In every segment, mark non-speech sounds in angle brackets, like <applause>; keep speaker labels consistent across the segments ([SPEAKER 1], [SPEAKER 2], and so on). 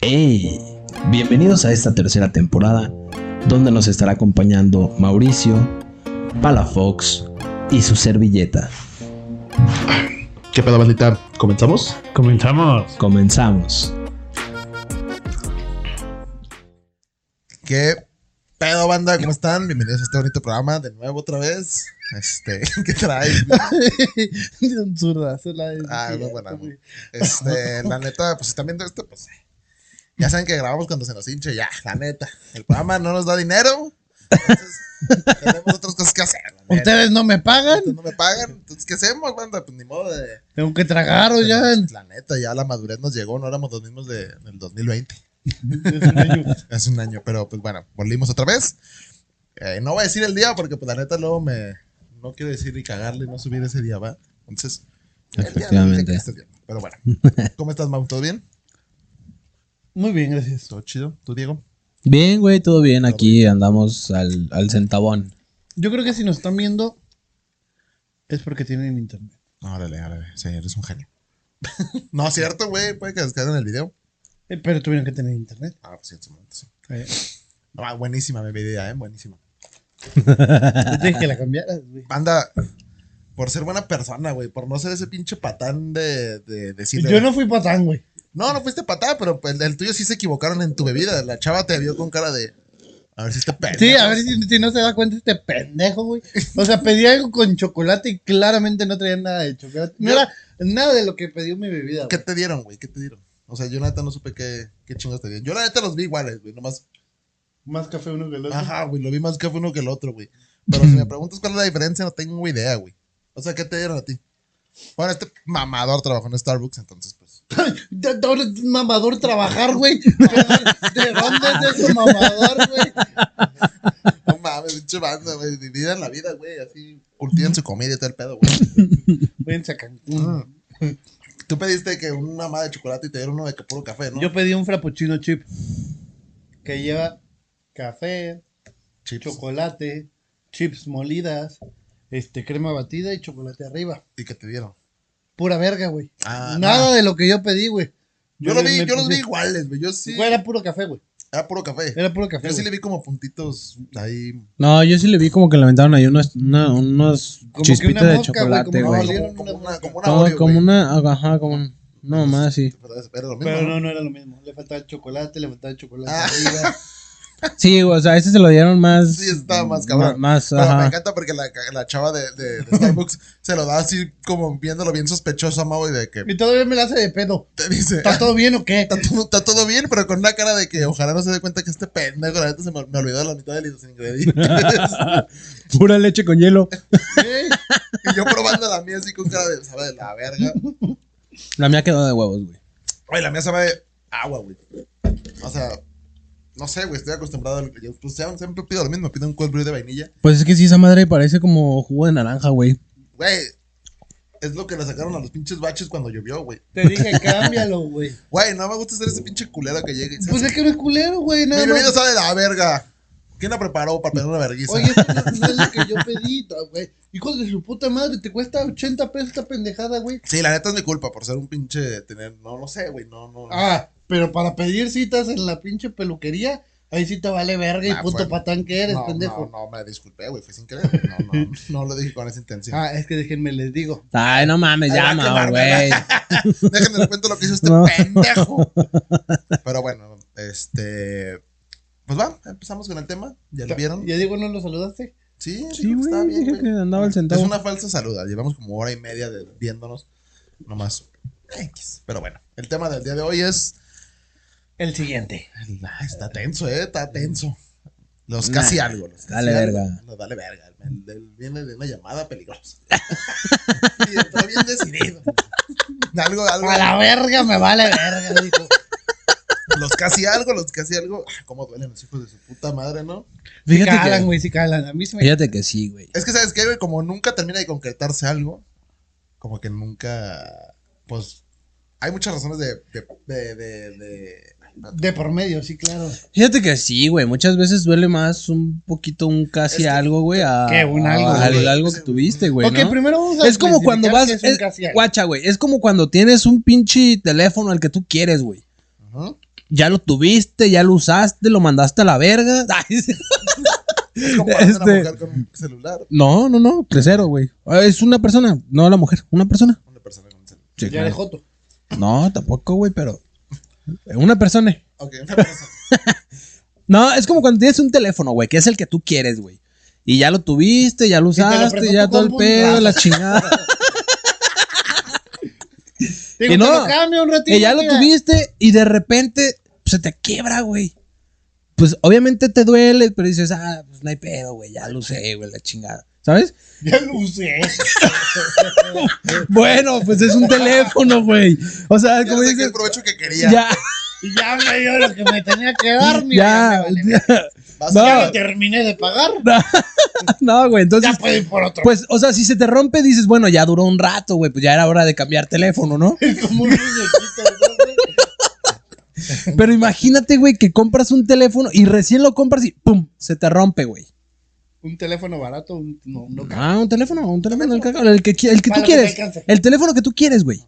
[SPEAKER 1] ¡Hey! Bienvenidos a esta tercera temporada, donde nos estará acompañando Mauricio, Palafox y su servilleta.
[SPEAKER 2] ¿Qué pedo, bandita? ¿Comenzamos?
[SPEAKER 3] Comenzamos.
[SPEAKER 1] Comenzamos.
[SPEAKER 4] ¿Qué pedo, banda? ¿Cómo están? Bienvenidos a este bonito programa de nuevo otra vez. Este, <laughs> ¿qué traes?
[SPEAKER 5] De <laughs> un zurdazo la de-
[SPEAKER 4] Ah, no, bueno. güey. Este, la neta, pues si están viendo esto, pues. eh, Ya saben que grabamos cuando se nos hinche, ya, la neta. El programa no nos da dinero. Entonces, tenemos otras cosas que hacer. la neta.
[SPEAKER 5] Ustedes no me
[SPEAKER 4] <laughs>
[SPEAKER 5] pagan,
[SPEAKER 4] Ustedes no me pagan. Entonces, ¿qué hacemos, banda? Pues ni modo de.
[SPEAKER 5] tengo que tragar, oigan.
[SPEAKER 4] pues, La neta, ya la madurez nos llegó, no éramos los mismos de, del 2020.
[SPEAKER 5] Es un
[SPEAKER 4] <laughs>
[SPEAKER 5] año.
[SPEAKER 4] Hace un año, pero pues bueno, volvimos otra vez. Eh, no voy a decir el día porque pues la neta luego me... No quiero decir y cagarle y no subir ese día, ¿va? Entonces... el día del día que
[SPEAKER 1] Efectivamente.
[SPEAKER 4] estés viendo. Pero bueno, ¿cómo estás, Mau? ¿Todo bien?
[SPEAKER 5] Muy bien, gracias.
[SPEAKER 4] ¿Todo chido? ¿Tú, Diego?
[SPEAKER 1] Bien, güey, todo bien. Aquí andamos al, al centavón.
[SPEAKER 5] Yo creo que si nos están viendo es porque tienen internet.
[SPEAKER 4] Órale, órale. Sí, eres un genio. <laughs> no, es cierto, güey. Puede que descarguen el video.
[SPEAKER 5] Eh, pero tuvieron que tener internet.
[SPEAKER 4] Ah, pues sí, en su momento, sí.
[SPEAKER 5] Eh,
[SPEAKER 4] Ah, buenísima mi idea, ¿eh? Buenísima.
[SPEAKER 5] yo te dije que la cambiaras, güey.
[SPEAKER 4] Banda, por ser buena persona, güey. Por no ser ese pinche patán de... de, decirle-
[SPEAKER 5] Yo no fui patán, güey.
[SPEAKER 4] No, no fuiste patada, pero pues, el, el tuyo sí se equivocaron en tu bebida. La chava te vio con cara de. A ver si este pendejo.
[SPEAKER 5] Sí, a ver si, si no se da cuenta este pendejo, güey. O sea, pedí algo con chocolate y claramente no traía nada de chocolate. No era nada de lo que pidió mi bebida.
[SPEAKER 4] ¿Qué
[SPEAKER 5] güey.
[SPEAKER 4] te dieron, güey? ¿Qué te dieron? O sea, yo la neta no supe qué, qué chingados te dieron. Yo la neta los vi iguales, güey. Nomás.
[SPEAKER 5] Más café uno que el otro.
[SPEAKER 4] Ajá, güey. Lo vi más que uno que el otro, güey. Pero si me preguntas cuál es la diferencia, no tengo idea, güey. O sea, ¿qué te dieron a ti? Bueno, este mamador trabajó en Starbucks, entonces, pues.
[SPEAKER 5] Ya, ahora es mamador trabajar, güey. ¿De dónde es eso, mamador, güey?
[SPEAKER 4] No mames, pinche banda, güey. Dividan la vida, güey. Así, curtían su comida y todo el pedo, güey.
[SPEAKER 5] Váyanse a Cancún.
[SPEAKER 4] Tú pediste que una madre de chocolate y te dieron uno de que puro café, ¿no?
[SPEAKER 5] Yo pedí un frappuccino chip que lleva café,
[SPEAKER 4] Chips.
[SPEAKER 5] chocolate, chips molidas, este crema batida y chocolate arriba.
[SPEAKER 4] ¿Y qué te dieron?
[SPEAKER 5] Pura verga, güey.
[SPEAKER 4] Ah,
[SPEAKER 5] Nada
[SPEAKER 4] no.
[SPEAKER 5] de lo que yo pedí, güey.
[SPEAKER 4] Yo, lo vi,
[SPEAKER 5] me
[SPEAKER 4] yo los vi
[SPEAKER 5] puse-
[SPEAKER 4] iguales, güey. Yo sí.
[SPEAKER 5] Güey, era puro café, güey.
[SPEAKER 4] Era puro café.
[SPEAKER 5] Era puro café.
[SPEAKER 4] Yo sí
[SPEAKER 5] güey.
[SPEAKER 4] le vi como puntitos ahí.
[SPEAKER 1] No, yo sí le vi como que le aventaron ahí unos, una- unos
[SPEAKER 5] Como que
[SPEAKER 1] chispitas
[SPEAKER 5] una
[SPEAKER 1] de
[SPEAKER 5] mosca, güey,
[SPEAKER 1] chocolate,
[SPEAKER 4] No,
[SPEAKER 5] como
[SPEAKER 1] güey.
[SPEAKER 4] sí,
[SPEAKER 5] le
[SPEAKER 4] era
[SPEAKER 5] dieron
[SPEAKER 4] como
[SPEAKER 5] una
[SPEAKER 4] una, como una
[SPEAKER 1] Como,
[SPEAKER 4] Oreo,
[SPEAKER 1] como
[SPEAKER 4] güey.
[SPEAKER 1] una, ajá, como un- no más así.
[SPEAKER 4] Pero es- Era lo mismo.
[SPEAKER 5] Pero
[SPEAKER 4] ¿no?
[SPEAKER 5] no, no era lo mismo. Le faltaba chocolate, le faltaba chocolate
[SPEAKER 4] Ah. <laughs>
[SPEAKER 5] arriba.
[SPEAKER 1] Sí, güey, o sea, ese se lo dieron más.
[SPEAKER 4] Sí, estaba más cabrón.
[SPEAKER 1] Mm, Más,
[SPEAKER 4] Pero me
[SPEAKER 1] ajá.
[SPEAKER 4] encanta porque la, la chava de, de- de Starbucks se lo da así como viéndolo bien sospechoso a Mau y de que
[SPEAKER 5] Y todavía me la hace de pedo.
[SPEAKER 4] te dice.
[SPEAKER 5] ¿Está todo bien o
[SPEAKER 4] <laughs>
[SPEAKER 5] qué?
[SPEAKER 4] Está todo, está todo bien, pero con una cara de que ojalá no se dé cuenta que este pendejo, la neta se me, me olvidó la mitad de
[SPEAKER 5] <laughs>
[SPEAKER 4] los ingredientes.
[SPEAKER 1] Pura leche con hielo.
[SPEAKER 5] Sí.
[SPEAKER 4] y yo probando la mía así con cara de, sabe de la verga.
[SPEAKER 1] La mía quedó de huevos, güey.
[SPEAKER 4] Güey, la mía sabe agua, güey. O sea, no sé, güey, estoy acostumbrado a lo que yo. Pues sea- siempre pido lo mismo, pido un cold brew de vainilla.
[SPEAKER 1] Pues es que sí, esa madre parece como jugo de naranja, güey.
[SPEAKER 4] Güey, es lo que le sacaron a los pinches baches cuando llovió, güey.
[SPEAKER 5] Te dije, cámbialo, güey.
[SPEAKER 4] Güey, no me gusta ser ese pinche culero que llega y dice:
[SPEAKER 5] Pues es que no es culero, güey.
[SPEAKER 4] Mi
[SPEAKER 5] Nada más.
[SPEAKER 4] bebida sabe la verga. ¿Quién la preparó para pedir una vergüenza?
[SPEAKER 5] Oye, esto no, no es lo que yo pedí, ta- güey. Hijo de su puta madre, te cuesta 80 pesos esta pendejada, güey.
[SPEAKER 4] Sí, la neta es mi culpa por ser un pinche. Tener, no, no sé, güey, no, no.
[SPEAKER 5] Ah, pero para pedir citas en la pinche peluquería, ahí sí te vale verga y
[SPEAKER 4] Ah,
[SPEAKER 5] puto
[SPEAKER 4] bueno.
[SPEAKER 5] patán que eres,
[SPEAKER 4] no,
[SPEAKER 5] pendejo.
[SPEAKER 4] no, no, me disculpé, güey, fue sin querer. güey. No, no, no lo dije con esa intención.
[SPEAKER 5] Ah, es que déjenme les digo.
[SPEAKER 1] Ay, no mames,
[SPEAKER 4] Ahí va a
[SPEAKER 1] llama,
[SPEAKER 4] quemar,
[SPEAKER 1] güey.
[SPEAKER 4] Déjenme le cuento lo que hizo este
[SPEAKER 1] No.
[SPEAKER 4] pendejo. Pero bueno, este. Pues va, empezamos con el tema. ¿Ya lo vieron?
[SPEAKER 5] Ya digo, ¿no lo saludaste?
[SPEAKER 4] Sí, dijo
[SPEAKER 1] <laughs> Sí,
[SPEAKER 4] que estaba
[SPEAKER 1] güey,
[SPEAKER 4] bien,
[SPEAKER 1] dije
[SPEAKER 4] güey.
[SPEAKER 1] que andaba el
[SPEAKER 4] Es
[SPEAKER 1] centavo.
[SPEAKER 4] una falsa saluda. Llevamos como hora y media de viéndonos. Nomás. X. Pero bueno, el tema del día de hoy es.
[SPEAKER 5] El siguiente.
[SPEAKER 4] Ay, Está tenso, eh. Está tenso. Los
[SPEAKER 1] Nah,
[SPEAKER 4] casi algo. Los casi
[SPEAKER 1] dale
[SPEAKER 4] algo.
[SPEAKER 1] verga.
[SPEAKER 4] No, dale verga. El- el- viene de una llamada peligrosa. y está bien decidido. Algo, algo.
[SPEAKER 5] A la verga me vale verga, <laughs> dijo.
[SPEAKER 4] Los casi algo, los casi algo. Ah, ¿Cómo duelen los hijos de su puta madre, no?
[SPEAKER 5] Si
[SPEAKER 1] Fíjate
[SPEAKER 5] calan,
[SPEAKER 1] que,
[SPEAKER 5] güey, si calan. A mí se me.
[SPEAKER 1] fíjate que sí, güey.
[SPEAKER 4] Es que, ¿sabes qué, güey? Como nunca termina de concretarse algo, como que nunca. Pues. Hay muchas razones de. de, de, de- de-
[SPEAKER 5] De por medio, sí, claro.
[SPEAKER 1] Fíjate que sí, güey. Muchas veces duele más un poquito un casi
[SPEAKER 4] Es que-
[SPEAKER 1] algo, güey, a,
[SPEAKER 5] que un algo,
[SPEAKER 1] a- al-
[SPEAKER 4] güey.
[SPEAKER 1] algo que tuviste, güey,
[SPEAKER 5] ok,
[SPEAKER 1] ¿no?
[SPEAKER 5] primero vamos a
[SPEAKER 1] Es como cuando vas,
[SPEAKER 5] especificar qué es un
[SPEAKER 1] es-
[SPEAKER 5] casi algo.
[SPEAKER 1] guacha, güey, es como cuando tienes un pinche teléfono al que tú quieres, güey.
[SPEAKER 4] Ajá.
[SPEAKER 1] ya lo tuviste, ya lo usaste, lo mandaste a la verga. <laughs> Ay, sí.
[SPEAKER 4] Es comparando a una
[SPEAKER 1] Este-
[SPEAKER 4] mujer con un celular.
[SPEAKER 1] no, no, no, tercero, güey. Ah, Es una persona, no la mujer, una persona.
[SPEAKER 4] Una persona con un celular.
[SPEAKER 1] Sí,
[SPEAKER 5] Ya
[SPEAKER 1] claro.
[SPEAKER 5] de Joto.
[SPEAKER 1] No, tampoco, güey, pero una persona.
[SPEAKER 4] Ok, una persona.
[SPEAKER 1] No, es como cuando tienes un teléfono, güey, que es el que tú quieres, güey. Y ya lo tuviste, ya lo
[SPEAKER 5] te lo
[SPEAKER 1] usaste,
[SPEAKER 5] prestó
[SPEAKER 1] ya
[SPEAKER 5] tu
[SPEAKER 1] todo el
[SPEAKER 5] compu,
[SPEAKER 1] pedo,
[SPEAKER 5] ah. <laughs>
[SPEAKER 1] la chingada.
[SPEAKER 5] Digo,
[SPEAKER 1] Y no,
[SPEAKER 5] te lo cambio un ratito.
[SPEAKER 1] Y ya lo
[SPEAKER 5] mira.
[SPEAKER 1] tuviste y de repente pues, se te quiebra, güey. Pues obviamente te duele, pero dices, ah, pues no hay pedo, güey, ya lo usé, güey, la chingada. ¿Sabes?
[SPEAKER 5] Ya lo usé.
[SPEAKER 1] Bueno, pues es un teléfono, güey. O sea,
[SPEAKER 4] Ya no
[SPEAKER 1] como
[SPEAKER 4] saqué
[SPEAKER 1] dices,
[SPEAKER 4] el provecho que quería.
[SPEAKER 1] ya,
[SPEAKER 5] Y ya me dio lo que me tenía que dar, mi
[SPEAKER 1] <laughs> ya,
[SPEAKER 5] güey, me vale.
[SPEAKER 4] Vas
[SPEAKER 1] No.
[SPEAKER 4] a-
[SPEAKER 5] Ya lo terminé de pagar.
[SPEAKER 1] <laughs> no, güey, entonces,
[SPEAKER 5] Ya puedo ir por <laughs> otro.
[SPEAKER 1] pues, o sea, si se te rompe, dices, bueno, ya duró un rato, güey, pues ya era hora de cambiar teléfono, ¿no?
[SPEAKER 5] Como
[SPEAKER 1] <laughs>
[SPEAKER 5] un muñequito, ¿no, <laughs> güey?
[SPEAKER 1] Pero imagínate, güey, que compras un teléfono y recién lo compras y ¡pum! Se te rompe, güey.
[SPEAKER 5] Un teléfono barato, un, no, no.
[SPEAKER 1] Ah, un teléfono, un teléfono, el, que- el que, qui- el que
[SPEAKER 5] Para
[SPEAKER 1] tú
[SPEAKER 5] lo que te
[SPEAKER 1] quieres.
[SPEAKER 5] alcance.
[SPEAKER 1] el teléfono que tú quieres, güey.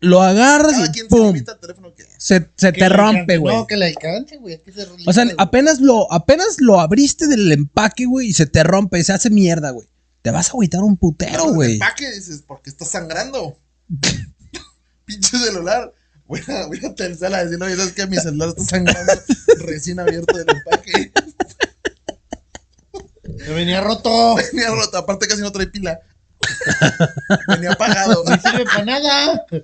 [SPEAKER 1] Lo agarras
[SPEAKER 4] Cada
[SPEAKER 1] y
[SPEAKER 4] quien se
[SPEAKER 1] ¡pum!
[SPEAKER 4] limita al teléfono que.
[SPEAKER 1] Se, se
[SPEAKER 5] Que le
[SPEAKER 1] te rompe,
[SPEAKER 5] alcance.
[SPEAKER 1] güey.
[SPEAKER 5] No, que le alcance, güey. que se
[SPEAKER 1] O
[SPEAKER 5] relija,
[SPEAKER 1] sea,
[SPEAKER 5] güey.
[SPEAKER 1] apenas lo, apenas lo abriste del empaque, güey, y se te rompe, se hace mierda, güey. Te vas a agüitar un putero,
[SPEAKER 4] Abres
[SPEAKER 1] güey.
[SPEAKER 4] El empaque dices, porque está sangrando. <laughs> Pinche celular. Voy a, voy a Telcel a decirle, oye, ¿sabes que Mi celular está
[SPEAKER 1] <laughs>
[SPEAKER 4] sangrando recién abierto del empaque. <laughs>
[SPEAKER 5] Me venía roto.
[SPEAKER 4] Venía roto, aparte casi no trae pila. <laughs> Venía
[SPEAKER 1] <laughs>
[SPEAKER 4] apagado.
[SPEAKER 5] No sirve para nada.
[SPEAKER 4] Pues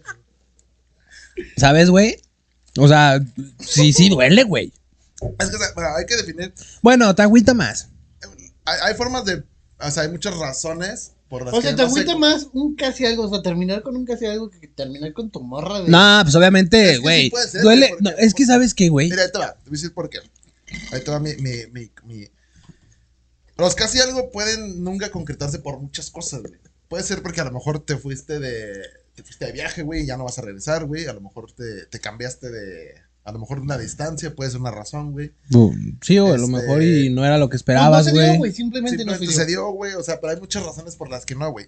[SPEAKER 1] ¿Sabes, güey? O sea, sí, sí duele, güey.
[SPEAKER 4] Es que o sea, bueno, hay que definir.
[SPEAKER 1] Bueno, te agüita más.
[SPEAKER 4] Hay, hay formas de. O sea, hay muchas razones por las
[SPEAKER 5] O
[SPEAKER 4] que.
[SPEAKER 5] sea, te
[SPEAKER 4] no se-
[SPEAKER 5] agüita más un casi algo. O sea, terminar con un casi algo que terminar con tu morra, güey.
[SPEAKER 1] No, pues
[SPEAKER 4] Es que
[SPEAKER 1] obviamente,
[SPEAKER 4] sí
[SPEAKER 1] güey.
[SPEAKER 4] puede ser,
[SPEAKER 1] duele.
[SPEAKER 4] güey, porque-
[SPEAKER 1] No, es que, ¿sabes qué, güey?
[SPEAKER 4] Mira, ahí te va. Te voy a decir por qué. Ahí te va mi. mi, mi, mi- Los casi algo pueden nunca concretarse por muchas cosas, güey. Puede ser porque a lo mejor te fuiste de. Te fuiste de viaje, güey, y ya no vas a regresar, güey. A lo mejor te, te cambiaste de. A lo mejor una distancia puede ser una razón, güey.
[SPEAKER 1] Pues, Sí, o a lo
[SPEAKER 4] Este-
[SPEAKER 1] mejor y no era lo que
[SPEAKER 5] Pues
[SPEAKER 1] esperabas,
[SPEAKER 5] no se
[SPEAKER 1] güey.
[SPEAKER 5] dio, güey. Simplemente no se
[SPEAKER 4] Simplemente
[SPEAKER 5] dio.
[SPEAKER 4] se dio, güey. O sea, pero hay muchas razones por las que no, güey.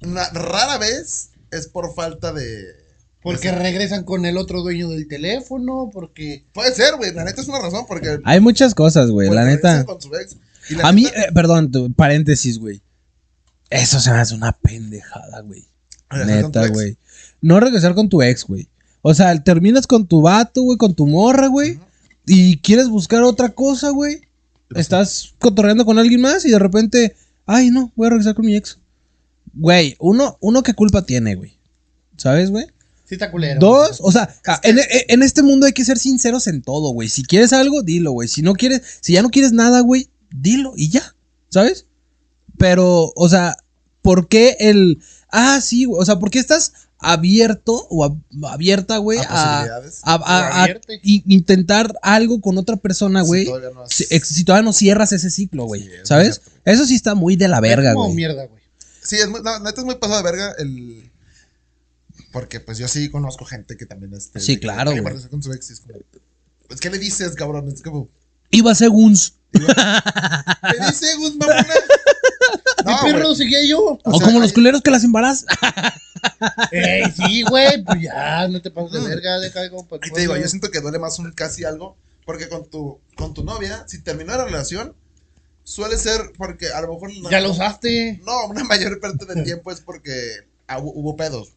[SPEAKER 4] Una- Rara vez es por falta de.
[SPEAKER 5] Porque
[SPEAKER 4] Pues
[SPEAKER 5] regresan con el otro dueño del teléfono, porque...
[SPEAKER 4] Puede ser, güey. La neta es una razón porque.
[SPEAKER 1] Hay muchas cosas, Ah, güey,
[SPEAKER 4] porque
[SPEAKER 1] la
[SPEAKER 4] regresa
[SPEAKER 1] neta.
[SPEAKER 4] con su ex. Y la
[SPEAKER 1] A mí,
[SPEAKER 4] neta-
[SPEAKER 1] eh, perdón, tu- paréntesis, güey. Eso se me hace una pendejada, güey.
[SPEAKER 4] Regresar con tu
[SPEAKER 1] Neta,
[SPEAKER 4] ex.
[SPEAKER 1] güey. No regresar con tu ex, güey. O sea, terminas con tu vato, güey, con tu morra, güey. Y quieres buscar otra cosa, güey. Estás cotorreando con alguien más y de repente, ay, no, voy a regresar con mi ex. Güey, uno, uno qué culpa tiene, güey. ¿Sabes, güey?
[SPEAKER 5] Sí está culero.
[SPEAKER 1] Dos, o sea, ah, en, en- en este mundo hay que ser sinceros en todo, güey. Si quieres algo, dilo, güey. Si no quieres, si ya no quieres nada, güey, dilo y ya, ¿sabes? Pero, o sea, ¿por qué el... Ah, sí, güey. O sea, ¿por qué estás abierto o ab- abierta, güey,
[SPEAKER 4] A
[SPEAKER 1] a,
[SPEAKER 4] posibilidades.
[SPEAKER 1] a- a- a
[SPEAKER 5] abierto.
[SPEAKER 1] in- intentar algo con otra persona,
[SPEAKER 4] Si
[SPEAKER 1] güey?
[SPEAKER 4] todavía no has-
[SPEAKER 1] Si, ex- si todavía no cierras ese ciclo, güey,
[SPEAKER 4] Sí, es
[SPEAKER 1] ¿sabes?
[SPEAKER 4] cierto,
[SPEAKER 1] Eso sí está muy de la verga,
[SPEAKER 5] Es como
[SPEAKER 1] güey.
[SPEAKER 5] mierda,
[SPEAKER 1] <laughs>
[SPEAKER 5] güey.
[SPEAKER 4] Sí, es muy, no, neta es muy pasado de verga el. Porque pues yo sí conozco gente que también este.
[SPEAKER 1] Sí,
[SPEAKER 4] de que-
[SPEAKER 1] claro,
[SPEAKER 4] que
[SPEAKER 1] güey.
[SPEAKER 4] parece con su ex y es como. Pues, ¿qué le dices, cabrón? Es como.
[SPEAKER 1] Iba según...
[SPEAKER 4] ¿Qué dices, Guzmán?
[SPEAKER 1] <laughs>
[SPEAKER 4] No,
[SPEAKER 5] Mi perro
[SPEAKER 4] güey.
[SPEAKER 5] seguía yo.
[SPEAKER 1] O,
[SPEAKER 4] O sea,
[SPEAKER 1] como los
[SPEAKER 4] hay-
[SPEAKER 1] culeros que las embarazan.
[SPEAKER 5] Ey, sí, güey, pues ya, no te pases de pues, verga, deja algo para
[SPEAKER 4] Y te digo, yo siento que duele más un casi algo. Porque con tu, con tu novia, si terminó la relación, suele ser porque a lo mejor. la-
[SPEAKER 5] Ya lo usaste.
[SPEAKER 4] No, una mayor parte del tiempo es porque ah, hu- hubo pedos.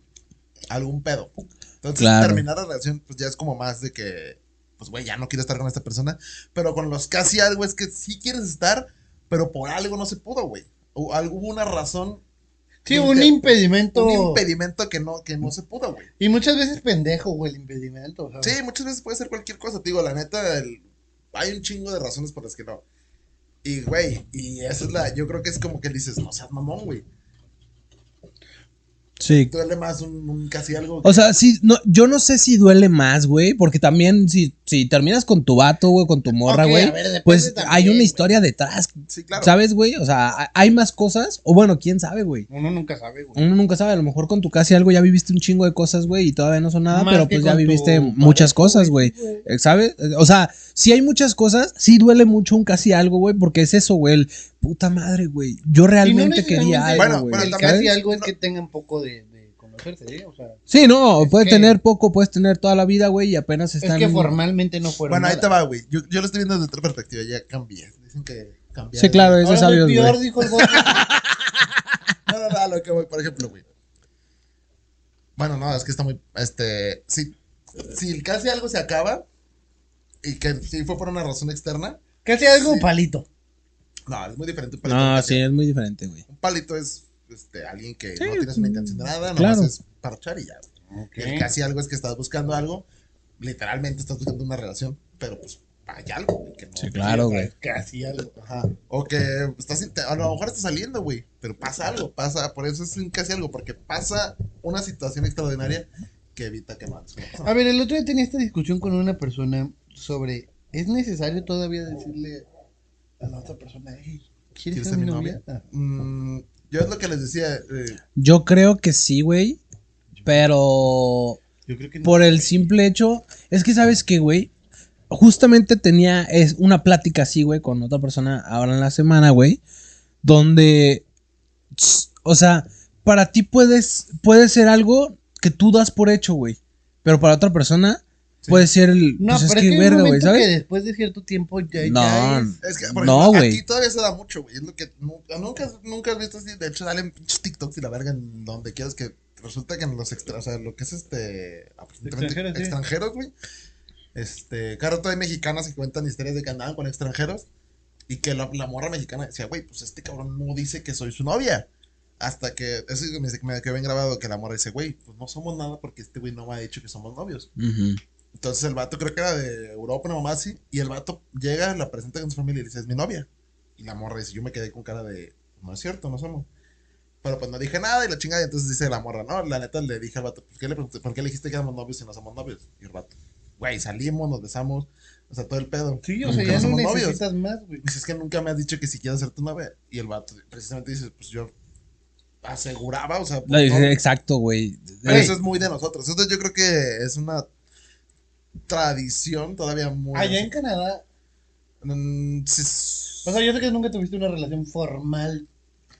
[SPEAKER 4] Algún pedo. Entonces,
[SPEAKER 1] Claro.
[SPEAKER 4] terminar la relación, pues ya es como más de que, pues güey, ya no quiero estar con esta persona. Pero con los casi algo es que sí quieres estar, pero por algo no se pudo, güey. O algo- Hubo una razón,
[SPEAKER 5] Sí, un impedimento.
[SPEAKER 4] un impedimento que no, que no se pudo, güey.
[SPEAKER 5] Y muchas veces pendejo, güey, el impedimento. o sea.
[SPEAKER 4] Sí, muchas veces puede ser cualquier cosa. Te digo, la neta, el- hay un chingo de razones por las que no. Y, güey, y esa es la. Yo creo que es como que dices, no seas mamón, güey.
[SPEAKER 1] Sí,
[SPEAKER 4] Duele más un, un casi algo.
[SPEAKER 1] O sea, sí, no, yo no sé si duele más, güey, porque también si, si terminas con tu vato, güey, con tu morra,
[SPEAKER 5] Ok,
[SPEAKER 1] güey,
[SPEAKER 5] a ver, depende
[SPEAKER 1] pues
[SPEAKER 5] también,
[SPEAKER 1] hay una
[SPEAKER 5] güey.
[SPEAKER 1] historia detrás,
[SPEAKER 4] sí, claro.
[SPEAKER 1] ¿sabes, güey? O sea, ha- hay más cosas, o bueno, quién sabe, güey.
[SPEAKER 5] Uno nunca sabe, güey.
[SPEAKER 1] Uno nunca sabe, a lo mejor con tu casi algo ya viviste un chingo de cosas, güey, y todavía no son nada,
[SPEAKER 5] Más
[SPEAKER 1] pero
[SPEAKER 5] que
[SPEAKER 1] pues ya
[SPEAKER 5] con tu
[SPEAKER 1] viviste muchas
[SPEAKER 5] pareja,
[SPEAKER 1] cosas, güey. Eh, ¿Sabes? Eh, O sea, si hay muchas cosas, sí duele mucho un casi algo, güey, porque es eso, güey, el puta madre, güey. Yo realmente quería algo,
[SPEAKER 5] necesariamente-
[SPEAKER 1] güey.
[SPEAKER 4] Bueno,
[SPEAKER 5] el
[SPEAKER 4] también-
[SPEAKER 5] casi
[SPEAKER 1] ¿sabes?
[SPEAKER 5] algo es que tengan poco de. de- con- mujer, sí, o sea.
[SPEAKER 1] Sí, no,
[SPEAKER 5] Es
[SPEAKER 1] puedes
[SPEAKER 5] que-
[SPEAKER 1] tener poco, puedes tener toda la vida, güey, y apenas están.
[SPEAKER 5] Es que formalmente no fueron.
[SPEAKER 4] Bueno, ahí
[SPEAKER 5] nada.
[SPEAKER 4] te va, güey. Yo, yo lo estoy viendo desde otra perspectiva, ya cambié. Dicen que cambié.
[SPEAKER 1] Sí, claro, es de
[SPEAKER 5] Ahora soy
[SPEAKER 1] sabios,
[SPEAKER 5] peor,
[SPEAKER 1] güey.
[SPEAKER 5] dijo el gordo. <laughs>
[SPEAKER 4] No, no, no, a lo que voy, por ejemplo, güey. Bueno, no, es que está muy. Este. Si, si casi algo se acaba y que si fue por una razón externa,
[SPEAKER 5] Casi algo palito.
[SPEAKER 4] no, es muy diferente. Un palito,
[SPEAKER 1] No,
[SPEAKER 4] casi-
[SPEAKER 1] sí, es muy diferente, güey.
[SPEAKER 4] Un palito es este, alguien que
[SPEAKER 1] Sí,
[SPEAKER 4] no tienes una intención de nada,
[SPEAKER 1] claro.
[SPEAKER 4] nomás es parchar y ya. güey. Y el casi algo es que estás buscando algo, literalmente estás buscando una relación, pero pues hay algo, güey, que no.
[SPEAKER 1] Sí, claro, güey.
[SPEAKER 5] Casi algo.
[SPEAKER 4] Ajá. O que estás inte- a lo mejor estás saliendo, güey, pero pasa algo, pasa, por eso es un casi algo, porque pasa una situación extraordinaria que evita que mates. a una persona.
[SPEAKER 5] A ver, el otro día tenía esta discusión con una persona sobre. ¿Es necesario todavía decirle a la otra persona, hey, ¿quieres ser mi novia? Ah.
[SPEAKER 4] Mm, yo es lo que les decía, eh,
[SPEAKER 1] Yo creo que sí, güey. Pero
[SPEAKER 5] Yo creo que no.
[SPEAKER 1] por el simple hecho. Es que, ¿sabes qué, güey? Justamente tenía es, una plática así, güey, con otra persona ahora en la semana, güey. Donde. tss, O sea, para ti puedes, puede ser algo que tú das por hecho, güey. Pero para otra persona puede ser el.
[SPEAKER 5] No,
[SPEAKER 1] pues es
[SPEAKER 5] pero es
[SPEAKER 1] que,
[SPEAKER 5] que, hay un
[SPEAKER 1] verga, güey,
[SPEAKER 5] momento
[SPEAKER 1] ¿sabes?
[SPEAKER 5] que después de cierto tiempo ya, ya
[SPEAKER 1] No,
[SPEAKER 5] es-
[SPEAKER 4] es que
[SPEAKER 1] No,
[SPEAKER 4] por ejemplo,
[SPEAKER 1] güey.
[SPEAKER 4] aquí todavía se da mucho, güey, es lo que nu- nunca, nunca has visto así, de hecho salen pinches TikToks y la verga en donde quieras que resulta que en los extra, o sea, lo que es este aparentemente
[SPEAKER 5] Extranjeros, sí.
[SPEAKER 4] extranjeros, güey. Este, claro, todavía hay mexicanas que cuentan historias de que andaban con extranjeros y que la, la morra mexicana decía, güey, pues este cabrón no dice que soy su novia. Hasta que, eso es que me, me quedó bien grabado, que la morra dice, güey, pues no somos nada porque este güey no me ha dicho que somos novios.
[SPEAKER 1] Ujú.
[SPEAKER 4] Entonces el vato creo que era de Europa, una mamá así, y el vato llega, la presenta con su familia y dice, es mi novia. Y la morra dice, yo me quedé con cara de, no es cierto, no somos. Pero pues no dije nada y la chingada, y entonces dice la morra, no, la neta le dije al vato, ¿por qué le, pregunté- ¿por qué le dijiste que éramos novios si no somos novios? Y el vato, güey, salimos, nos besamos, o sea, todo el pedo.
[SPEAKER 5] Sí, o sea,
[SPEAKER 4] Nunca
[SPEAKER 5] ya no
[SPEAKER 4] somos novios.
[SPEAKER 5] necesitas más, güey.
[SPEAKER 4] Dices que nunca me has dicho que si quieres ser tu novia. Y el vato precisamente dice, pues yo aseguraba, o sea,
[SPEAKER 1] La-
[SPEAKER 4] pues, no,
[SPEAKER 5] Oh.
[SPEAKER 1] Exacto, güey.
[SPEAKER 4] pero
[SPEAKER 1] Ey,
[SPEAKER 4] eso es muy de nosotros. Entonces yo creo que es una tradición todavía muy...
[SPEAKER 5] Allá en Canadá,
[SPEAKER 4] Mm, sí, s-
[SPEAKER 5] o sea, yo sé que nunca tuviste una relación formal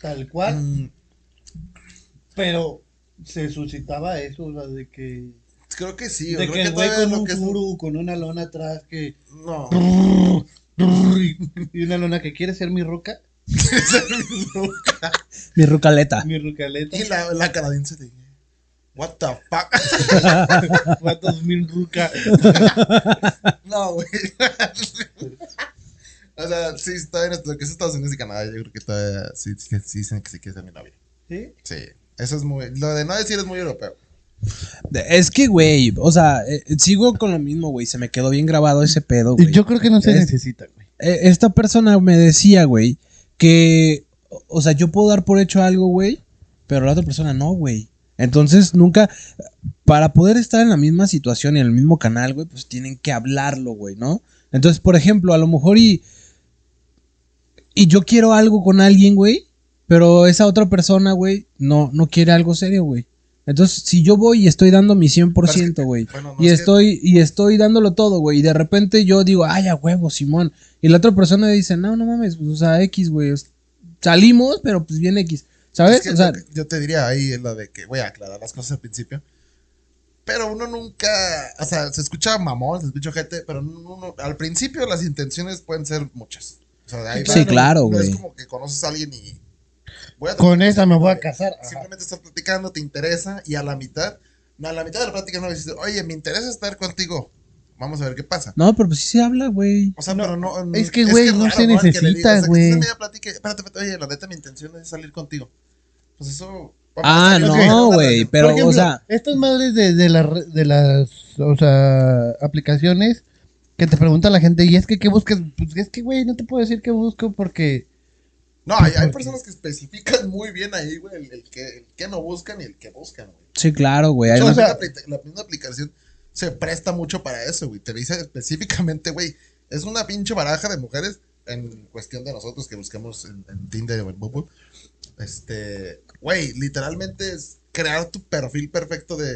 [SPEAKER 5] tal cual,
[SPEAKER 4] mm,
[SPEAKER 5] pero se suscitaba eso, o sea, de que,
[SPEAKER 4] creo que sí.
[SPEAKER 5] de
[SPEAKER 4] creo
[SPEAKER 5] que el güey
[SPEAKER 4] todavía
[SPEAKER 5] con
[SPEAKER 4] lo
[SPEAKER 5] un
[SPEAKER 4] que es-
[SPEAKER 5] guru, con una lona atrás que... <laughs>
[SPEAKER 4] No. <laughs>
[SPEAKER 5] Y una lona que quiere ser mi ruca,
[SPEAKER 1] Mi rucaleta.
[SPEAKER 5] mi rucaleta,
[SPEAKER 4] y la, la canadiense de... What the fuck? <laughs>
[SPEAKER 5] patos mi ruca.
[SPEAKER 4] No, güey. <laughs> o sea, sí, está en lo que es Estados Unidos y Canadá. Yo creo que todavía sí, sí, sí dicen que sí quiere ser mi novia.
[SPEAKER 5] ¿Sí?
[SPEAKER 4] Sí. Eso es muy... Lo de no decir es muy europeo.
[SPEAKER 1] Es que, güey, o sea, eh, sigo con lo mismo, güey. Se me quedó bien grabado ese pedo, güey.
[SPEAKER 5] Yo creo que no se
[SPEAKER 1] Es-
[SPEAKER 5] necesita, güey.
[SPEAKER 1] Eh, Esta persona me decía, güey, que, o- o sea, yo puedo dar por hecho algo, güey, pero la otra persona no, güey. Entonces, nunca, para poder estar en la misma situación y en el mismo canal, güey, pues tienen que hablarlo, güey, ¿no? Entonces, por ejemplo, a lo mejor y, y yo quiero algo con alguien, güey, pero esa otra persona, güey, no, no quiere algo serio, güey. Entonces, si yo voy y estoy dando mi 100%, güey,
[SPEAKER 4] Bueno, no
[SPEAKER 1] y
[SPEAKER 4] es que-
[SPEAKER 1] estoy, y estoy dándolo todo, güey. Y de repente yo digo, ay, a huevo, Simón. Y la otra persona dice, no, no mames, pues, o sea, X, güey. es- Salimos, pero pues bien X. ¿Sabes?
[SPEAKER 4] Es que
[SPEAKER 1] o sea,
[SPEAKER 4] lo que yo te diría ahí es la de que voy a aclarar las cosas al principio. Pero uno nunca, o sea, se escucha mamón, se escucha gente, pero uno- al principio las intenciones pueden ser muchas. O sea, de ahí
[SPEAKER 1] Sí,
[SPEAKER 4] va, no-
[SPEAKER 1] claro,
[SPEAKER 4] No
[SPEAKER 1] güey.
[SPEAKER 4] es como que conoces a alguien y... voy a-
[SPEAKER 5] Con esa me voy a casar. Ajá.
[SPEAKER 4] Simplemente estás platicando, te interesa y a la mitad, no, a la mitad de la plática no dices, oye, me interesa estar contigo, vamos a ver qué pasa.
[SPEAKER 1] no, pero pues sí se habla, güey.
[SPEAKER 4] O sea,
[SPEAKER 5] No,
[SPEAKER 4] pero no.
[SPEAKER 5] es que, güey, no
[SPEAKER 4] raro,
[SPEAKER 5] se
[SPEAKER 4] Al que le digas,
[SPEAKER 5] necesita,
[SPEAKER 4] o sea, que estés en
[SPEAKER 5] güey.
[SPEAKER 4] media plática y, Espérate, espérate, oye, la neta, mi intención es salir contigo. Pues eso.
[SPEAKER 1] Ah,
[SPEAKER 4] vamos a salir,
[SPEAKER 1] no,
[SPEAKER 4] ok.
[SPEAKER 1] güey.
[SPEAKER 5] Por
[SPEAKER 1] Pero,
[SPEAKER 5] ejemplo,
[SPEAKER 1] o sea,
[SPEAKER 5] estas madres de, de, la re- de las o sea, aplicaciones que te pregunta la gente, y es que qué buscas, pues es que, güey, no te puedo decir qué busco porque...
[SPEAKER 4] No, hay, hay personas que especifican muy bien ahí, güey, el, el que, el que no buscan y el que buscan, güey.
[SPEAKER 1] sí, claro, güey. hay
[SPEAKER 4] O
[SPEAKER 1] una-
[SPEAKER 4] sea, la, apli- la misma aplicación se presta mucho para eso, güey. Te dice específicamente, güey, es una pinche baraja de mujeres en cuestión de nosotros que buscamos en, en Tinder o en Bumble. Este, güey, literalmente es crear tu perfil perfecto de,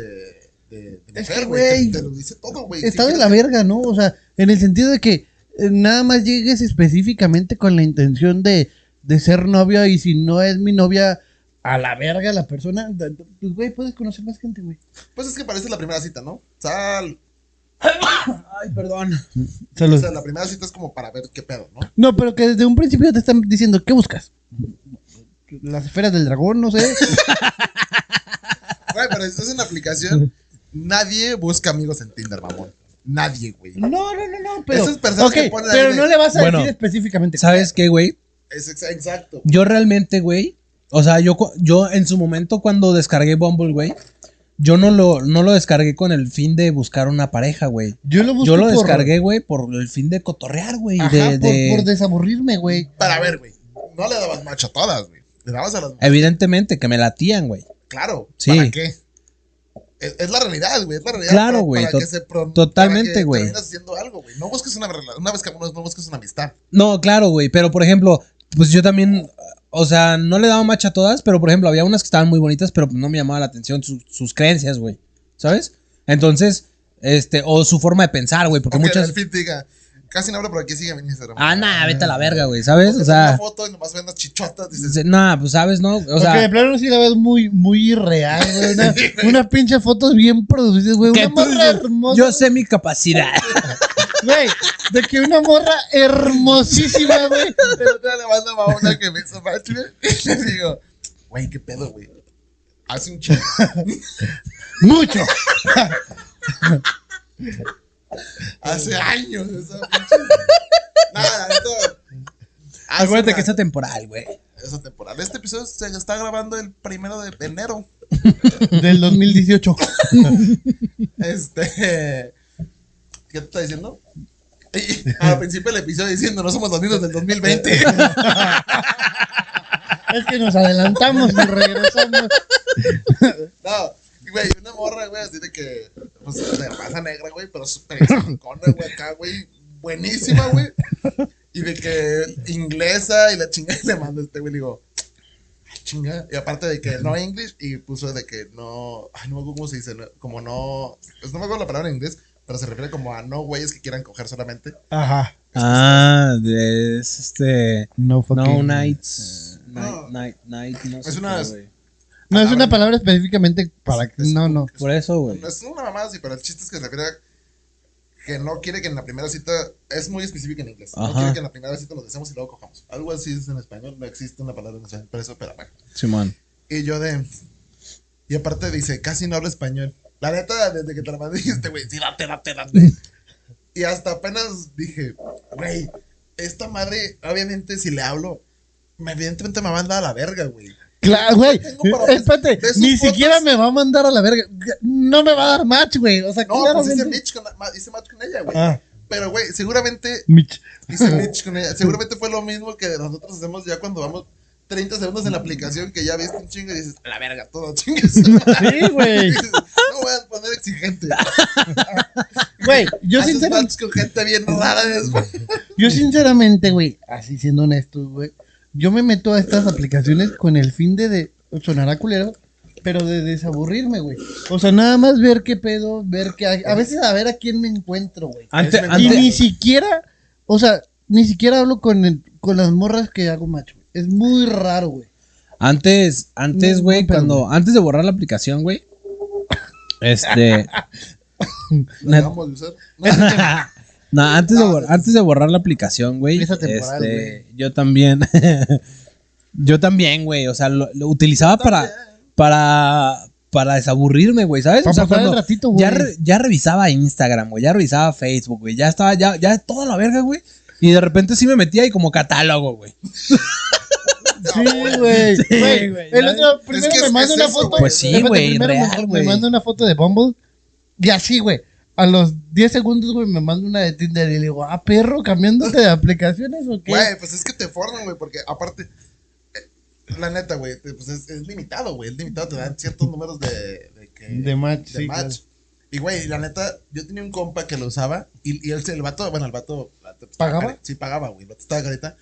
[SPEAKER 4] de, de
[SPEAKER 5] Es que,
[SPEAKER 4] mujer, güey.
[SPEAKER 5] güey,
[SPEAKER 4] Te, te lo dice todo, güey.
[SPEAKER 5] Está
[SPEAKER 4] Si
[SPEAKER 5] de la
[SPEAKER 4] quieres-
[SPEAKER 5] verga, ¿no? O sea, en el sentido de que eh, nada más llegues específicamente con la intención de, de ser novia y si no es mi novia, a la verga la persona, da- da- pues, güey, puedes conocer más gente, güey.
[SPEAKER 4] Pues es que parece la primera cita, ¿no? Sal.
[SPEAKER 1] Ay, perdón.
[SPEAKER 4] O sea, la primera cita es como para ver qué pedo, ¿no?
[SPEAKER 5] No, pero que desde un principio te están diciendo, ¿qué buscas? Las esferas del dragón, no
[SPEAKER 4] <laughs>
[SPEAKER 5] sé.
[SPEAKER 4] Güey, pero si estás en
[SPEAKER 5] <laughs>
[SPEAKER 4] la aplicación, nadie busca amigos en Tinder, mamón. Nadie, güey.
[SPEAKER 5] No, no, no, no, pero.
[SPEAKER 4] Esas personas
[SPEAKER 5] Ok,
[SPEAKER 4] que ponen ahí
[SPEAKER 5] pero
[SPEAKER 4] de-
[SPEAKER 5] no le vas a
[SPEAKER 1] Bueno,
[SPEAKER 5] decir específicamente.
[SPEAKER 1] ¿Sabes qué, güey?
[SPEAKER 4] Es ex- exacto.
[SPEAKER 1] Yo realmente, güey. O sea, yo, cu- yo en su momento cuando descargué Bumble, güey. Yo no lo, no lo descargué con el fin de buscar una pareja, güey.
[SPEAKER 5] Yo lo busco
[SPEAKER 1] Yo lo
[SPEAKER 5] Pues por-
[SPEAKER 1] descargué, güey, por el fin de cotorrear, güey. y
[SPEAKER 5] Ajá, por,
[SPEAKER 1] De, de-
[SPEAKER 5] por desaburrirme, güey.
[SPEAKER 4] Para ver, güey. No le dabas macho a todas, güey. Le dabas a las
[SPEAKER 1] Evidentemente que me latían, güey.
[SPEAKER 4] Claro.
[SPEAKER 1] Sí.
[SPEAKER 4] ¿Para qué? Es, es la realidad, güey. Es la realidad.
[SPEAKER 1] Claro,
[SPEAKER 4] para-
[SPEAKER 1] güey,
[SPEAKER 4] para
[SPEAKER 1] to-
[SPEAKER 4] que se pro-
[SPEAKER 1] totalmente,
[SPEAKER 4] para que
[SPEAKER 1] güey.
[SPEAKER 4] terminas haciendo algo, güey. No busques una relación. Una vez que no busques una amistad.
[SPEAKER 1] No, claro, güey. Pero por ejemplo, pues yo también. O sea, no le daba macha a todas, pero por ejemplo, había unas que estaban muy bonitas, pero no me llamaba la atención su- sus creencias, güey. ¿Sabes? Entonces, este, o su forma de pensar, güey, porque
[SPEAKER 4] Aunque
[SPEAKER 1] muchas.
[SPEAKER 4] el feed diga, casi no hablo, pero aquí sigue mi Instagram.
[SPEAKER 1] Ah, nah, vete a la verga, güey,
[SPEAKER 4] Porque
[SPEAKER 1] ¿sabes? O
[SPEAKER 4] tomas
[SPEAKER 1] sea.
[SPEAKER 4] Una foto y nomás ven las chichotas. Dices, <laughs>
[SPEAKER 1] se- Nah, pues sabes, ¿no? O
[SPEAKER 5] Porque de
[SPEAKER 1] sea.
[SPEAKER 5] plano sí la ves muy, muy irreal, güey. Una, unas pinches fotos bien producidas, güey.
[SPEAKER 1] que
[SPEAKER 5] Una
[SPEAKER 1] tú-
[SPEAKER 5] morra hermosa.
[SPEAKER 1] yo sé mi capacidad.
[SPEAKER 4] <laughs>
[SPEAKER 5] Güey, de que una morra hermosísima, güey.
[SPEAKER 4] El otro día le mando a una que me hizo match, güey. <laughs> Y le digo, güey, qué pedo, güey. Hace un chingo.
[SPEAKER 5] Mucho.
[SPEAKER 4] Hace años. Esa pinche.
[SPEAKER 1] <laughs>
[SPEAKER 4] Nada, esto. hace
[SPEAKER 1] Acuérdate
[SPEAKER 4] una-
[SPEAKER 1] que está temporal, güey.
[SPEAKER 4] Esa temporada. Este episodio se está grabando el primero de enero.
[SPEAKER 5] Del 2018.
[SPEAKER 4] Este. ¿Qué te está diciendo? Y al principio del episodio diciendo, no somos los niños del 2020.
[SPEAKER 5] Es que nos adelantamos y regresamos.
[SPEAKER 4] No, güey, una morra, güey, así de que, pues, de raza negra, güey, pero súper chingona, güey, acá, güey, buenísima, güey. Y de que inglesa y la chinga y le mando a este, güey, le digo, "Ay, chinga. Y aparte de que no English y puso de que no, ay, no me acuerdo cómo se dice, no- como no, pues no me acuerdo la palabra en inglés, pero se refiere como a no güeyes que quieran coger solamente.
[SPEAKER 5] Ajá.
[SPEAKER 1] Ah, es este.
[SPEAKER 5] No fucking.
[SPEAKER 1] No Nights.
[SPEAKER 4] No.
[SPEAKER 1] Night, night, night, no sé
[SPEAKER 4] Es
[SPEAKER 1] qué,
[SPEAKER 4] unas-
[SPEAKER 1] güey.
[SPEAKER 5] No, es una palabra específicamente para que. No, no.
[SPEAKER 1] Por eso, güey.
[SPEAKER 4] Es una mamada así, pero el chiste es que se refiere a que no quiere que en la primera cita, es muy específico en inglés, no
[SPEAKER 1] Ajá.
[SPEAKER 4] quiere que en la primera cita nos deseamos y luego cojamos. Algo así es en español, no existe una palabra en español, pero eso, pero bueno.
[SPEAKER 1] Simón.
[SPEAKER 4] Y yo de... Y aparte dice, casi no hablo español. La neta, desde que te la mandé <laughs> dijiste, güey, sí, date,
[SPEAKER 5] <laughs>
[SPEAKER 4] date, date. y hasta apenas dije, güey, esta madre, obviamente si le hablo, me- evidentemente me manda a la verga, güey.
[SPEAKER 5] Claro, güey.
[SPEAKER 4] Tengo para-
[SPEAKER 5] Eh, Espérate,
[SPEAKER 4] de sus
[SPEAKER 5] ni
[SPEAKER 4] fotos-
[SPEAKER 5] siquiera me va a mandar a la verga. No me va a dar match, güey. O sea,
[SPEAKER 4] No, pues hice
[SPEAKER 5] claramente.
[SPEAKER 4] match con, la- hice match con ella, güey.
[SPEAKER 5] Ah,
[SPEAKER 4] Pero, güey, seguramente
[SPEAKER 5] Mitch. <laughs>
[SPEAKER 4] Dice Mitch con ella. Seguramente fue lo mismo que nosotros hacemos ya cuando vamos 30 segundos en la aplicación que ya viste un chingo y dices, a la verga, todo chingues.
[SPEAKER 5] Sí,
[SPEAKER 4] <laughs>
[SPEAKER 5] güey.
[SPEAKER 4] No voy a poner exigente.
[SPEAKER 5] Güey, yo
[SPEAKER 4] Haces
[SPEAKER 5] sinceramente.
[SPEAKER 4] match con gente bien
[SPEAKER 5] <laughs>
[SPEAKER 4] rara después.
[SPEAKER 5] Yo sinceramente, güey, así siendo honesto, güey, yo me meto a estas aplicaciones con el fin de, de sonará culero, pero de desaburrirme, güey. O sea, nada más ver qué pedo, ver qué hay. a veces a ver a quién me encuentro, güey.
[SPEAKER 1] Antes,
[SPEAKER 4] Es
[SPEAKER 5] Y
[SPEAKER 4] Ante-
[SPEAKER 5] ni
[SPEAKER 1] antes,
[SPEAKER 5] siquiera, o sea, ni siquiera hablo con el- con las morras que hago macho. güey. Es muy raro, güey.
[SPEAKER 1] antes, antes,
[SPEAKER 5] No,
[SPEAKER 1] güey,
[SPEAKER 5] no, pero,
[SPEAKER 1] cuando, antes de borrar la aplicación, güey. <coughs> Este. <coughs>
[SPEAKER 4] Lo vamos a usar. No,
[SPEAKER 1] no, antes, de
[SPEAKER 4] No,
[SPEAKER 1] bor- antes de borrar la aplicación, güey.
[SPEAKER 5] Esa temporada,
[SPEAKER 1] Este, yo también. <laughs> yo también, güey. O sea, lo, lo utilizaba para, para, para desaburrirme, güey, ¿sabes?
[SPEAKER 5] Para
[SPEAKER 1] o sea,
[SPEAKER 5] pasar el
[SPEAKER 1] cuando
[SPEAKER 5] ratito, güey.
[SPEAKER 1] ya, re- ya revisaba Instagram, güey, ya revisaba Facebook, güey, ya estaba, ya, ya toda la verga, güey. Y de repente sí me metía y como catálogo,
[SPEAKER 5] <laughs>
[SPEAKER 1] güey.
[SPEAKER 5] Sí, güey. Güey,
[SPEAKER 1] güey,
[SPEAKER 5] El
[SPEAKER 1] ya-
[SPEAKER 5] otro primero
[SPEAKER 4] que
[SPEAKER 5] me
[SPEAKER 4] es-
[SPEAKER 5] manda
[SPEAKER 4] es
[SPEAKER 5] una
[SPEAKER 4] eso,
[SPEAKER 5] foto.
[SPEAKER 4] güey. Pues
[SPEAKER 1] sí,
[SPEAKER 5] Espérate,
[SPEAKER 1] güey,
[SPEAKER 5] primero
[SPEAKER 1] real,
[SPEAKER 5] me, me
[SPEAKER 1] güey.
[SPEAKER 5] manda una foto de Bumble. Y así, güey. A los 10 segundos, güey, me manda una de Tinder y le digo, ah, perro, cambiándote de aplicaciones o qué.
[SPEAKER 4] Güey, pues es que te forman, güey, porque aparte. eh, La neta, güey, te- pues es, es limitado, güey. Es limitado, te dan ciertos números de. De, que-
[SPEAKER 5] De match,
[SPEAKER 4] de
[SPEAKER 5] sí,
[SPEAKER 4] match.
[SPEAKER 5] claro.
[SPEAKER 4] Y, güey, la neta, yo tenía un compa que lo usaba. Y, y él, se- el vato, bueno, el vato. la- te-
[SPEAKER 5] ¿Pagaba?
[SPEAKER 4] Sí, pagaba, güey. El vato estaba carita.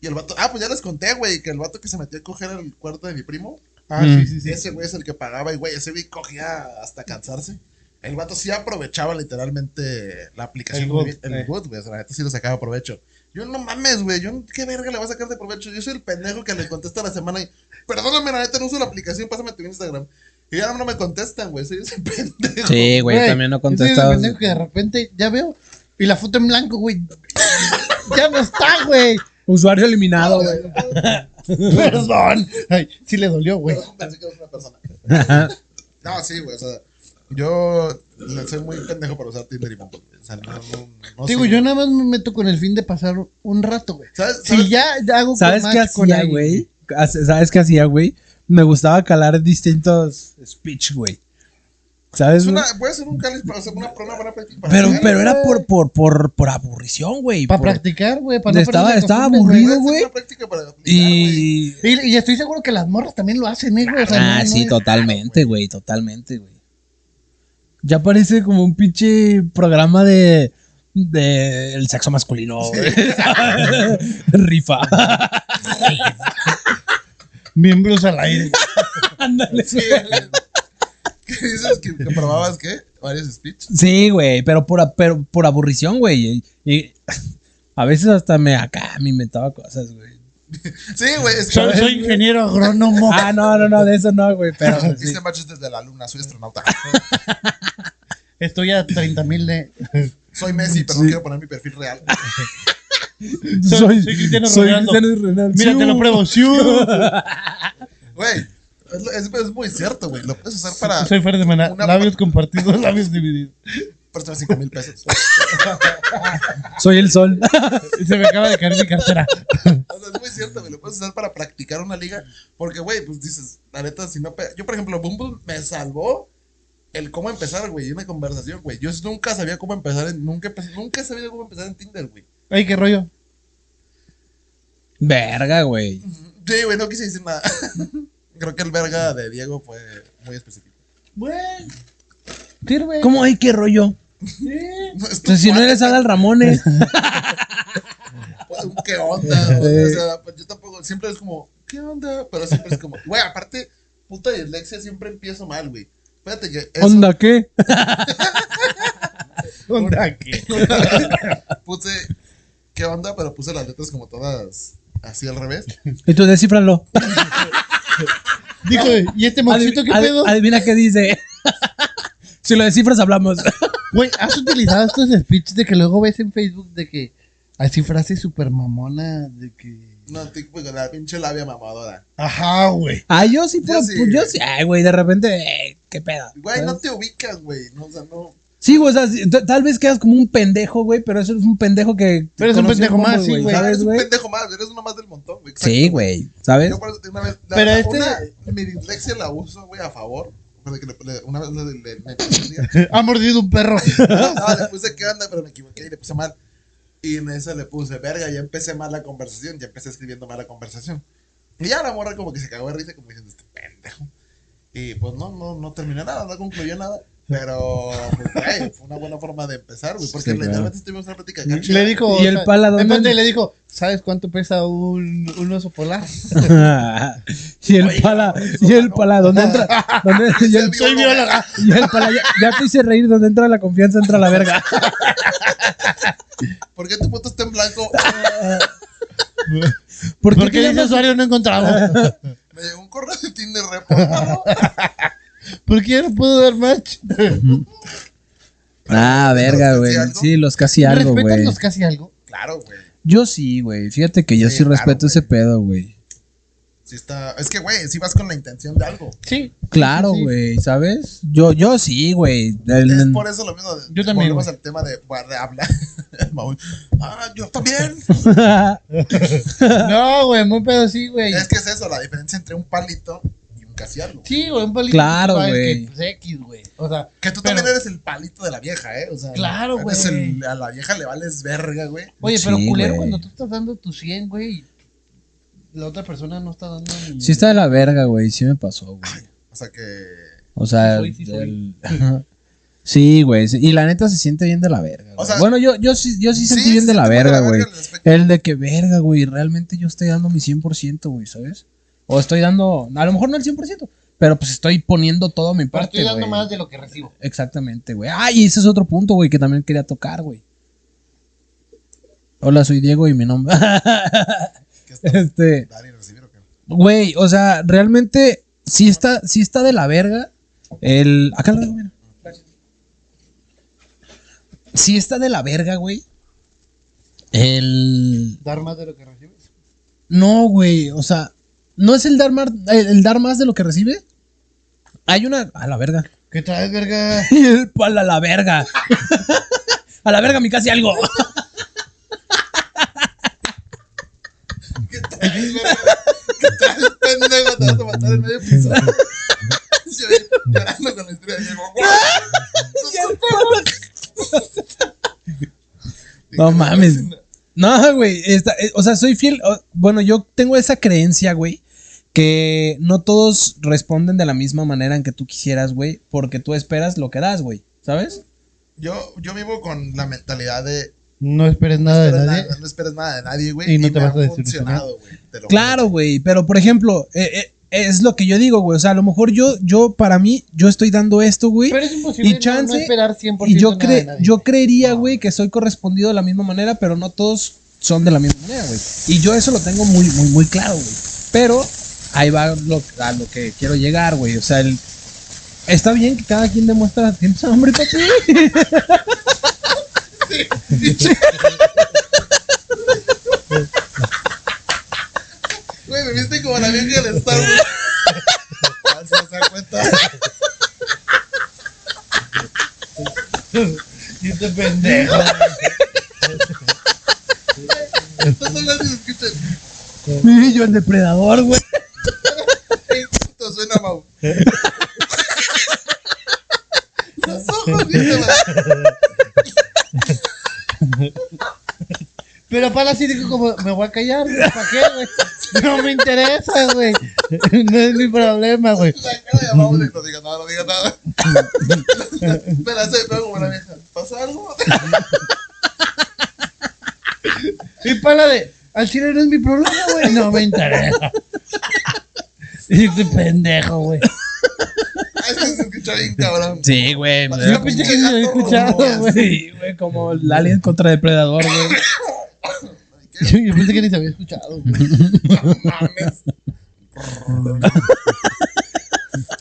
[SPEAKER 4] Y el vato. Ah, pues ya les conté, güey, que el vato que se metió a coger el cuarto de mi primo.
[SPEAKER 5] Ah,
[SPEAKER 1] Mm.
[SPEAKER 5] sí, sí, sí.
[SPEAKER 4] Ese güey es el que pagaba. Y, güey, ese güey cogía hasta cansarse. El vato sí aprovechaba literalmente la aplicación.
[SPEAKER 5] El
[SPEAKER 4] muy
[SPEAKER 5] good,
[SPEAKER 4] bien. El
[SPEAKER 5] eh.
[SPEAKER 4] good, güey. O sea, la neta sí le sacaba provecho. Yo no mames, güey. Yo, no- ¿Qué verga le va a sacar de provecho? Yo soy el pendejo que le contesta a la semana y. Perdóname, la neta no uso la aplicación. Pásame tu Instagram. Y ya no me contestan, güey. Soy ese <laughs> pendejo.
[SPEAKER 1] Sí, güey, también no
[SPEAKER 5] yo soy el
[SPEAKER 1] contestaba.
[SPEAKER 5] pendejo que de repente ya veo y la foto en blanco, güey. ya no está, güey.
[SPEAKER 1] Usuario eliminado, güey.
[SPEAKER 5] Perdón. Ay, sí le dolió, güey.
[SPEAKER 4] Perdón, pensé que eras una persona. <laughs> No, sí, güey. O sea, yo no soy muy pendejo para usar Tinder y Bumble. güey. O sea, no, no, no
[SPEAKER 5] Digo,
[SPEAKER 4] sé,
[SPEAKER 5] yo nada más me meto con el fin de pasar un rato, güey.
[SPEAKER 4] ¿Sabes?
[SPEAKER 5] Si
[SPEAKER 4] ¿Sabes?
[SPEAKER 5] ya hago
[SPEAKER 1] ¿Sabes
[SPEAKER 5] match
[SPEAKER 1] qué hacía,
[SPEAKER 5] alguien,
[SPEAKER 1] güey? Hace- ¿Sabes qué hacía, güey? Me gustaba calar distintos speech, güey.
[SPEAKER 4] Es
[SPEAKER 1] ¿Sabes? güey?
[SPEAKER 4] una, voy a hacer un cáliz para hacer una prueba para practicar.
[SPEAKER 1] Pero, pero era por, por, por, por aburrición, güey.
[SPEAKER 5] Para
[SPEAKER 1] por-
[SPEAKER 5] practicar, güey. para no
[SPEAKER 1] Estaba-
[SPEAKER 5] perder la
[SPEAKER 1] estaba
[SPEAKER 5] costumbre, güey.
[SPEAKER 1] aburrido. güey. Y.
[SPEAKER 5] Y, y estoy seguro que las morras también lo hacen, ¿eh, güey? O sea,
[SPEAKER 1] Ah,
[SPEAKER 5] no- no
[SPEAKER 1] sí,
[SPEAKER 5] es-
[SPEAKER 1] totalmente, güey, totalmente, güey. Ya parece como un pinche programa de. de el sexo masculino, güey. <laughs> Rifa.
[SPEAKER 5] Miembros al
[SPEAKER 1] <laughs>
[SPEAKER 5] aire.
[SPEAKER 1] Ándale.
[SPEAKER 4] Sí, <laughs> ¿Qué dices? ¿Que, que probabas qué? Varios speech.
[SPEAKER 1] Sí, güey, pero por, a- pero por aburrición, güey. Y, y <laughs> a veces hasta me acá me inventaba cosas, güey.
[SPEAKER 4] Sí, güey. Es que,
[SPEAKER 5] Soy, <laughs> soy ingeniero agrónomo.
[SPEAKER 1] Ah, no, no, no, de eso no, güey, pero. pues, sí.
[SPEAKER 4] Hice matches desde la luna, soy astronauta.
[SPEAKER 5] Estoy a 30 mil
[SPEAKER 1] <laughs>
[SPEAKER 5] de.
[SPEAKER 4] Soy Messi, pero no quiero poner mi perfil real.
[SPEAKER 5] <laughs> Soy- soy Cristiano Ronaldo.
[SPEAKER 1] Cristiano Ronaldo.
[SPEAKER 5] Mira, te lo
[SPEAKER 1] Sí.
[SPEAKER 5] pruebo. Sí,
[SPEAKER 4] Güey, es, lo- es- es muy cierto, güey. Lo puedes usar para,
[SPEAKER 5] Soy Fer de Maná.
[SPEAKER 4] Una-
[SPEAKER 5] Labios compartidos, <laughs> labios divididos.
[SPEAKER 4] para 5 mil pesos. <laughs>
[SPEAKER 1] Soy el sol. <laughs>
[SPEAKER 5] Se me acaba de caer mi cartera.
[SPEAKER 4] O sea, es muy cierto, güey. Lo puedes usar para practicar una liga. Porque, güey, pues dices, la neta, si no. pe- Yo, por ejemplo, Bumble me salvó el cómo empezar, güey. Una conversación, güey. Yo nunca sabía cómo empezar. En, nunca, empe- nunca he sabido cómo empezar en Tinder, güey.
[SPEAKER 5] Ay, qué rollo.
[SPEAKER 1] Verga, güey.
[SPEAKER 4] Sí, güey, no quise decir nada. <laughs> Creo que el verga de Diego fue muy específico.
[SPEAKER 5] Bueno. Sirve.
[SPEAKER 1] ¿Cómo hay qué rollo?
[SPEAKER 5] Sí.
[SPEAKER 4] No, es tu
[SPEAKER 1] Pues si no
[SPEAKER 4] cuate,
[SPEAKER 1] eres Adal Ramones.
[SPEAKER 5] <laughs>
[SPEAKER 4] pues, ¿Qué onda? güey? O sea, pues yo tampoco. Siempre es como, ¿qué onda? Pero siempre es como, güey, aparte, puta dislexia siempre empiezo mal, güey. Fíjate que. eso-
[SPEAKER 1] ¿Onda qué?
[SPEAKER 5] ¿Onda qué?
[SPEAKER 4] <laughs> puse qué onda, pero puse las letras como todas así al revés.
[SPEAKER 1] Y tú descifralo.
[SPEAKER 5] Dijo, ¿y este mochito qué pedo?
[SPEAKER 1] Adivina qué dice. <laughs> si lo descifras, hablamos. <laughs>
[SPEAKER 5] Güey, ¿has utilizado estos speeches de que luego ves en Facebook de que así frases super mamonas de que.
[SPEAKER 4] No, tipo con la pinche labia mamadora.
[SPEAKER 5] Ajá, güey.
[SPEAKER 1] Ah, yo sí, pero
[SPEAKER 4] Yo sí.
[SPEAKER 1] pues, yo sí. Ay, güey, de repente, eh, qué pedo.
[SPEAKER 4] Güey, no te ubicas, güey. No, o sea, no.
[SPEAKER 1] Sí, güey, o sea, sí, ta- tal vez quedas como un pendejo, güey, pero eso es un pendejo que.
[SPEAKER 5] Pero es un
[SPEAKER 1] conoció
[SPEAKER 5] pendejo
[SPEAKER 1] como,
[SPEAKER 5] más, sí, güey.
[SPEAKER 4] eres
[SPEAKER 1] ¿Sabes,
[SPEAKER 4] un
[SPEAKER 1] güey?
[SPEAKER 4] pendejo más, eres uno más del montón, güey. Exacto,
[SPEAKER 1] Sí, güey, ¿sabes?
[SPEAKER 4] Yo por eso una vez. La,
[SPEAKER 5] Pero
[SPEAKER 4] la-
[SPEAKER 5] este-
[SPEAKER 4] una- mi dislexia la uso, güey, a favor. Porque que le- le- una vez le, le- me
[SPEAKER 5] Ha mordido un perro.
[SPEAKER 4] no, le puse qué onda, pero me equivoqué y le puse mal. Y en eso le puse, verga, ya empecé mal la conversación, ya empecé escribiendo mal la conversación. Y ya la morra como que se cagó de risa, como diciendo, este pendejo. Y pues no, no, no terminé nada, no concluyó nada. Pero, pues, güey, fue una buena forma de empezar, güey, porque
[SPEAKER 1] Sí, claro.
[SPEAKER 4] literalmente estuvimos en una plática acá chida.
[SPEAKER 5] Le dijo.
[SPEAKER 1] ¿Y el
[SPEAKER 5] o sea,
[SPEAKER 1] pala dónde
[SPEAKER 5] en vez de
[SPEAKER 1] anda?
[SPEAKER 5] le dijo, ¿sabes cuánto pesa un, un oso polar?
[SPEAKER 1] <laughs> y el
[SPEAKER 4] Oye,
[SPEAKER 1] pala,
[SPEAKER 4] eso,
[SPEAKER 1] y el
[SPEAKER 4] mano.
[SPEAKER 1] pala, ¿dónde entra? ¿Dónde, y, el,
[SPEAKER 5] Soy bióloga.
[SPEAKER 1] y el pala, ya, ya te hice reír, donde entra la confianza, entra la verga.
[SPEAKER 4] ¿Por qué tu foto está en blanco? <laughs>
[SPEAKER 1] ¿Por qué
[SPEAKER 5] Porque
[SPEAKER 1] te
[SPEAKER 5] dice
[SPEAKER 1] llamas-
[SPEAKER 5] usuario no encontramos.
[SPEAKER 4] Me llegó un correo de Tinder reportado.
[SPEAKER 5] ¿Por qué no puedo dar match?
[SPEAKER 1] Ah, verga,
[SPEAKER 4] casi
[SPEAKER 1] güey.
[SPEAKER 4] algo.
[SPEAKER 1] Sí, los casi algo,
[SPEAKER 5] ¿Respetan
[SPEAKER 1] güey.
[SPEAKER 5] los casi algo?
[SPEAKER 4] Claro, güey.
[SPEAKER 1] Yo sí, güey. Fíjate que yo sí,
[SPEAKER 4] Sí, claro,
[SPEAKER 1] respeto
[SPEAKER 4] güey.
[SPEAKER 1] ese pedo, güey.
[SPEAKER 4] Sí está... Es que, güey, si vas con la intención de algo.
[SPEAKER 5] Sí.
[SPEAKER 1] Claro,
[SPEAKER 5] Sí, sí.
[SPEAKER 1] güey, ¿sabes? Yo, yo sí, güey. El-
[SPEAKER 4] Es por eso lo mismo. de-
[SPEAKER 5] Yo también,
[SPEAKER 4] Volvemos
[SPEAKER 5] güey.
[SPEAKER 4] al tema de, de hablar. <laughs> Maúl. Ah, yo
[SPEAKER 1] <laughs>
[SPEAKER 4] también.
[SPEAKER 5] No, güey, muy pedo sí, güey.
[SPEAKER 4] es que es eso, la diferencia entre un palito y un casi algo.
[SPEAKER 5] Sí, güey, un palito.
[SPEAKER 1] Claro,
[SPEAKER 5] tú sabes
[SPEAKER 1] güey.
[SPEAKER 5] que, pues, X, güey. O sea,
[SPEAKER 4] Que tú
[SPEAKER 5] Pero-
[SPEAKER 4] también eres el palito de la vieja, ¿eh? O sea,
[SPEAKER 5] Claro,
[SPEAKER 4] eres
[SPEAKER 5] güey.
[SPEAKER 4] el- A la vieja le vales verga, güey.
[SPEAKER 5] oye, pero
[SPEAKER 1] Sí,
[SPEAKER 5] culero
[SPEAKER 1] güey.
[SPEAKER 5] cuando tú estás dando tu 100, güey. La otra persona no está dando ni.
[SPEAKER 1] Sí está de la verga, güey. Sí me pasó, güey.
[SPEAKER 4] O sea que.
[SPEAKER 1] O
[SPEAKER 5] Sí
[SPEAKER 1] sea,
[SPEAKER 5] soy, sí soy.
[SPEAKER 1] el- Ajá. <laughs> sí, güey. sí. Y la neta se siente bien de la verga. güey.
[SPEAKER 4] sea-
[SPEAKER 1] bueno, yo, yo sí, yo sí sentí
[SPEAKER 4] se
[SPEAKER 1] bien de
[SPEAKER 4] siente
[SPEAKER 1] la
[SPEAKER 4] muy
[SPEAKER 1] verga, güey.
[SPEAKER 4] en el aspecto-
[SPEAKER 1] El de que verga, güey, realmente yo estoy dando mi 100%, güey, ¿sabes? O estoy dando, a lo mejor no el 100%, Pero pues estoy poniendo todo a mi
[SPEAKER 5] Pero
[SPEAKER 1] parte,
[SPEAKER 5] estoy dando
[SPEAKER 1] güey.
[SPEAKER 5] más de lo que recibo.
[SPEAKER 1] Exactamente, güey. Ay, ese es otro punto, güey, que también quería tocar, güey. Hola, soy Diego y mi nombre. <laughs>
[SPEAKER 4] ¿Qué está?
[SPEAKER 1] este,
[SPEAKER 4] ¿Dar y recibir o
[SPEAKER 1] <laughs>
[SPEAKER 4] qué?
[SPEAKER 1] güey, o sea, realmente sí está, sí está de la verga. El. Acá lo dejo, mira. Sí está de la verga, güey. El.
[SPEAKER 5] Dar más de lo que recibes.
[SPEAKER 1] No, güey, o sea, no es el dar más, el, el dar más de lo que recibe. Hay una. A la verga.
[SPEAKER 5] ¿Qué traes, verga?
[SPEAKER 1] El pal a la verga. A la verga, mi casi algo.
[SPEAKER 4] ¿Qué traes, verga? ¿Qué traes, pendejo? Te vas a matar en medio <laughs> episodio. Yo llorando con la historia
[SPEAKER 1] <laughs>
[SPEAKER 4] de Diego. ¡Guau!
[SPEAKER 1] No mames. No, güey. está- eh, O sea, soy fiel. o- Bueno, yo tengo esa creencia, güey. Que no todos responden de la misma manera en que tú quisieras, güey. Porque tú esperas lo que das, güey. ¿Sabes?
[SPEAKER 4] Yo, yo vivo con la mentalidad de
[SPEAKER 5] No esperes nada de
[SPEAKER 4] esperas
[SPEAKER 5] nadie.
[SPEAKER 4] nada- no esperes nada de nadie, güey.
[SPEAKER 5] Y no te
[SPEAKER 4] me
[SPEAKER 5] vas
[SPEAKER 4] ha
[SPEAKER 5] a desilusionar.
[SPEAKER 4] funcionado, güey, te lo
[SPEAKER 1] Claro, güey. Pero, por ejemplo, eh, eh, es lo que yo digo, güey. O sea, a lo mejor yo, yo, para mí, yo estoy dando esto, güey.
[SPEAKER 5] Pero es imposible
[SPEAKER 1] Y
[SPEAKER 5] no- no
[SPEAKER 1] chance-
[SPEAKER 5] esperar 100%
[SPEAKER 1] Y yo,
[SPEAKER 5] nada
[SPEAKER 1] cre-
[SPEAKER 5] de nadie.
[SPEAKER 1] yo creería, güey, que soy correspondido de la misma manera, pero no todos son de la misma manera, güey. Y yo eso lo tengo muy, muy, muy claro, güey. Pero ahí va lo, a lo que quiero llegar, güey. O sea, el- está bien que cada quien demuestra siempre hambre, papi.
[SPEAKER 4] Güey, me viste como la vieja del Star
[SPEAKER 5] <laughs>
[SPEAKER 4] <laughs> Wars. Ah, ¿Se dan cuenta?
[SPEAKER 5] Y este <laughs> pendejo.
[SPEAKER 4] Estás hablando y se escucha
[SPEAKER 1] Sí, yo el depredador, güey. <laughs>
[SPEAKER 4] el puto suena,
[SPEAKER 5] <laughs>
[SPEAKER 4] Mau. Los ojos, viste, Mau.
[SPEAKER 5] Pero para así dijo como, me voy a callar, güey, ¿para qué, güey? <laughs> No me interesa, güey. <laughs> No es mi problema, güey.
[SPEAKER 4] La cara de Mau de no diga nada, no
[SPEAKER 5] <laughs>
[SPEAKER 4] diga nada. <laughs> Me la sé, pero como la vieja. ¿Pasa algo?
[SPEAKER 5] Y para de, al chile no es mi problema, güey. No me interesa. Y este pendejo, güey.
[SPEAKER 4] Ay, se escucha bien, cabrón.
[SPEAKER 1] Sí, güey.
[SPEAKER 4] me-
[SPEAKER 5] Yo pensé que se había escuchado, güey.
[SPEAKER 1] Sí, güey, como el alien contra depredador, güey.
[SPEAKER 5] Yo, <laughs> yo pensé que ni se había escuchado, güey.
[SPEAKER 4] No mames. <laughs>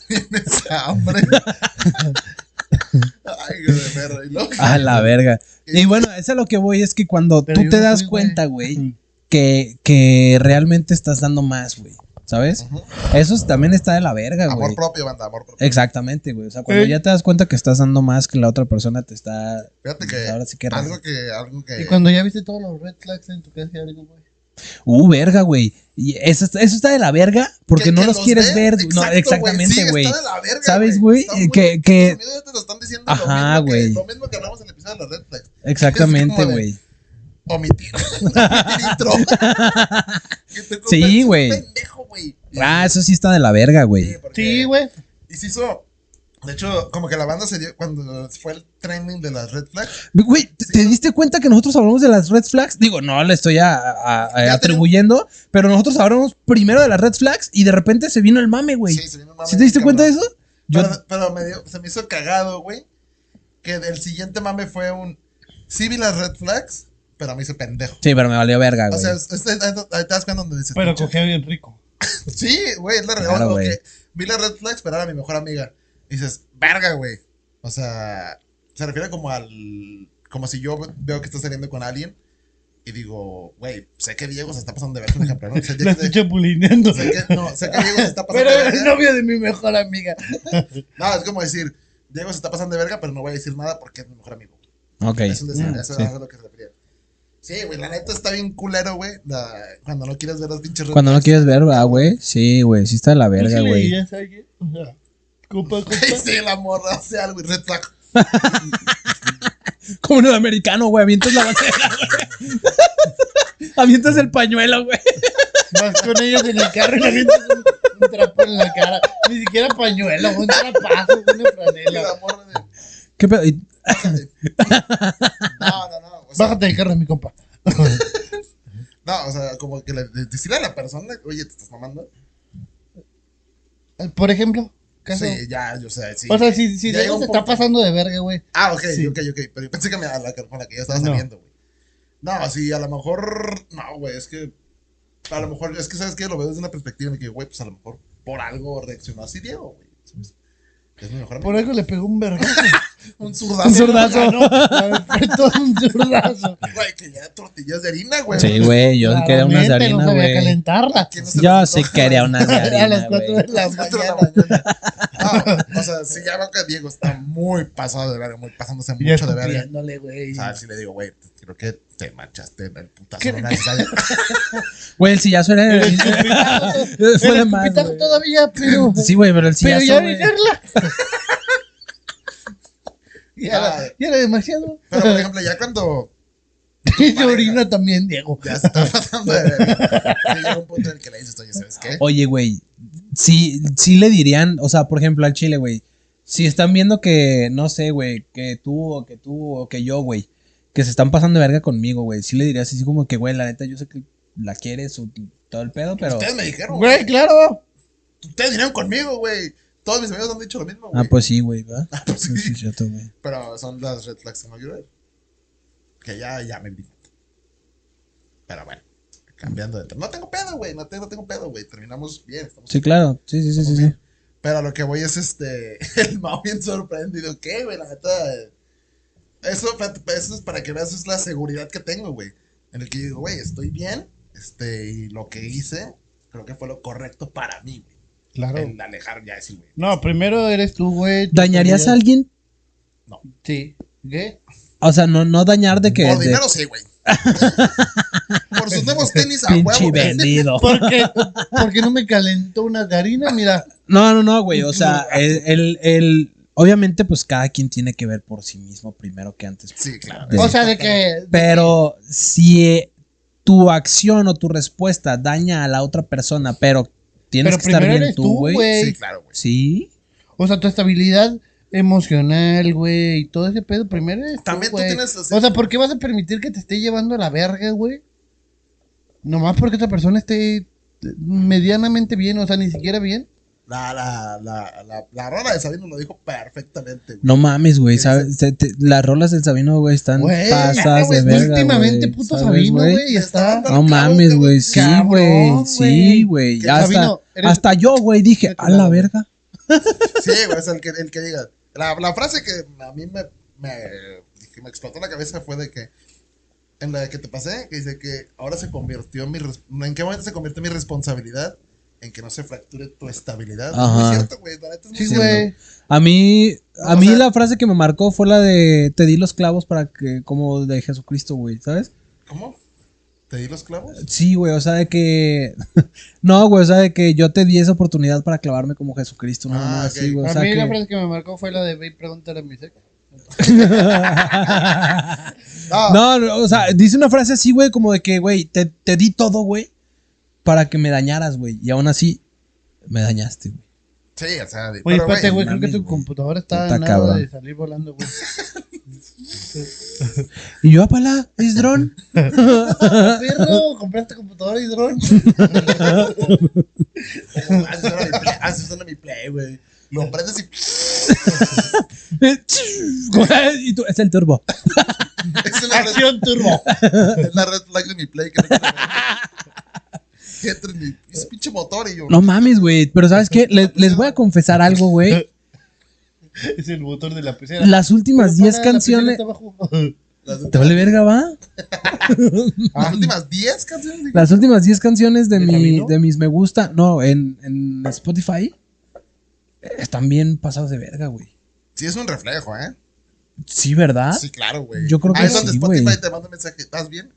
[SPEAKER 4] Tienes hambre. Ay, güey, de perro. Y luego-
[SPEAKER 1] A
[SPEAKER 4] <laughs>
[SPEAKER 1] la verga. Y bueno, eso es lo que voy, es que cuando
[SPEAKER 5] Pero
[SPEAKER 1] tú
[SPEAKER 5] yo
[SPEAKER 1] te
[SPEAKER 5] no
[SPEAKER 1] das
[SPEAKER 5] fui, güey.
[SPEAKER 1] cuenta, güey, que, que realmente estás dando más, güey. ¿Sabes?
[SPEAKER 4] Ujú.
[SPEAKER 1] Eso es- también está de la verga,
[SPEAKER 4] Amor
[SPEAKER 1] güey.
[SPEAKER 4] propio, banda, amor propio.
[SPEAKER 1] Exactamente, güey. O sea, cuando
[SPEAKER 5] Eh.
[SPEAKER 1] ya te das cuenta que estás dando más que la otra persona te está.
[SPEAKER 4] Fíjate que
[SPEAKER 1] Ahora sí que.
[SPEAKER 4] algo que, algo
[SPEAKER 5] Y
[SPEAKER 4] que.
[SPEAKER 5] cuando ya viste todos los red flags en tu casa y algo, güey.
[SPEAKER 1] Uh, verga, güey. Y eso, está- eso está de la verga porque
[SPEAKER 4] que-
[SPEAKER 1] no
[SPEAKER 4] que
[SPEAKER 1] los quieres
[SPEAKER 4] ve,
[SPEAKER 1] ver.
[SPEAKER 4] exacto,
[SPEAKER 1] no,
[SPEAKER 4] güey, sí,
[SPEAKER 1] exactamente,
[SPEAKER 4] está
[SPEAKER 1] güey.
[SPEAKER 4] de la verga,
[SPEAKER 1] ¿Sabes, güey?
[SPEAKER 4] Está muy-
[SPEAKER 1] Que- que-
[SPEAKER 4] los medios ya te lo están diciendo lo
[SPEAKER 1] Ajá,
[SPEAKER 4] mismo que-
[SPEAKER 1] güey.
[SPEAKER 4] Lo mismo que hablamos en el episodio de las red flags.
[SPEAKER 1] Exactamente,
[SPEAKER 4] como de-
[SPEAKER 1] güey.
[SPEAKER 4] Omitir. <laughs> Omitir
[SPEAKER 1] <laughs>
[SPEAKER 4] intro. Que te
[SPEAKER 1] Sí,
[SPEAKER 4] conviertes en
[SPEAKER 1] güey.
[SPEAKER 4] Pendejo, güey.
[SPEAKER 1] Ah, eso sí está de la verga, güey.
[SPEAKER 4] porque-
[SPEAKER 5] Sí, güey.
[SPEAKER 4] Y se hizo. De hecho, como que la banda se dio cuando fue el trending de las red flags.
[SPEAKER 1] Güey, ¿te, te diste cuenta que nosotros hablamos de las red flags? Digo, no le estoy a- a- a-
[SPEAKER 4] Ya
[SPEAKER 1] atribuyendo, pero nosotros hablamos primero de las red flags y de repente se vino el mame, güey.
[SPEAKER 4] Sí, se vino un mame
[SPEAKER 1] ¿Sí te diste
[SPEAKER 4] bien
[SPEAKER 1] cuenta de
[SPEAKER 4] cabrón.
[SPEAKER 1] eso? Yo-
[SPEAKER 4] Pero, pero me dio, se me hizo cagado, güey. Que el siguiente mame fue un. Sí vi las red flags, pero me hice pendejo.
[SPEAKER 1] sí, pero me valió verga,
[SPEAKER 4] O
[SPEAKER 1] Ah, güey.
[SPEAKER 4] sea, es- es- ahí ahí te das cuenta donde dices.
[SPEAKER 5] Pero
[SPEAKER 4] "Pinche
[SPEAKER 5] cogía bien rico.
[SPEAKER 4] Sí, güey, es la realidad.
[SPEAKER 1] Claro,
[SPEAKER 4] o
[SPEAKER 1] güey.
[SPEAKER 4] que Vi la red flags, pero era mi mejor amiga. Y dices, verga, güey. O sea, se refiere como al. Como si yo veo que estás saliendo con alguien y digo, güey, sé que Diego se está pasando de verga en ejemplo, ¿no? Sé,
[SPEAKER 5] La
[SPEAKER 4] sé-
[SPEAKER 5] estoy chapulineando.
[SPEAKER 4] sé que, no, sé que Diego se está pasando
[SPEAKER 5] Pero
[SPEAKER 4] de
[SPEAKER 5] era el
[SPEAKER 4] verga.
[SPEAKER 5] novio de mi mejor amiga.
[SPEAKER 4] No, es como decir, Diego se está pasando de verga, pero no voy a decir nada porque es mi mejor amigo.
[SPEAKER 1] ok.
[SPEAKER 4] Es un decir,
[SPEAKER 1] Mm,
[SPEAKER 4] eso
[SPEAKER 1] sí.
[SPEAKER 4] es a lo que se refiere. Sí, güey, la neta está bien culero, güey. la- Cuando no quieres ver las pinches red
[SPEAKER 1] Cuando no
[SPEAKER 4] flags.
[SPEAKER 1] quieres ver, ah, güey. Sí, güey, sí está de la
[SPEAKER 4] Pues
[SPEAKER 5] ¿Tú sí
[SPEAKER 1] verga,
[SPEAKER 5] le
[SPEAKER 1] güey.
[SPEAKER 5] dirías a alguien? O sea, compa, compa.
[SPEAKER 4] Ay, <laughs> sí, la morra hace algo y red flag.
[SPEAKER 1] Como un americano, güey, avientas la bandera, güey. <laughs> avientas el pañuelo, güey.
[SPEAKER 5] Vas con ellos en el carro y le avientas un, un trapo en la cara. Ni siquiera pañuelo, un trapazo, una
[SPEAKER 4] Y
[SPEAKER 5] franela.
[SPEAKER 4] la morra de.
[SPEAKER 1] ¿Qué pedo? Y-
[SPEAKER 5] <laughs>
[SPEAKER 4] No, no, no. O sea,
[SPEAKER 5] Bájate del carro, mi compa.
[SPEAKER 4] no, o sea como que le, le- decirle a la persona, oye, te estás mamando.
[SPEAKER 5] Eh, Por ejemplo, caso.
[SPEAKER 4] Sí, ya, yo sé, sí.
[SPEAKER 5] o sea, si, si
[SPEAKER 4] Ya
[SPEAKER 5] Diego
[SPEAKER 4] llega un
[SPEAKER 5] se está
[SPEAKER 4] punto-
[SPEAKER 5] pasando de verga, güey.
[SPEAKER 4] Ah, ok,
[SPEAKER 5] Sí.
[SPEAKER 4] ok, ok. Pero yo pensé que me a la que- con la que ya estaba
[SPEAKER 5] No. Ah.
[SPEAKER 4] saliendo, güey. No, sí, a lo mejor. No, güey, es que. A lo mejor, es que sabes que lo veo desde una perspectiva de que, güey, pues a lo mejor por algo reaccionó así Diego, güey. ¿sabes? Es mi mejor
[SPEAKER 5] Por
[SPEAKER 4] amigo.
[SPEAKER 5] algo le pegó un verga. <laughs>
[SPEAKER 4] Un
[SPEAKER 1] Un
[SPEAKER 4] zurdazo.
[SPEAKER 1] zurdazo.
[SPEAKER 5] Fue todo un zurdazo.
[SPEAKER 4] <laughs> Güey, que ya tortillas de harina, güey.
[SPEAKER 1] Sí, güey, yo quería unas de
[SPEAKER 5] Claramente
[SPEAKER 1] harina,
[SPEAKER 5] No sabía
[SPEAKER 1] güey.
[SPEAKER 5] calentarla.
[SPEAKER 4] ¿Quién no se
[SPEAKER 1] Yo
[SPEAKER 4] las
[SPEAKER 1] sí
[SPEAKER 4] antoja,
[SPEAKER 1] quería
[SPEAKER 4] güey? <laughs>
[SPEAKER 1] unas de
[SPEAKER 5] A las
[SPEAKER 1] harina,
[SPEAKER 5] cuatro
[SPEAKER 1] güey.
[SPEAKER 5] de la
[SPEAKER 4] Cuatro de la
[SPEAKER 5] mañana.
[SPEAKER 4] mañana. Ah, o sea, sí, ya veo que Diego está muy pasado de verga, muy pasándose
[SPEAKER 5] Y ya
[SPEAKER 4] mucho de verga.
[SPEAKER 5] escupiéndole, güey.
[SPEAKER 4] O sea, sí le digo, güey, creo que te manchaste en el putazo.
[SPEAKER 5] ¿Qué-
[SPEAKER 4] no necesario.
[SPEAKER 1] Güey, el sillazo era... <laughs> Fue
[SPEAKER 5] El
[SPEAKER 1] de más,
[SPEAKER 5] escupitajo
[SPEAKER 1] güey.
[SPEAKER 5] todavía, pero.
[SPEAKER 1] Sí, güey, pero el
[SPEAKER 5] pero
[SPEAKER 1] sillazo,
[SPEAKER 5] ya
[SPEAKER 1] güey.
[SPEAKER 5] venirla.
[SPEAKER 4] <laughs>
[SPEAKER 5] Ya,
[SPEAKER 4] Ah.
[SPEAKER 5] era- ya era demasiado.
[SPEAKER 4] Pero, por
[SPEAKER 5] <laughs>
[SPEAKER 4] ejemplo, ya cuando
[SPEAKER 5] Y se orina también, Diego.
[SPEAKER 4] ya se está pasando de verga, sí llega un punto en el que le dices, oye, ¿sabes qué?
[SPEAKER 1] Oye, güey, sí, sí le dirían, o sea, por ejemplo, al Chile, güey, si están viendo que, no sé, güey, que tú o que tú o que yo, güey, que se están pasando de verga conmigo, güey, sí le dirías así como que, güey, la neta, yo sé que la quieres o todo el pedo, pero...
[SPEAKER 4] Ustedes me dijeron,
[SPEAKER 5] Güey,
[SPEAKER 4] güey.
[SPEAKER 5] claro.
[SPEAKER 4] Ustedes vinieron conmigo, güey. Todos mis amigos han dicho lo mismo,
[SPEAKER 1] Ah,
[SPEAKER 4] güey.
[SPEAKER 1] pues sí, güey, ¿verdad?
[SPEAKER 4] Ah, pues
[SPEAKER 1] Sí,
[SPEAKER 4] <laughs> sí.
[SPEAKER 1] sí, cierto, güey.
[SPEAKER 4] Pero son las red flags que no quiero ver. Que ya, ya me vi. Pero bueno, cambiando de tema. No tengo pedo, güey. No tengo, no tengo pedo, güey. Terminamos bien. Estamos
[SPEAKER 1] Sí, claro, sí, sí, sí, sí,
[SPEAKER 4] estamos
[SPEAKER 1] sí.
[SPEAKER 4] bien. Pero a lo que voy es este. <laughs> El Mao bien sorprendido. ¿Qué, güey? La neta. Eso, fíjate, eso es para que veas, es la seguridad que tengo, güey. En el que yo digo, güey, estoy bien. Este, y lo que hice, creo que fue lo correcto para mí, güey.
[SPEAKER 5] Claro.
[SPEAKER 4] El alejar ya ese, güey.
[SPEAKER 5] No, primero eres tú, güey. tu
[SPEAKER 1] ¿Dañarías a
[SPEAKER 5] familia.
[SPEAKER 1] alguien?
[SPEAKER 5] Sí. ¿Qué?
[SPEAKER 1] O sea, no, no dañar de que...
[SPEAKER 4] Por
[SPEAKER 1] de-
[SPEAKER 4] dinero sí, güey. <laughs> Por sus nuevos tenis a
[SPEAKER 1] Pinche
[SPEAKER 4] huevo. güey.
[SPEAKER 1] vendido.
[SPEAKER 5] Porque, porque no me calentó una harina, mira.
[SPEAKER 1] No, no, no, güey. O sea, el, el, el- obviamente, pues cada quien tiene que ver por sí mismo primero que antes.
[SPEAKER 4] Sí, claro.
[SPEAKER 1] Sí.
[SPEAKER 5] O sea, de que.
[SPEAKER 1] Pero si eh, tu acción o tu respuesta daña a la otra persona, pero tienes
[SPEAKER 5] Pero
[SPEAKER 1] que estar
[SPEAKER 5] primero
[SPEAKER 1] bien
[SPEAKER 5] eres
[SPEAKER 1] tú,
[SPEAKER 5] tú,
[SPEAKER 1] güey.
[SPEAKER 5] güey.
[SPEAKER 4] Sí, claro, güey.
[SPEAKER 1] Sí.
[SPEAKER 5] O sea, tu estabilidad emocional, güey, y todo ese pedo, primero eres
[SPEAKER 4] También tú
[SPEAKER 5] güey.
[SPEAKER 4] tienes así-
[SPEAKER 5] O sea, ¿por qué vas a permitir que te esté llevando a la verga, güey? Nomás porque esa persona esté eh, medianamente bien, o sea, ni siquiera bien.
[SPEAKER 4] La, la, la, la, la rola de Sabino lo dijo perfectamente, güey.
[SPEAKER 1] No mames, güey. ¿sabes? Te- te- las rolas del Sabino, güey, están
[SPEAKER 5] Güey,
[SPEAKER 1] pasadas
[SPEAKER 5] güey,
[SPEAKER 1] de verga.
[SPEAKER 5] últimamente
[SPEAKER 1] güey,
[SPEAKER 5] puto
[SPEAKER 1] ¿sabes,
[SPEAKER 5] Sabino, güey, y está...
[SPEAKER 4] Está-
[SPEAKER 1] No mames, güey. Sí,
[SPEAKER 5] Cabrón,
[SPEAKER 1] güey. Sí,
[SPEAKER 5] güey.
[SPEAKER 1] güey.
[SPEAKER 5] Que
[SPEAKER 1] Hasta,
[SPEAKER 5] Sabino, eres-
[SPEAKER 1] hasta yo, güey, dije, a la verga.
[SPEAKER 4] Sí, güey, es el que, el que diga. La, la frase que a mí me, me, que me explotó la cabeza fue de que. En la que te pasé, que dice que ahora se convirtió mi. res- ¿En qué momento se convirtió mi responsabilidad? En que no se fracture tu estabilidad.
[SPEAKER 1] Ajá.
[SPEAKER 4] Es cierto, güey. La neta es muy
[SPEAKER 5] Sí,
[SPEAKER 4] cierto.
[SPEAKER 5] güey.
[SPEAKER 1] A mí, a
[SPEAKER 4] O
[SPEAKER 1] mí
[SPEAKER 4] sea-
[SPEAKER 1] la frase que me marcó fue la de te di los clavos para que, como de Jesucristo, güey, ¿sabes?
[SPEAKER 4] ¿Cómo? ¿Te di los clavos?
[SPEAKER 1] Sí, güey, o sea, de que. <laughs> no, güey, o sea, de que yo te di esa oportunidad para clavarme como Jesucristo, no,
[SPEAKER 4] Ah,
[SPEAKER 1] no,
[SPEAKER 4] ok.
[SPEAKER 1] así, güey. O
[SPEAKER 5] A
[SPEAKER 1] sea,
[SPEAKER 5] mí
[SPEAKER 1] que...
[SPEAKER 5] la frase que me marcó fue la de ve y pregúntale a mi sex.
[SPEAKER 1] <laughs>
[SPEAKER 4] No,
[SPEAKER 1] no, no, o sea, dice una frase así, güey, como de que, güey, te, te di todo, güey, para que me dañaras, güey, y aún así me dañaste, güey.
[SPEAKER 4] Sí, o sea. de-
[SPEAKER 5] Oye,
[SPEAKER 4] pero,
[SPEAKER 5] espérate, güey,
[SPEAKER 1] mames,
[SPEAKER 5] creo que tu
[SPEAKER 1] güey.
[SPEAKER 5] computadora está
[SPEAKER 1] Puta
[SPEAKER 5] en nada de
[SPEAKER 1] cabrón.
[SPEAKER 5] salir volando,
[SPEAKER 1] <laughs>
[SPEAKER 5] güey.
[SPEAKER 1] Y yo, apala,
[SPEAKER 4] <laughs>
[SPEAKER 1] es dron. <laughs>
[SPEAKER 5] Perro, compraste computadora y dron.
[SPEAKER 4] ¿cómo? Así suena mi play- Así suena mi play, güey. Lo prendes
[SPEAKER 5] <laughs>
[SPEAKER 4] y. <laughs>
[SPEAKER 1] y tú, es el turbo.
[SPEAKER 4] Es una red-
[SPEAKER 5] Acción turbo.
[SPEAKER 4] Es la red flag de mi play que no quiero ver. Que entra en mi ese pinche motor y yo.
[SPEAKER 1] No mames, güey, pero ¿sabes qué? Le- les voy a confesar algo,
[SPEAKER 5] <laughs>
[SPEAKER 1] güey.
[SPEAKER 5] <laughs> Es el motor de la pecera.
[SPEAKER 1] Las últimas 10
[SPEAKER 5] Para, la pecera
[SPEAKER 1] canciones.
[SPEAKER 5] está abajo.
[SPEAKER 4] Las,
[SPEAKER 1] ¿Te vale verga, va?
[SPEAKER 4] las últimas 10 canciones. dije,
[SPEAKER 1] Las últimas 10 canciones de,
[SPEAKER 5] ¿De
[SPEAKER 1] mi,
[SPEAKER 5] Sabino?
[SPEAKER 1] de mis me gusta, no, en, en Spotify, eh, están bien pasados de verga, güey.
[SPEAKER 4] Sí, es un reflejo, ¿eh?
[SPEAKER 1] Sí, ¿verdad?
[SPEAKER 4] Sí, claro, güey.
[SPEAKER 1] ¿Ah? Yo creo
[SPEAKER 4] Ah,
[SPEAKER 1] que
[SPEAKER 4] es donde
[SPEAKER 1] sí,
[SPEAKER 4] Spotify
[SPEAKER 1] güey.
[SPEAKER 4] te manda un mensaje. ¿Estás bien?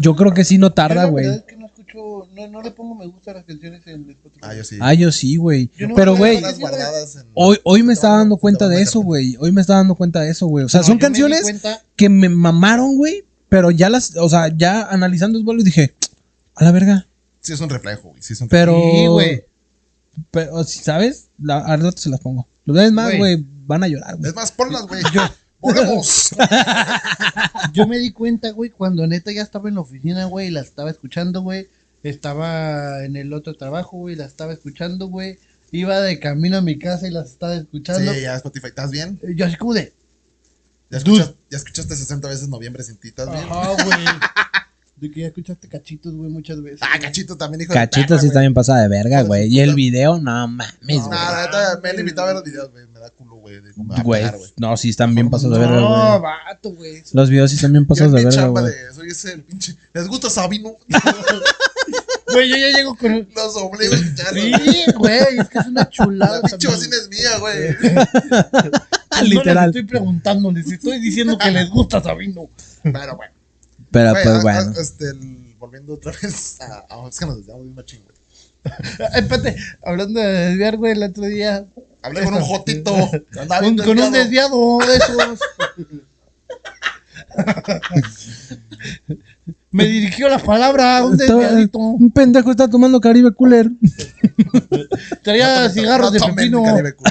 [SPEAKER 1] Yo creo que sí no
[SPEAKER 5] Yo
[SPEAKER 1] tarda,
[SPEAKER 5] la verdad
[SPEAKER 1] güey.
[SPEAKER 5] es que no escucho, no, no le pongo me gusta a las canciones en Spotify.
[SPEAKER 4] Ah, yo sí.
[SPEAKER 1] Ah, yo sí, güey.
[SPEAKER 5] Yo no
[SPEAKER 1] Pero,
[SPEAKER 5] me
[SPEAKER 1] güey,
[SPEAKER 5] acuerdo
[SPEAKER 4] Las guardadas en-
[SPEAKER 1] hoy, hoy
[SPEAKER 4] te
[SPEAKER 1] me estaba
[SPEAKER 4] van a-
[SPEAKER 1] dando
[SPEAKER 4] te
[SPEAKER 1] cuenta
[SPEAKER 4] van a
[SPEAKER 1] de eso,
[SPEAKER 4] cargar.
[SPEAKER 1] güey. Hoy me estaba dando cuenta de eso, güey. O sea,
[SPEAKER 5] No,
[SPEAKER 1] son
[SPEAKER 5] yo me di
[SPEAKER 1] canciones
[SPEAKER 5] cuenta-
[SPEAKER 1] que me mamaron, güey, pero ya las, o sea, ya analizando el vuelo dije, a la verga.
[SPEAKER 4] Sí, es un reflejo, güey. Sí, es un reflejo.
[SPEAKER 1] Pero,
[SPEAKER 5] Sí, güey.
[SPEAKER 1] pero si sabes, la, al rato se las pongo. Los ves más,
[SPEAKER 5] Güey.
[SPEAKER 1] güey, van a llorar, güey.
[SPEAKER 4] Es más, ponlas, güey.
[SPEAKER 1] <laughs>
[SPEAKER 4] Volvemos.
[SPEAKER 5] Yo me di cuenta, güey, cuando neta ya estaba en la oficina, güey, y la estaba escuchando, güey. Estaba en el otro trabajo, güey, la estaba escuchando, güey. Iba de camino a mi casa y las estaba escuchando. Eh,
[SPEAKER 4] Sí, ya Spotify, ¿estás bien?
[SPEAKER 5] Yo así como de.
[SPEAKER 4] ¿Ya, escuchas- ya escuchaste 60 veces noviembre sin ti? ¿Estás
[SPEAKER 1] Ah.
[SPEAKER 4] bien?
[SPEAKER 5] Ajá, güey. <laughs> De que ya escuchaste cachitos, güey, muchas veces.
[SPEAKER 4] Ah, Cachito también, hijo
[SPEAKER 1] Cachito
[SPEAKER 4] de
[SPEAKER 1] sí está bien pasada de verga,
[SPEAKER 4] Hijo de
[SPEAKER 1] güey.
[SPEAKER 4] su
[SPEAKER 1] Y el
[SPEAKER 4] puta-
[SPEAKER 1] video, no mames,
[SPEAKER 4] No,
[SPEAKER 1] güey.
[SPEAKER 4] la neta, me han invitado a ver los videos, güey. Me da culo, güey. de- me va a
[SPEAKER 1] Güey,
[SPEAKER 4] pegar, güey.
[SPEAKER 1] no, sí están bien pasados de verga,
[SPEAKER 5] No,
[SPEAKER 1] güey.
[SPEAKER 5] vato, güey. eso-
[SPEAKER 1] Los videos sí están bien
[SPEAKER 4] Yo en
[SPEAKER 1] pasados
[SPEAKER 4] mi
[SPEAKER 1] de verga,
[SPEAKER 4] chamba
[SPEAKER 1] güey.
[SPEAKER 4] de- soy ese el pinche. ¿Les gusta Sabino? <laughs>
[SPEAKER 5] Güey, yo ya llego con. el-
[SPEAKER 4] Los obligo a escuchar.
[SPEAKER 5] Sí, güey, es que es una chulada.
[SPEAKER 4] La pinche
[SPEAKER 5] también.
[SPEAKER 4] bocina es mía,
[SPEAKER 5] <laughs>
[SPEAKER 4] güey.
[SPEAKER 5] No
[SPEAKER 1] Literal.
[SPEAKER 5] les estoy preguntando, les estoy diciendo que les gusta Sabino.
[SPEAKER 4] Pero bueno.
[SPEAKER 1] Pero
[SPEAKER 4] Güey,
[SPEAKER 1] pues
[SPEAKER 4] ah,
[SPEAKER 1] bueno.
[SPEAKER 4] ah, Este, el- volviendo otra vez a. a- es que nos desviamos bien machín, güey.
[SPEAKER 5] Ah, Espérate, hablando de desviar, güey, el otro día.
[SPEAKER 4] Hablé con un jotito. andaba bien
[SPEAKER 5] un- con un
[SPEAKER 4] desviado.
[SPEAKER 5] Ah, desviado de esos. Me dirigió la palabra, un
[SPEAKER 1] Estaba-
[SPEAKER 5] desviadito.
[SPEAKER 1] un pendejo está tomando Caribe Cooler.
[SPEAKER 5] Traía cigarros de
[SPEAKER 4] No tomen,
[SPEAKER 5] pepino.
[SPEAKER 4] Caribe Cool.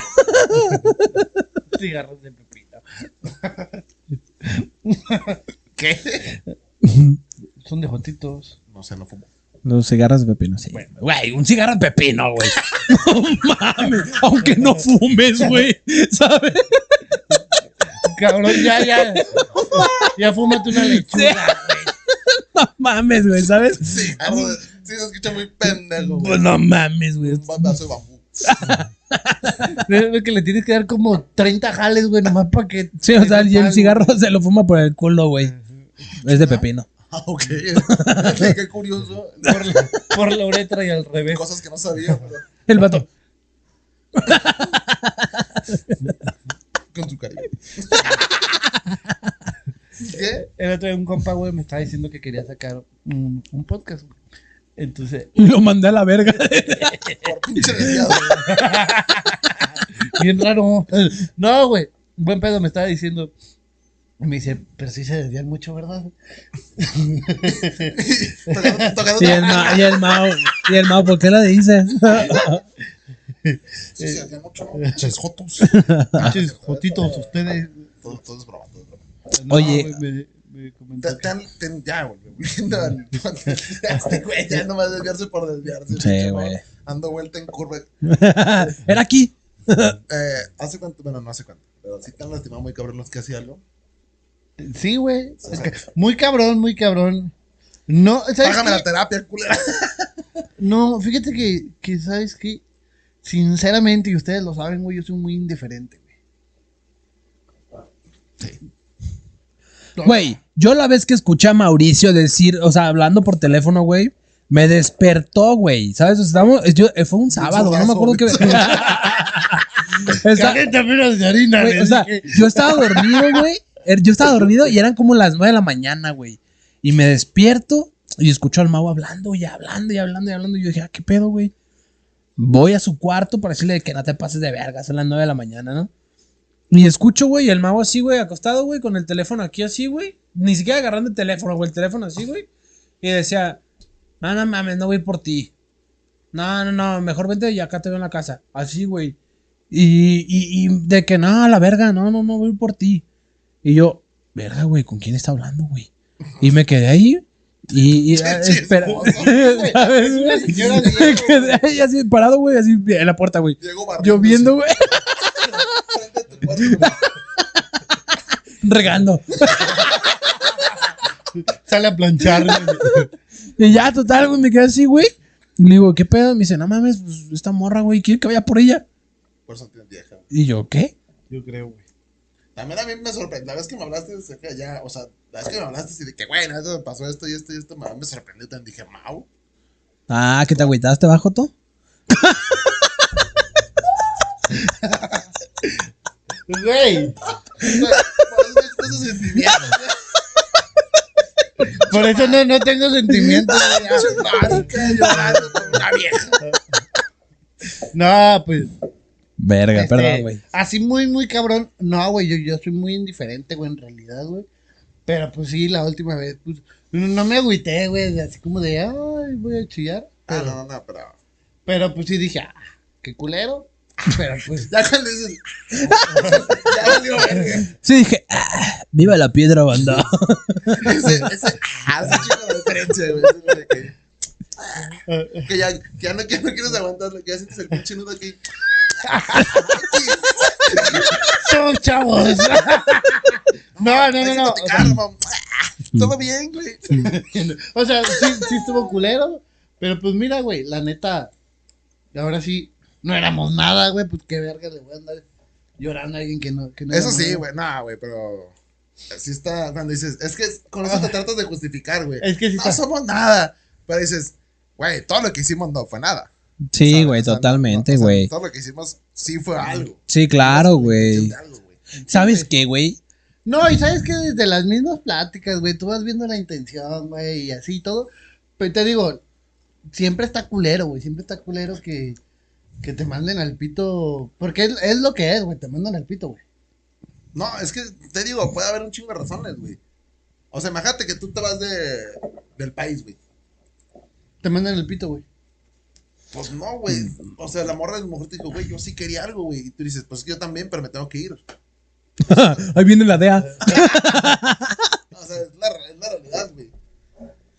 [SPEAKER 5] Cigarros de pepino. <laughs>
[SPEAKER 4] ¿Qué?
[SPEAKER 5] Son de jotitos.
[SPEAKER 4] No sé, no fumo.
[SPEAKER 1] Los cigarros de pepino, sí. Güey, un cigarro de pepino, güey. <laughs> No mames. Aunque no <laughs> fumes, güey. ¿Sabes?
[SPEAKER 5] Cabrón, ya, ya. Ya fúmate una lechuga.
[SPEAKER 1] <laughs> No mames, güey, ¿sabes?
[SPEAKER 4] Sí, algo de- sí, se escucha muy pendejo, güey.
[SPEAKER 1] Pues no mames, güey.
[SPEAKER 4] Un bambazo de bambú.
[SPEAKER 5] Es lo que le tienes que dar como 30 jales, güey, nomás para que.
[SPEAKER 1] Sí, o sea, y el
[SPEAKER 5] algo.
[SPEAKER 1] cigarro <laughs> se lo fuma por el culo, güey. Es de pepino.
[SPEAKER 4] Ah,
[SPEAKER 5] <laughs>
[SPEAKER 4] ok. Qué curioso.
[SPEAKER 5] Por la, por la uretra y al revés.
[SPEAKER 4] Cosas que no sabía, pero
[SPEAKER 1] El vato.
[SPEAKER 4] con su cariño. <laughs> ¿Qué?
[SPEAKER 5] El otro día un compa, güey, me estaba diciendo que quería sacar un, un podcast, güey. Entonces,
[SPEAKER 1] Y lo mandé a la <laughs> verga.
[SPEAKER 4] Por pinche desviado.
[SPEAKER 5] bien raro. <laughs> No, güey. Buen pedo me estaba diciendo. Y Me dice, pero sí se desvían mucho, ¿verdad?
[SPEAKER 4] Tocando, tocando
[SPEAKER 1] Y el, ma- y el Mao. Y el Mao, ¿por qué la dices?
[SPEAKER 4] Sí, se hacía mucho. Pinches jotos.
[SPEAKER 5] Pinches jotitos, ustedes.
[SPEAKER 4] Todo, todo es broma, todo es broma.
[SPEAKER 5] No,
[SPEAKER 1] Oye.
[SPEAKER 5] güey, me, me comentó
[SPEAKER 4] Te- te han- te- ya, güey. <laughs> Volviendo al. Este güey ya no va a desviarse por desviarse.
[SPEAKER 1] Sí,
[SPEAKER 4] pinche
[SPEAKER 1] güey.
[SPEAKER 4] Mao. Ando vuelta en curva.
[SPEAKER 1] <laughs> Era aquí.
[SPEAKER 4] Eh, ¿Hace cuánto? Bueno, no hace cuánto. Pero sí te han lastimado muy cabrón los que hacía algo.
[SPEAKER 5] que- Sí, güey. Es que Muy cabrón, muy cabrón. No, ¿sabes
[SPEAKER 4] Págame
[SPEAKER 5] qué?
[SPEAKER 4] la terapia, culera. <laughs>
[SPEAKER 5] No, fíjate que, que, ¿sabes qué? Sinceramente, y ustedes lo saben, güey, yo soy muy indiferente, güey. No,
[SPEAKER 1] Güey, yo la vez que escuché a Mauricio decir, o sea, hablando por teléfono, güey, me despertó, güey. ¿Sabes? Estábamos- yo- eh, fue un sábado, no me acuerdo qué. <laughs> Está-
[SPEAKER 5] Calienta menos de harina,
[SPEAKER 1] güey,
[SPEAKER 5] le
[SPEAKER 1] o sea,
[SPEAKER 5] dije.
[SPEAKER 1] yo estaba dormido, güey. Er- Yo estaba dormido y eran como las nueve de la mañana, güey. Y me despierto y escucho al mago hablando y hablando y hablando y hablando. Y yo dije, ah, ¿qué pedo, güey? Voy a su cuarto para decirle que no te pases de verga, son las nueve de la mañana, ¿no? Y escucho, güey, el mago así, güey, acostado, güey, con el teléfono aquí así, güey. Ni siquiera agarrando el teléfono, güey, el teléfono así, güey. Y decía, no, no mames, no voy a ir por ti. No, no, no, mejor vente y acá te veo en la casa. Así, güey. Y, y, y de que no, a la verga, no, no, no voy por ti. Y yo, verga, güey, ¿con quién está hablando, güey? Y me quedé ahí. Y, y ah, espera. <laughs> ¿sabes, güey?
[SPEAKER 5] señora de-
[SPEAKER 1] Me quedé ahí así parado, güey, así en la puerta, güey.
[SPEAKER 4] Diego Barrio.
[SPEAKER 1] Lloviendo, güey, <laughs> regando.
[SPEAKER 5] Sale a <laughs> planchar.
[SPEAKER 1] Y ya, total, güey, me quedé así, güey. Y le digo, ¿qué pedo? Me dice, no mames, pues, esta morra, güey, quiere que vaya por ella.
[SPEAKER 4] Por eso tienes vieja.
[SPEAKER 1] Y yo, ¿qué?
[SPEAKER 5] Yo creo, güey.
[SPEAKER 4] También a mí me sorprendió. La vez que me hablaste de que ya, o sea, la vez que me hablaste y de que, bueno, esto me pasó esto y esto y esto, me, me sorprendió. También dije, Mau.
[SPEAKER 1] Ah, ¿que te agüitaste bajo tú?
[SPEAKER 5] Güey,
[SPEAKER 4] Pues, Güey, Por
[SPEAKER 5] por eso
[SPEAKER 4] eso no expreso sentimientos.
[SPEAKER 5] no, no
[SPEAKER 4] <laughs>
[SPEAKER 5] tengo sentimientos. güey.
[SPEAKER 4] Ya, marica,
[SPEAKER 5] <laughs>
[SPEAKER 4] llorando por una vieja.
[SPEAKER 5] No, pues.
[SPEAKER 1] Verga,
[SPEAKER 5] este,
[SPEAKER 1] perdón, güey.
[SPEAKER 5] Así muy, muy cabrón. No, güey, yo, yo soy muy indiferente, güey, en realidad, güey. Pero pues sí, la última vez, pues. No, no me agüité, güey, así como de, ay, voy a chillar.
[SPEAKER 4] Ah,
[SPEAKER 5] Pero,
[SPEAKER 4] no, no, no, pero.
[SPEAKER 5] pero pues sí dije, ah, qué culero. <laughs> Pero pues.
[SPEAKER 4] Ya cuando dices. Ya valió verga.
[SPEAKER 1] Sí, dije, "Ah, viva la piedra, banda.
[SPEAKER 4] Ese, ese, ah, ese chico la diferencia, güey. Ese güey de que, Que ya, que ya, no, que ya no quieres aguantarlo, que ya sientes el pinche nudo aquí.
[SPEAKER 5] Son chavos. <laughs> No, no, no, no.
[SPEAKER 4] Te calma. ah, Todo bien, güey.
[SPEAKER 5] O sea, sí, sí estuvo culero. Pero pues mira, güey, la neta. Ahora sí, no éramos nada, güey. Pues qué verga le voy a andar llorando a alguien que no. Que no
[SPEAKER 4] Eso
[SPEAKER 5] era
[SPEAKER 4] sí,
[SPEAKER 5] nada.
[SPEAKER 4] güey. No, güey, pero. Así está cuando dices, es que con eso te tratas de justificar, güey.
[SPEAKER 5] Es que Ah. sí
[SPEAKER 4] no
[SPEAKER 5] está-
[SPEAKER 4] somos nada. Pero dices, güey, todo lo que hicimos no fue nada.
[SPEAKER 1] <laughs> Sí,
[SPEAKER 4] ¿sabes?
[SPEAKER 1] güey,
[SPEAKER 4] O sea, no-
[SPEAKER 1] totalmente,
[SPEAKER 4] o sea,
[SPEAKER 1] güey.
[SPEAKER 4] Todo lo que hicimos sí fue algo.
[SPEAKER 1] Sí, claro, güey.
[SPEAKER 4] De algo, güey.
[SPEAKER 1] ¿Sabes qué, güey?
[SPEAKER 5] No, y sabes que desde las mismas pláticas, güey, tú vas viendo la intención, güey, y así y todo. Pero te digo, siempre está culero, güey, siempre está culero que, que te manden al pito. Porque es, es lo que es, güey, te mandan al pito, güey.
[SPEAKER 4] No, es que te digo, puede haber un chingo de razones, güey. O sea, imagínate que tú te vas de, del país, güey.
[SPEAKER 5] Te mandan al pito, güey.
[SPEAKER 4] Pues no, güey.
[SPEAKER 1] Mm.
[SPEAKER 4] O sea, la morra de tu mujer te dijo, güey, yo sí quería algo, güey. Y tú dices, pues que yo también, pero me tengo que ir.
[SPEAKER 1] Ahí viene la DEA.
[SPEAKER 4] O sea, es la, es la realidad, güey.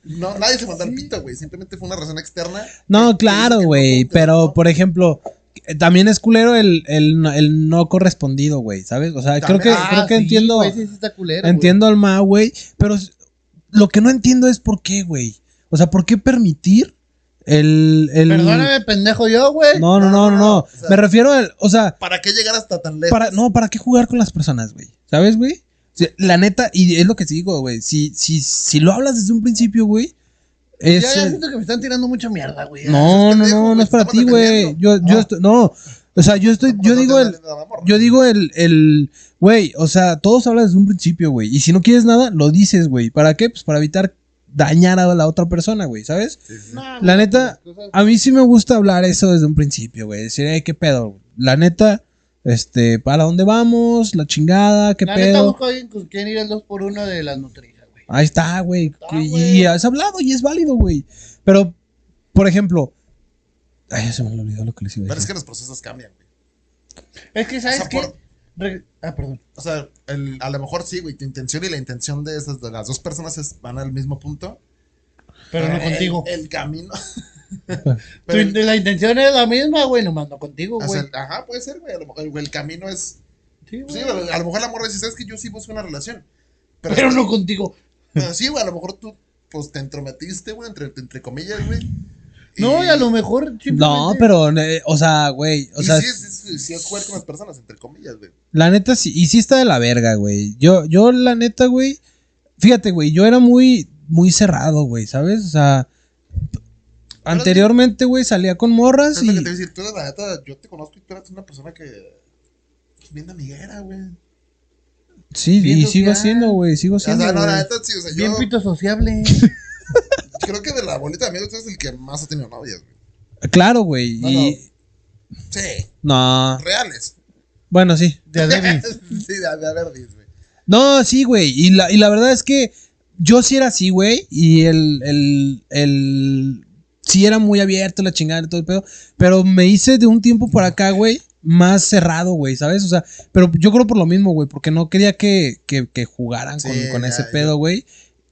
[SPEAKER 4] No, nadie se mandó al pito, güey. Simplemente fue una razón externa.
[SPEAKER 1] No,
[SPEAKER 4] Que- que
[SPEAKER 1] claro,
[SPEAKER 4] dice que
[SPEAKER 1] güey.
[SPEAKER 4] no,
[SPEAKER 1] Pero,
[SPEAKER 4] no.
[SPEAKER 1] por ejemplo, eh, también es culero el, el, no- el no correspondido, güey. ¿Sabes? O sea, creo
[SPEAKER 4] También-
[SPEAKER 1] que,
[SPEAKER 4] Ah,
[SPEAKER 1] creo que
[SPEAKER 5] sí,
[SPEAKER 1] entiendo.
[SPEAKER 5] güey, sí, sí está culero, güey.
[SPEAKER 1] entiendo al Ma, güey. Pero s- lo que no entiendo es por qué, güey. O sea, ¿por qué permitir el. el...
[SPEAKER 5] Perdóname, pendejo yo, güey.
[SPEAKER 1] No, no, no, no, no.
[SPEAKER 4] O sea-
[SPEAKER 1] Me refiero al. O sea,
[SPEAKER 4] ¿Para qué llegar hasta tan lejos?
[SPEAKER 1] para, no, ¿para qué jugar con las personas, güey? ¿Sabes, güey? O sea, la neta, y es lo que te digo, güey. Si, si, si lo hablas desde un principio, güey.
[SPEAKER 5] Ya,
[SPEAKER 1] Es,
[SPEAKER 5] ya
[SPEAKER 1] eh,
[SPEAKER 5] siento que me están tirando mucha mierda, güey.
[SPEAKER 1] no,
[SPEAKER 4] estás
[SPEAKER 1] no,
[SPEAKER 4] pendejo,
[SPEAKER 1] no, no
[SPEAKER 4] güey,
[SPEAKER 1] es para
[SPEAKER 4] estamos
[SPEAKER 1] ti, güey.
[SPEAKER 4] defendiendo.
[SPEAKER 1] Yo, yo
[SPEAKER 5] Ah.
[SPEAKER 1] estoy, no. O sea, yo estoy, yo
[SPEAKER 4] No
[SPEAKER 1] digo
[SPEAKER 4] te
[SPEAKER 1] el,
[SPEAKER 4] valen a la morra.
[SPEAKER 1] yo digo el, el, güey, o sea, todos hablan desde un principio, güey. Y si no quieres nada, lo dices, güey. ¿Para qué? Pues para evitar dañar a la otra persona, güey, ¿sabes?
[SPEAKER 5] No,
[SPEAKER 1] La
[SPEAKER 5] güey,
[SPEAKER 1] neta, ah,
[SPEAKER 5] las cosas-
[SPEAKER 1] A mí sí me gusta hablar eso desde un principio, güey. Decir, "Ey, qué pedo. La neta, este, ¿para dónde vamos? La chingada, qué
[SPEAKER 5] la neta
[SPEAKER 1] pedo.
[SPEAKER 5] busco a alguien con quien ir al 2x1 de las nutrizas, güey.
[SPEAKER 1] Ahí está, güey.
[SPEAKER 5] Está,
[SPEAKER 1] Y
[SPEAKER 5] güey.
[SPEAKER 1] has hablado y es válido, güey. Pero, por ejemplo, ay, ya se me olvidó lo que les iba a
[SPEAKER 4] Pero es que
[SPEAKER 1] decir.
[SPEAKER 4] los procesos cambian, güey.
[SPEAKER 5] Es que, ¿sabes
[SPEAKER 4] O sea,
[SPEAKER 5] qué?
[SPEAKER 4] por-
[SPEAKER 5] Re- Ah, perdón.
[SPEAKER 4] O sea, el- a lo mejor sí, güey, tu intención y la intención de esas de las dos personas es- van al mismo punto.
[SPEAKER 5] Pero no
[SPEAKER 4] el-
[SPEAKER 5] contigo.
[SPEAKER 4] Eh, El
[SPEAKER 1] <laughs>
[SPEAKER 4] camino.
[SPEAKER 5] Tu
[SPEAKER 4] Pero el-
[SPEAKER 5] in- la intención es la misma, güey, nomás no contigo,
[SPEAKER 4] o
[SPEAKER 5] güey.
[SPEAKER 4] sea, ajá, puede ser, güey. A lo mejor El, el camino es. pues
[SPEAKER 5] Sí,
[SPEAKER 4] Sí,
[SPEAKER 5] güey.
[SPEAKER 4] a lo a lo mejor la morra dice, ¿sabes que yo sí busco una relación? Pero,
[SPEAKER 5] pero no contigo.
[SPEAKER 4] pero sí, güey, a lo mejor tú, pues te entrometiste, güey, entre, entre comillas, güey.
[SPEAKER 5] No, y a lo mejor simplemente-
[SPEAKER 1] No, pero, eh, o sea, güey, o
[SPEAKER 4] y
[SPEAKER 1] sea,
[SPEAKER 4] sí, es- es- sí, es jugar con las personas, entre comillas, güey.
[SPEAKER 1] la neta sí, y sí está de la verga, güey. Yo, yo, la neta, güey, fíjate, güey, yo era muy, muy cerrado, güey, ¿sabes? O sea, anteriormente, güey, salía con morras
[SPEAKER 5] Pues
[SPEAKER 4] Es lo que
[SPEAKER 1] y...
[SPEAKER 4] te voy a decir, tú eres la neta, yo te conozco y tú eres una persona que. pues, Bien amiguera, güey.
[SPEAKER 1] Sí,
[SPEAKER 5] Bien
[SPEAKER 1] y sigo
[SPEAKER 5] social.
[SPEAKER 1] siendo, güey, sigo
[SPEAKER 4] O sea,
[SPEAKER 1] siendo,
[SPEAKER 4] no, la
[SPEAKER 1] güey.
[SPEAKER 4] neta, sí, o sea,
[SPEAKER 5] Bien
[SPEAKER 4] yo
[SPEAKER 5] pito
[SPEAKER 1] <laughs>
[SPEAKER 5] sociable.
[SPEAKER 4] creo que de la bolita de amigos tú eres el que más ha tenido novias, güey.
[SPEAKER 1] Claro, güey,
[SPEAKER 4] No,
[SPEAKER 1] y...
[SPEAKER 4] Sí,
[SPEAKER 1] No,
[SPEAKER 4] reales.
[SPEAKER 1] bueno, sí.
[SPEAKER 5] De Adebis.
[SPEAKER 4] <laughs> sí, de, de haber dicho, güey.
[SPEAKER 1] No, sí, güey. Y la, y la verdad es que yo sí era así, güey. Y el, el, el. Sí era muy abierto, la chingada y todo el pedo. Pero me hice de un tiempo por acá, güey. Más cerrado, güey, ¿sabes? O sea, pero yo creo por lo mismo, güey. Porque no quería que, que, que jugaran
[SPEAKER 4] Sí,
[SPEAKER 1] con, con
[SPEAKER 4] ya,
[SPEAKER 1] ese
[SPEAKER 4] ya.
[SPEAKER 1] pedo, güey.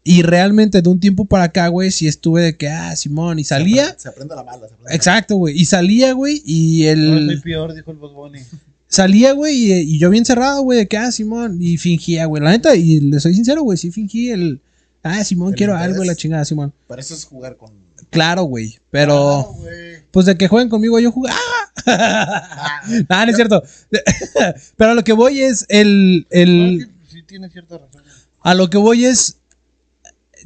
[SPEAKER 1] Y realmente de un tiempo para acá, güey, sí estuve de que, ah, Simón, y salía.
[SPEAKER 4] Se aprende a la mala. se aprende a la
[SPEAKER 1] Exacto, güey. Y salía, güey. Y
[SPEAKER 5] No,
[SPEAKER 1] el.
[SPEAKER 5] soy peor, dijo el Bob Bunny.
[SPEAKER 1] Salía, güey, y, y yo bien cerrado, güey, de que, ah, Simón, y fingía, güey. La neta, y le soy sincero, güey, sí fingí el, ah, Simón,
[SPEAKER 4] El
[SPEAKER 1] quiero
[SPEAKER 4] interés.
[SPEAKER 1] algo, y la chingada, Simón.
[SPEAKER 4] mala. Para eso es jugar con.
[SPEAKER 1] Claro, güey, pero,
[SPEAKER 4] Ah, güey.
[SPEAKER 1] pues de que jueguen conmigo, yo jugaba.
[SPEAKER 4] <laughs>
[SPEAKER 1] ¡Ah! Nah, no es cierto. <laughs> pero a lo que voy es, el, el,
[SPEAKER 5] No, sí, sí tiene cierta razón.
[SPEAKER 1] a lo que voy es.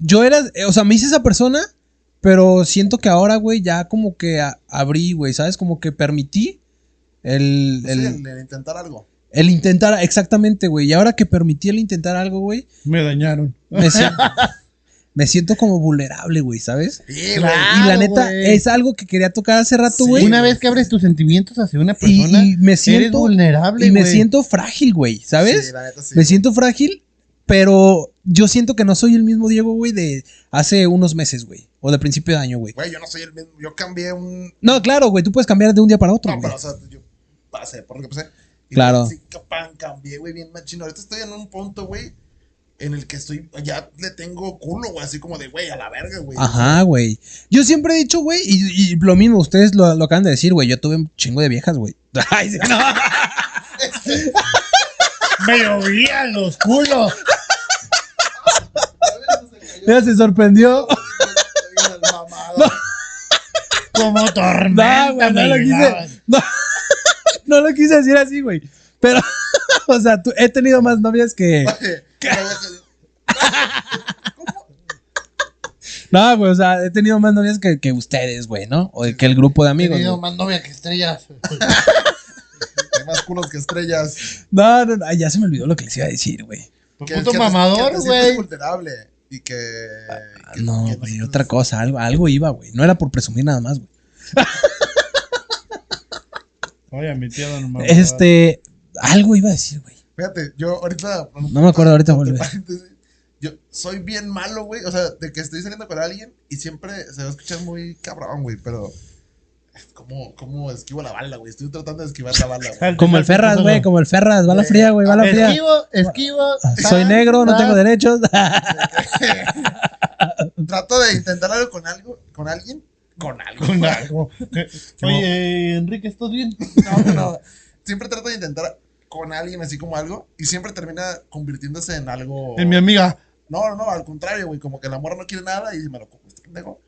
[SPEAKER 1] Yo era. eh, O sea, me hice esa persona. Pero siento que ahora, güey, ya como que a- abrí, güey, ¿sabes? Como que permití el,
[SPEAKER 4] Sí,
[SPEAKER 1] el,
[SPEAKER 4] el, el intentar algo.
[SPEAKER 1] el intentar, exactamente, güey. Y ahora que permití el intentar algo, güey,
[SPEAKER 5] Me dañaron.
[SPEAKER 1] me, si- me siento como vulnerable, güey, ¿sabes?
[SPEAKER 4] Sí,
[SPEAKER 5] güey.
[SPEAKER 1] y la
[SPEAKER 5] Claro,
[SPEAKER 1] neta
[SPEAKER 5] güey.
[SPEAKER 1] es algo que quería tocar hace rato,
[SPEAKER 4] Sí,
[SPEAKER 1] güey.
[SPEAKER 5] Una vez que abres tus sentimientos hacia una
[SPEAKER 1] y,
[SPEAKER 5] persona,
[SPEAKER 1] y me
[SPEAKER 5] eres
[SPEAKER 1] siento
[SPEAKER 5] vulnerable,
[SPEAKER 1] y me
[SPEAKER 5] güey.
[SPEAKER 1] siento frágil, güey, ¿sabes?
[SPEAKER 4] Sí, la neta, sí,
[SPEAKER 1] me
[SPEAKER 4] güey.
[SPEAKER 1] siento frágil, pero yo siento que no soy el mismo Diego, güey, de hace unos meses, güey, o de principio de año, güey.
[SPEAKER 4] Güey, yo no soy el mismo. Yo cambié un.
[SPEAKER 1] No, claro, güey, tú puedes cambiar de un día para otro.
[SPEAKER 4] No,
[SPEAKER 1] güey.
[SPEAKER 4] pero, o sea, yo pasé por lo que pasé. Y
[SPEAKER 1] Claro.
[SPEAKER 4] Sí, capán, cambié, güey, bien machino. Ahorita estoy en un punto, güey, en el que estoy, ya le tengo culo, güey, así como de, güey, a la verga, güey.
[SPEAKER 1] Ajá, güey. Yo siempre he dicho, güey, y, y lo mismo, ustedes lo, lo acaban de decir, güey. Yo tuve un chingo de viejas, güey. <laughs> Ay, sí, no.
[SPEAKER 5] Me llovían los culos.
[SPEAKER 1] Mira, se sorprendió. <laughs>
[SPEAKER 5] Como
[SPEAKER 1] No,
[SPEAKER 5] tormenta.
[SPEAKER 1] güey, no
[SPEAKER 5] me
[SPEAKER 1] lo
[SPEAKER 5] llegaban.
[SPEAKER 1] quise. No, no lo quise decir así, güey. Pero, <laughs> o sea, tú- he tenido más novias que. No, güey, o sea, he tenido más novias que, que ustedes, güey, ¿no? O que el grupo de
[SPEAKER 5] He
[SPEAKER 1] amigos.
[SPEAKER 5] tenido
[SPEAKER 1] güey.
[SPEAKER 5] más novia que estrellas.
[SPEAKER 4] Hay más culos que estrellas.
[SPEAKER 1] No, no, no, ay, ya se me olvidó lo que les iba a decir, güey.
[SPEAKER 4] Que-
[SPEAKER 5] puto
[SPEAKER 4] que te-
[SPEAKER 5] mamador,
[SPEAKER 4] que te
[SPEAKER 5] güey.
[SPEAKER 4] sientes vulnerable. Y que.
[SPEAKER 1] Ah,
[SPEAKER 4] que-
[SPEAKER 1] No,
[SPEAKER 4] que
[SPEAKER 1] güey,
[SPEAKER 4] sientes-
[SPEAKER 1] otra cosa, algo, algo iba, güey. No era por presumir nada más, güey.
[SPEAKER 5] Oye, mi tía no me
[SPEAKER 1] Este, algo iba a decir, güey.
[SPEAKER 4] Fíjate, yo ahorita.
[SPEAKER 1] No me acuerdo,
[SPEAKER 4] <laughs>
[SPEAKER 1] ahorita
[SPEAKER 4] entre
[SPEAKER 1] vuelve.
[SPEAKER 4] paréntesis, Yo soy bien malo, güey. O sea, de que estoy saliendo con alguien y siempre se va a escuchar muy cabrón, güey. Pero. ¿Cómo, cómo esquivo la bala, güey? Estoy tratando de esquivar la bala,
[SPEAKER 5] <laughs>
[SPEAKER 4] güey.
[SPEAKER 1] Como el Ferras, güey, como el Ferras, bala fría, güey, bala fría.
[SPEAKER 5] Esquivo, esquivo.
[SPEAKER 1] Ah, Soy negro,
[SPEAKER 5] Ah.
[SPEAKER 1] no <laughs> tengo derechos.
[SPEAKER 4] Trato de intentar algo con algo, con alguien. Con algo.
[SPEAKER 5] <laughs> algo. Oye, Enrique, ¿estás bien?
[SPEAKER 4] No, no,
[SPEAKER 5] <laughs>
[SPEAKER 4] no. Siempre trato de intentar con alguien así como algo y siempre termina convirtiéndose en algo.
[SPEAKER 5] En Eh, mi amiga.
[SPEAKER 4] No, no, al contrario, güey. Como que la morra no quiere nada y me lo como este pendejo.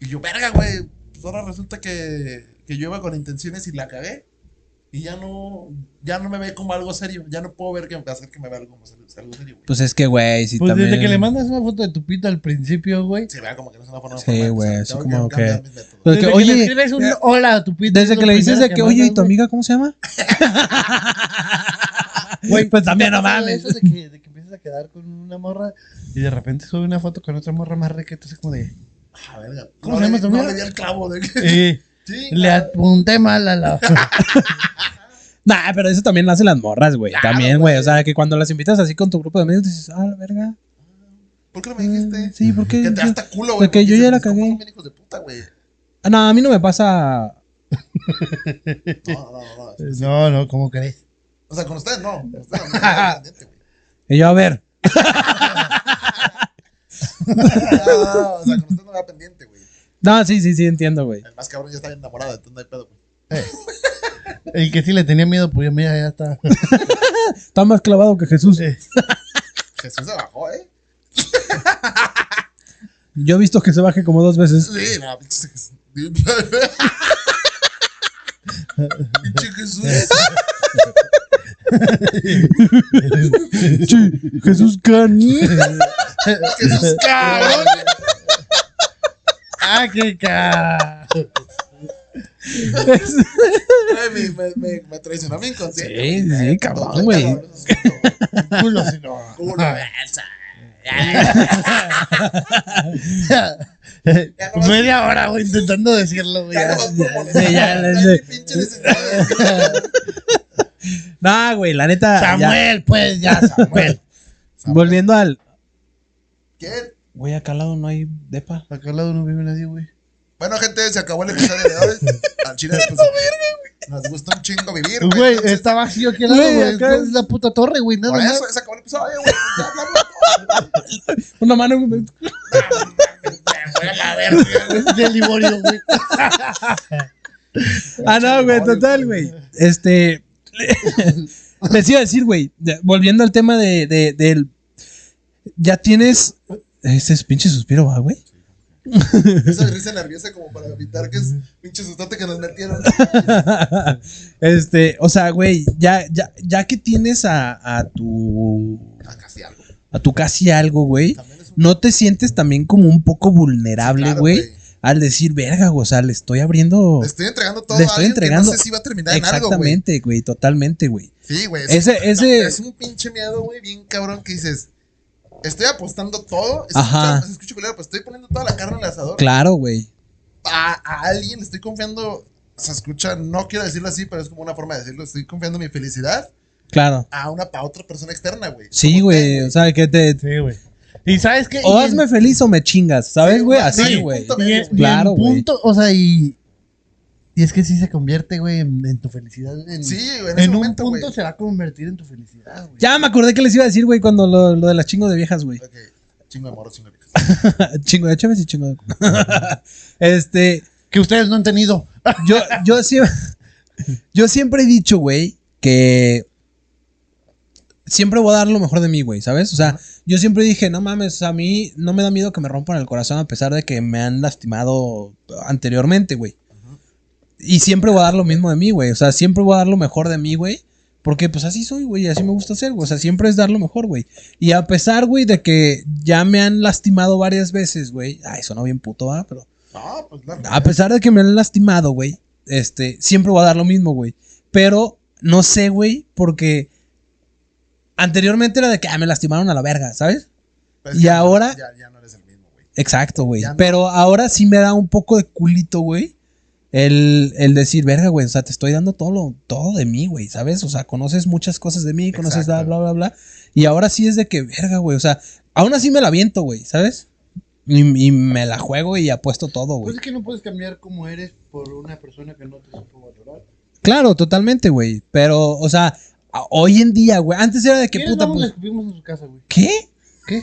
[SPEAKER 4] Y yo, verga, güey. pues Ahora resulta que, que yo iba con intenciones y la cagué. Y ya no, ya no me ve como algo serio. Ya no puedo ver que hacer que me vea algo como serio, algo serio, güey.
[SPEAKER 1] Pues es que, güey, si
[SPEAKER 5] Pues
[SPEAKER 1] también.
[SPEAKER 5] desde que le mandas una foto de tu pito al principio, güey.
[SPEAKER 4] Se vea como que no es una forma
[SPEAKER 1] Sí,
[SPEAKER 4] formal,
[SPEAKER 1] güey,
[SPEAKER 4] o sea,
[SPEAKER 1] así
[SPEAKER 4] tengo
[SPEAKER 1] como
[SPEAKER 4] cambiar
[SPEAKER 1] que-
[SPEAKER 4] mis métodos.
[SPEAKER 1] Pues que,
[SPEAKER 5] Desde que le
[SPEAKER 1] oye,
[SPEAKER 5] escribes un hola a tu pito.
[SPEAKER 1] desde
[SPEAKER 5] es
[SPEAKER 1] que
[SPEAKER 5] lo
[SPEAKER 1] le dices
[SPEAKER 5] primero
[SPEAKER 1] de que, oye,
[SPEAKER 5] mandas,
[SPEAKER 1] ¿y tu
[SPEAKER 5] güey.
[SPEAKER 1] amiga cómo se llama? Güey, pues también no mames.
[SPEAKER 5] Eso de que, de que empiezas a quedar con una morra y de repente sube una foto con otra morra más rica, entonces como de...
[SPEAKER 4] Ah, verga.
[SPEAKER 5] ¿Cómo
[SPEAKER 4] no
[SPEAKER 5] se
[SPEAKER 4] le-
[SPEAKER 5] llama tu
[SPEAKER 4] No
[SPEAKER 5] amiga?
[SPEAKER 4] le di el clavo de que.
[SPEAKER 1] <laughs>
[SPEAKER 5] Eh,
[SPEAKER 4] Sí,
[SPEAKER 5] le apunté mal a la... <laughs>
[SPEAKER 1] Nah, pero eso también lo hacen las morras, güey.
[SPEAKER 4] Claro,
[SPEAKER 1] también, güey.
[SPEAKER 4] güey.
[SPEAKER 1] O sea, que cuando las invitas así con tu grupo de amigos, dices, ah, la verga.
[SPEAKER 4] ¿Por qué no me dijiste?
[SPEAKER 1] Sí, ¿por qué?
[SPEAKER 4] Que te hasta culo, güey.
[SPEAKER 1] Porque yo
[SPEAKER 4] dices,
[SPEAKER 1] ya la
[SPEAKER 4] "Pues, ¿cómo
[SPEAKER 1] cagué".
[SPEAKER 4] son bien hijos de puta, güey?
[SPEAKER 1] Ah, No, a mí no me pasa.
[SPEAKER 4] No, no, no, no.
[SPEAKER 5] No, no, ¿cómo crees?
[SPEAKER 4] O sea, con ustedes no. Con ustedes no, independiente, güey.
[SPEAKER 1] Y yo, a ver.
[SPEAKER 4] Ah, O sea, con ustedes no va pendiente, güey.
[SPEAKER 1] No, sí, sí, sí, entiendo, güey.
[SPEAKER 4] El más cabrón ya está bien enamorado, entonces no hay pedo, güey.
[SPEAKER 5] El que sí le tenía miedo, pues mira, ya
[SPEAKER 1] <laughs>
[SPEAKER 5] está.
[SPEAKER 1] Está más clavado que Jesús.
[SPEAKER 5] Eh,
[SPEAKER 4] Jesús se bajó, ¿eh?
[SPEAKER 1] Yo he visto que se baje como dos veces.
[SPEAKER 4] Sí, no, pinche Jesús. Pinche Jesús.
[SPEAKER 1] Che, Jesús Can.
[SPEAKER 4] Jesús cabrón.
[SPEAKER 5] ¡Ah, qué ca!
[SPEAKER 1] Es-
[SPEAKER 4] Güey, Me, me, me, me traicionó mi inconsciente.
[SPEAKER 1] Sí,
[SPEAKER 4] güey.
[SPEAKER 1] sí,
[SPEAKER 4] Eh,
[SPEAKER 1] cabrón,
[SPEAKER 4] totalmente,
[SPEAKER 1] güey.
[SPEAKER 4] cabrón, Jesús, güey.
[SPEAKER 5] Culo, si no.
[SPEAKER 4] Culo, esa.
[SPEAKER 5] Media hora, güey, intentando decirlo, güey.
[SPEAKER 4] Ya
[SPEAKER 5] ya.
[SPEAKER 4] no vas por
[SPEAKER 1] sí, ya,
[SPEAKER 4] molestar,
[SPEAKER 1] le-
[SPEAKER 4] no hay ni pinche necesidad de decirlo.
[SPEAKER 1] Nah, güey, la neta. ya.
[SPEAKER 5] Samuel, pues, ya, <laughs> Samuel.
[SPEAKER 1] Volviendo al.
[SPEAKER 4] ¿Quién?
[SPEAKER 1] Güey, acá al lado no hay depa.
[SPEAKER 5] Acá al lado no vive nadie, güey.
[SPEAKER 4] Bueno, gente, se acabó el episodio de hoy. Al chile, pues, nos gusta un chingo vivir.
[SPEAKER 5] Güey,
[SPEAKER 4] Entonces,
[SPEAKER 5] está vacío aquí al
[SPEAKER 1] Güey,
[SPEAKER 5] lado, güey.
[SPEAKER 1] acá-
[SPEAKER 5] Es la puta torre, güey, nada
[SPEAKER 4] Por
[SPEAKER 5] más.
[SPEAKER 4] eso se acabó el episodio, güey. Ya hablamos.
[SPEAKER 1] Una mano. güey.
[SPEAKER 4] Fue a la verga, güey.
[SPEAKER 5] Del Liborio, güey.
[SPEAKER 1] Ah, no, güey, total, güey. Este. <laughs> Les iba a decir, güey, de- volviendo al tema de, de- del. Ya tienes. Ese es pinche suspiro, va, güey. <laughs>
[SPEAKER 4] Esa risa nerviosa como para evitar que es pinche sustote que nos
[SPEAKER 1] <laughs>
[SPEAKER 4] metieron.
[SPEAKER 1] Este, o sea, güey, ya, ya, ya que tienes a, a tu.
[SPEAKER 4] Ah, casi algo.
[SPEAKER 1] A tu casi algo, güey.
[SPEAKER 4] También es un
[SPEAKER 1] ¿No te sientes también como un poco vulnerable,
[SPEAKER 4] Claro,
[SPEAKER 1] güey? Al decir, verga, güey, o sea, le estoy abriendo.
[SPEAKER 4] Le estoy entregando todo
[SPEAKER 1] Le
[SPEAKER 4] a
[SPEAKER 1] estoy
[SPEAKER 4] alguien
[SPEAKER 1] entregando-
[SPEAKER 4] que no sé si va a terminar en algo, güey.
[SPEAKER 1] Exactamente, güey, totalmente, güey.
[SPEAKER 4] Sí, güey. es-
[SPEAKER 1] Ese, ese.
[SPEAKER 4] Es un pinche miedo, güey, bien cabrón que dices, estoy apostando todo. Escucha,
[SPEAKER 1] Ajá.
[SPEAKER 4] Se escucha culero, pues estoy poniendo toda la carne en el asador.
[SPEAKER 1] Claro, güey.
[SPEAKER 4] a, a alguien, le estoy confiando, se escucha, no quiero decirlo así, pero es como una forma de decirlo, estoy confiando mi felicidad
[SPEAKER 1] Claro.
[SPEAKER 4] a una a otra persona externa, güey.
[SPEAKER 1] Sí,
[SPEAKER 4] Como
[SPEAKER 1] güey.
[SPEAKER 4] que,
[SPEAKER 1] O sea, que te,
[SPEAKER 5] Sí, güey. ¿Y sabes qué?
[SPEAKER 1] O
[SPEAKER 5] Y en-
[SPEAKER 1] hazme feliz o me chingas, ¿sabes, güey?
[SPEAKER 4] Sí,
[SPEAKER 1] Así,
[SPEAKER 4] sí,
[SPEAKER 1] güey.
[SPEAKER 4] punto
[SPEAKER 5] Y
[SPEAKER 4] medio,
[SPEAKER 5] en-
[SPEAKER 4] güey.
[SPEAKER 5] y en
[SPEAKER 1] Claro, güey.
[SPEAKER 5] punto, o sea, y, Y es que sí se convierte, güey, en, en tu felicidad. En,
[SPEAKER 4] Sí, güey,
[SPEAKER 5] en,
[SPEAKER 4] en, ese
[SPEAKER 5] un
[SPEAKER 4] momento,
[SPEAKER 5] punto
[SPEAKER 4] güey.
[SPEAKER 5] se va a convertir en tu felicidad, güey.
[SPEAKER 1] Ya me acordé que les iba a decir, güey, cuando lo, lo de las chingo de viejas, güey. <laughs>
[SPEAKER 4] Ok, chingo de morro, chingo de viejas.
[SPEAKER 1] chingo de chaves y chingo de. <laughs> este,
[SPEAKER 5] Que ustedes no han tenido.
[SPEAKER 1] yo, yo, siempre, yo siempre he dicho, güey, que siempre voy a dar lo mejor de mí, güey, ¿sabes? O sea, yo siempre dije, no mames, a mí no me da miedo que me rompan el corazón a pesar de que me han lastimado anteriormente, güey. Y siempre voy a dar lo mismo de mí, güey. O sea, siempre voy a dar lo mejor de mí, güey. Porque pues así soy, güey, y así me gusta ser, güey. O sea, siempre es dar lo mejor, güey. Y a pesar, güey, de que ya me han lastimado varias veces, güey. Ay, sonó bien puto, ¿ah? Pero
[SPEAKER 4] No, pues claro.
[SPEAKER 1] a pesar de que me han lastimado, güey, este, siempre voy a dar lo mismo, güey. Pero no sé, güey, porque anteriormente era de que ah, me lastimaron a la verga, ¿sabes?
[SPEAKER 4] Pues,
[SPEAKER 1] y
[SPEAKER 4] ya no-
[SPEAKER 1] ahora-
[SPEAKER 4] Ya, ya no eres el mismo, güey.
[SPEAKER 1] Exacto, güey.
[SPEAKER 4] Ya no.
[SPEAKER 1] Pero ahora sí me da un poco de culito, güey. El, el decir, verga, güey, o sea, te estoy dando todo lo, todo de mí, güey, ¿sabes? O sea, conoces muchas cosas de mí, conoces bla,
[SPEAKER 4] Exacto.
[SPEAKER 1] bla, bla, bla. Y ahora sí es de que, verga, güey, o sea, aún así me la viento, güey, ¿sabes? Y, y me la juego y apuesto todo, güey.
[SPEAKER 5] Pues es que no puedes cambiar como eres por una persona que no te supo valorar.
[SPEAKER 1] Claro, totalmente, güey. Pero, o sea, a- hoy en día, güey. Antes era de que
[SPEAKER 5] ¿Quieres?
[SPEAKER 1] puta,
[SPEAKER 5] Vamos, la
[SPEAKER 1] pues.
[SPEAKER 5] escupimos en su casa, güey.
[SPEAKER 1] ¿Qué?
[SPEAKER 5] ¿Qué?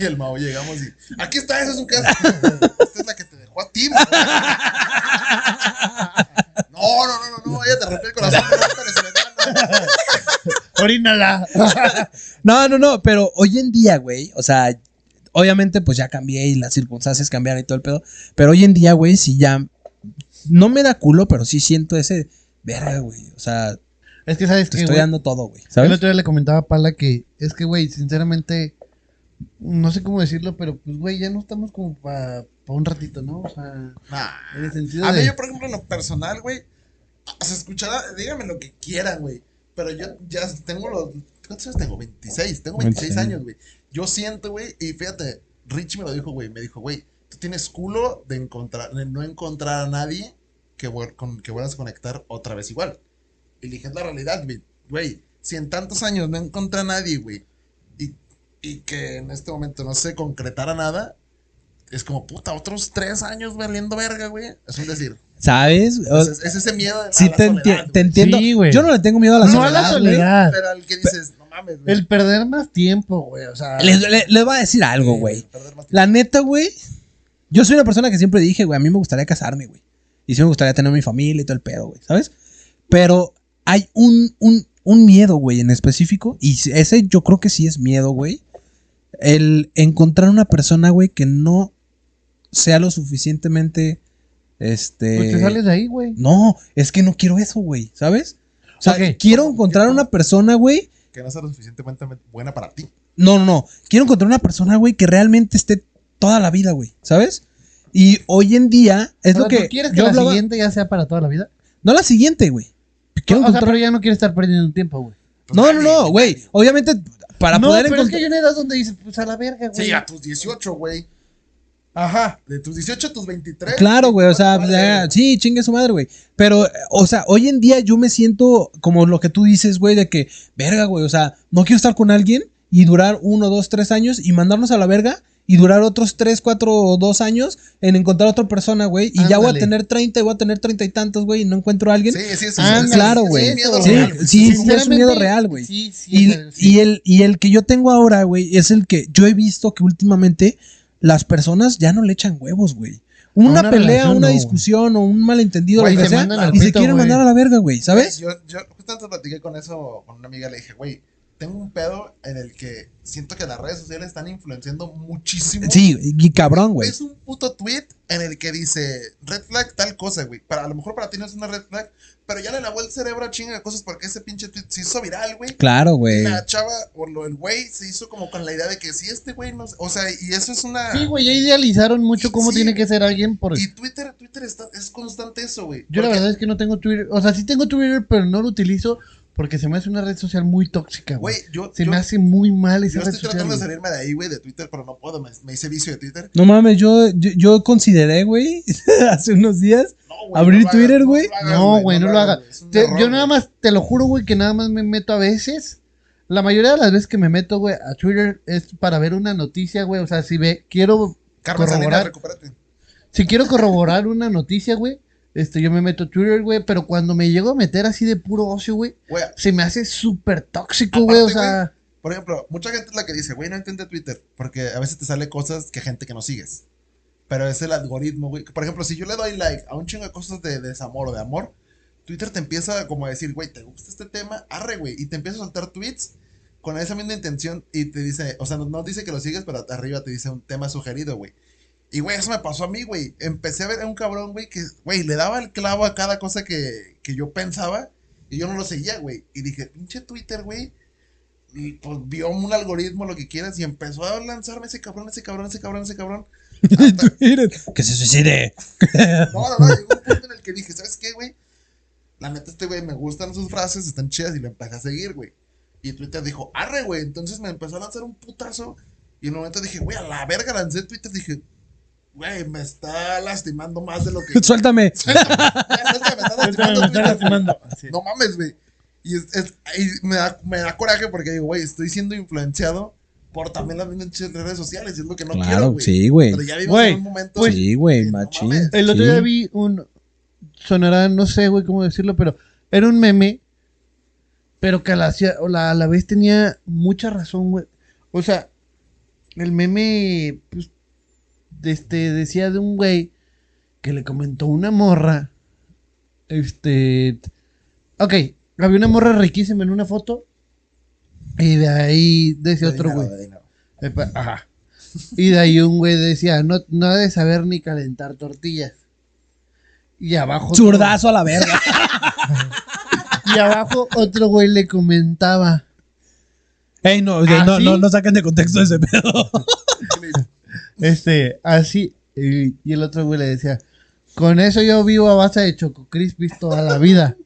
[SPEAKER 4] Y el Mao llegamos y. Aquí está, esa es su
[SPEAKER 1] <laughs>
[SPEAKER 4] casa. Esta es la que te dejó a ti, güey. <laughs> No, no, no, no, no. Ella te rompió el corazón. no, pero se le da, no.
[SPEAKER 5] Orínala.
[SPEAKER 1] No, no, no, pero hoy en día, güey. O sea, obviamente, pues ya cambié y las circunstancias cambiaron y todo el pedo. Pero hoy en día, güey, sí ya. No me da culo, pero sí siento ese. Verga, güey. O sea, te
[SPEAKER 5] <laughs> es que sabes que
[SPEAKER 1] estoy
[SPEAKER 5] güey,
[SPEAKER 1] dando todo, güey.
[SPEAKER 5] el
[SPEAKER 1] ¿Sabes?
[SPEAKER 5] otro día le comentaba a Pala que es que güey, sinceramente no sé cómo decirlo, pero pues güey, ya no estamos como para un ratito, ¿no? O sea,
[SPEAKER 4] Nah.
[SPEAKER 5] en el sentido
[SPEAKER 4] A mí,
[SPEAKER 5] de
[SPEAKER 4] yo, por ejemplo, en lo personal, güey, se escuchará, díganme lo que quieran, güey. Pero yo ya tengo los. ¿Cuántos años tengo? 26. Tengo 26
[SPEAKER 1] 26.
[SPEAKER 4] años, güey. Yo siento, güey, y fíjate, Rich me lo dijo, güey. Me dijo, güey, tú tienes culo de, encontrar, de no encontrar a nadie que, vuel- con, que vuelvas a conectar otra vez igual. Y le dije, es la realidad, güey. Güey, si en tantos años no encontré a nadie, güey, y, y que en este momento no se concretara nada, es como, puta, otros tres años valiendo verga, güey. Es un decir.
[SPEAKER 1] ¿Sabes? O-
[SPEAKER 5] Pues,
[SPEAKER 4] Es, es ese miedo. a
[SPEAKER 1] sí,
[SPEAKER 4] la
[SPEAKER 1] te,
[SPEAKER 4] soledad,
[SPEAKER 1] enti-
[SPEAKER 4] güey.
[SPEAKER 1] te entiendo.
[SPEAKER 5] Sí, güey.
[SPEAKER 1] Yo no le tengo miedo a la
[SPEAKER 5] No a
[SPEAKER 1] soledad.
[SPEAKER 5] la
[SPEAKER 1] güey.
[SPEAKER 5] soledad.
[SPEAKER 4] Pero al que dices, no mames, güey.
[SPEAKER 5] El perder más tiempo, güey, o sea,
[SPEAKER 1] Les, le- les voy a decir algo,
[SPEAKER 4] Sí,
[SPEAKER 1] güey.
[SPEAKER 4] perder más tiempo.
[SPEAKER 1] La neta, güey. Yo soy una persona que siempre dije, güey, a mí me gustaría casarme, güey. Y sí me gustaría tener mi familia y todo el pedo, güey, ¿sabes? Pero hay un, un, un miedo, güey, en específico. Y ese yo creo que sí es miedo, güey. El encontrar una persona, güey, que no sea lo suficientemente. Este.
[SPEAKER 5] pues te sales de ahí, güey.
[SPEAKER 1] No, es que no quiero eso, güey, ¿sabes? O sea,
[SPEAKER 5] Ok.
[SPEAKER 1] quiero encontrar una persona, güey,
[SPEAKER 4] Que no sea lo suficientemente buena para ti.
[SPEAKER 1] no, no, no. Quiero encontrar una persona, güey, que realmente esté toda la vida, güey. ¿Sabes? Y hoy en día es
[SPEAKER 5] O
[SPEAKER 1] lo
[SPEAKER 5] sea, ¿tú
[SPEAKER 1] que.
[SPEAKER 5] quieres
[SPEAKER 1] yo
[SPEAKER 5] que la
[SPEAKER 1] hablaba-
[SPEAKER 5] siguiente ya sea para toda la vida?
[SPEAKER 1] No la siguiente, güey. Quiero
[SPEAKER 5] o sea,
[SPEAKER 1] encontrar-
[SPEAKER 5] pero ya no quieres estar perdiendo tiempo, güey.
[SPEAKER 1] No, no, no, güey. Obviamente, para
[SPEAKER 5] no,
[SPEAKER 1] poder
[SPEAKER 5] pero es que
[SPEAKER 1] encontrar.
[SPEAKER 5] hay una edad donde dices, pues a la verga, güey.
[SPEAKER 4] Sí, a tus 18, güey.
[SPEAKER 5] Ajá.
[SPEAKER 4] De tus 18 a tus 23.
[SPEAKER 1] Claro, güey, o sea,
[SPEAKER 4] Vale,
[SPEAKER 1] ya,
[SPEAKER 4] verga.
[SPEAKER 1] sí, chingue su madre, güey. Pero, eh, o sea, hoy en día yo me siento como lo que tú dices, güey, de que, verga, güey, o sea, no quiero estar con alguien y durar uno, dos, tres años y mandarnos a la verga y durar otros tres, cuatro o dos años en encontrar otra persona, güey. Y ya voy a
[SPEAKER 5] Ándale.
[SPEAKER 1] tener 30 y voy a tener treinta y tantos, güey, y no encuentro a alguien.
[SPEAKER 4] Sí, sí, sí.
[SPEAKER 5] Ah,
[SPEAKER 4] sí, sí,
[SPEAKER 1] claro,
[SPEAKER 4] sí, es
[SPEAKER 1] güey.
[SPEAKER 4] un miedo
[SPEAKER 1] Sí,
[SPEAKER 4] real, güey.
[SPEAKER 1] sí,
[SPEAKER 4] Sí,
[SPEAKER 1] sí, es un miedo real, güey.
[SPEAKER 5] Sí, sí,
[SPEAKER 1] Y,
[SPEAKER 5] o sea, sí.
[SPEAKER 1] y el, y el que yo tengo ahora, güey, es el que yo he visto que últimamente las personas ya no le echan huevos, güey. Una,
[SPEAKER 5] una
[SPEAKER 1] pelea,
[SPEAKER 5] relación,
[SPEAKER 1] una
[SPEAKER 5] no,
[SPEAKER 1] discusión o un malentendido,
[SPEAKER 5] Güey,
[SPEAKER 1] lo que
[SPEAKER 5] se
[SPEAKER 1] sea,
[SPEAKER 5] mandan al
[SPEAKER 1] y se
[SPEAKER 5] pito,
[SPEAKER 1] quieren
[SPEAKER 5] güey.
[SPEAKER 1] mandar a la verga, güey, ¿sabes?
[SPEAKER 4] Yo, yo justamente platiqué con eso con una amiga. Le dije, güey, tengo un pedo en el que siento que las redes sociales están influenciando muchísimo.
[SPEAKER 1] Sí, y cabrón, güey.
[SPEAKER 4] Es un puto tweet en el que dice red flag tal cosa, güey. Para, a lo mejor para ti no es una red flag, pero ya le lavó el cerebro a chinga de cosas porque ese pinche tweet se hizo viral, güey.
[SPEAKER 1] Claro, güey.
[SPEAKER 4] La chava o lo, el güey se hizo como con la idea de que si este güey no. O sea, y eso es una.
[SPEAKER 5] Sí, güey, ya idealizaron mucho cómo
[SPEAKER 4] Sí.
[SPEAKER 5] tiene que ser alguien por...
[SPEAKER 4] Y Twitter, Twitter está, es constante eso, güey.
[SPEAKER 5] Yo la
[SPEAKER 4] Porque,
[SPEAKER 5] verdad es que no tengo Twitter. O sea, sí tengo Twitter, pero no lo utilizo porque se me hace una red social muy tóxica, güey.
[SPEAKER 4] Güey, yo,
[SPEAKER 5] Se
[SPEAKER 4] yo,
[SPEAKER 5] me hace muy mal
[SPEAKER 4] yo
[SPEAKER 5] esa red
[SPEAKER 4] estoy
[SPEAKER 5] social.
[SPEAKER 4] tratando de
[SPEAKER 5] güey.
[SPEAKER 4] salirme de ahí, güey, de Twitter, pero no puedo. Me, me hice vicio de Twitter.
[SPEAKER 1] No mames, yo, yo, yo consideré, güey, <laughs> hace unos días. <laughs>
[SPEAKER 4] No, güey,
[SPEAKER 1] ¿Abrir
[SPEAKER 4] no lo hagas,
[SPEAKER 1] Twitter,
[SPEAKER 4] no
[SPEAKER 1] güey?
[SPEAKER 4] lo hagas,
[SPEAKER 5] No, güey, no lo hagas.
[SPEAKER 4] güey, es un
[SPEAKER 5] Te-
[SPEAKER 4] error,
[SPEAKER 5] yo
[SPEAKER 4] güey.
[SPEAKER 5] nada más, te lo juro, güey, que nada más me meto a veces. La mayoría de las veces que me meto, güey, a Twitter es para ver una noticia, güey. O sea, si ve, quiero
[SPEAKER 4] Carmen Salinas,
[SPEAKER 5] corroborar.
[SPEAKER 4] recupérate.
[SPEAKER 5] Si quiero corroborar <laughs> una noticia, güey, Este, yo me meto a Twitter, güey, pero cuando me llego a meter así de puro ocio, güey,
[SPEAKER 4] Güey,
[SPEAKER 5] se me hace súper tóxico, güey. O
[SPEAKER 4] Aparte,
[SPEAKER 5] sea,
[SPEAKER 4] por ejemplo, mucha gente es la que dice, güey, no entiende Twitter, porque a veces te sale cosas que gente que no sigues. Pero es el algoritmo, güey. Por ejemplo, si yo le doy like a un chingo de cosas de desamor o de amor, Twitter te empieza como a decir, güey, ¿te gusta este tema? Arre, güey. Y te empieza a soltar tweets con esa misma intención y te dice, o sea, no, no dice que lo sigues, pero arriba te dice un tema sugerido, güey. Y, güey, eso me pasó a mí, güey. Empecé a ver a un cabrón, güey, que, güey, le daba el clavo a cada cosa que, que yo pensaba y yo no lo seguía, güey. Y dije, pinche Twitter, güey. Y pues vio un algoritmo, lo que quieras, y empezó a lanzarme ese cabrón, ese cabrón, ese cabrón, ese cabrón. Hasta-
[SPEAKER 1] Miren, que se suicide.
[SPEAKER 4] no, no, no, llegó un punto en el que dije, ¿sabes qué, güey? La neta, este güey, me gustan sus frases, están chidas, y lo empecé a seguir, güey. Y Twitter dijo, arre, güey. Entonces me empezó a lanzar un putazo. Y en un momento dije, güey, a la verga lancé Twitter. Dije, güey, me está lastimando más de lo
[SPEAKER 1] <laughs>
[SPEAKER 4] que. <laughs>
[SPEAKER 1] Suéltame.
[SPEAKER 4] Ya, neta, me está lastimando Twitter. No mames, güey. Y, es- es- y me, da, me da coraje porque digo, güey, estoy siendo influenciado por también las mismas ch- redes sociales. Y es lo que no quiero,
[SPEAKER 1] claro,
[SPEAKER 4] güey.
[SPEAKER 1] sí, güey.
[SPEAKER 4] Pero ya vivimos
[SPEAKER 5] Güey, pues,
[SPEAKER 4] en un momento.
[SPEAKER 1] Sí, güey,
[SPEAKER 4] no
[SPEAKER 1] machín.
[SPEAKER 4] mames.
[SPEAKER 5] El otro
[SPEAKER 1] Sí.
[SPEAKER 5] día vi un. Sonará, no sé, güey, cómo decirlo, pero era un meme. Pero que a la, hacía- o la- a la vez tenía mucha razón, güey. O sea, el meme pues, de este, decía de un güey que le comentó una morra. Este. Ok, había una morra riquísima en una foto. Y de ahí decía
[SPEAKER 4] de
[SPEAKER 5] otro
[SPEAKER 4] dinero,
[SPEAKER 5] güey.
[SPEAKER 4] de dinero.
[SPEAKER 5] Epa, ajá. Y de ahí un güey decía, no, no ha de saber ni calentar tortillas. Y abajo... otro-
[SPEAKER 1] Zurdazo a la verga.
[SPEAKER 5] y abajo otro güey le comentaba.
[SPEAKER 1] Ey, no,
[SPEAKER 5] ¿Ah,
[SPEAKER 1] no,
[SPEAKER 5] sí?
[SPEAKER 1] no, no saquen de contexto ese pedo.
[SPEAKER 5] Este, así. Y, y el otro güey le decía, con eso yo vivo a base de Choco Crispis toda la vida.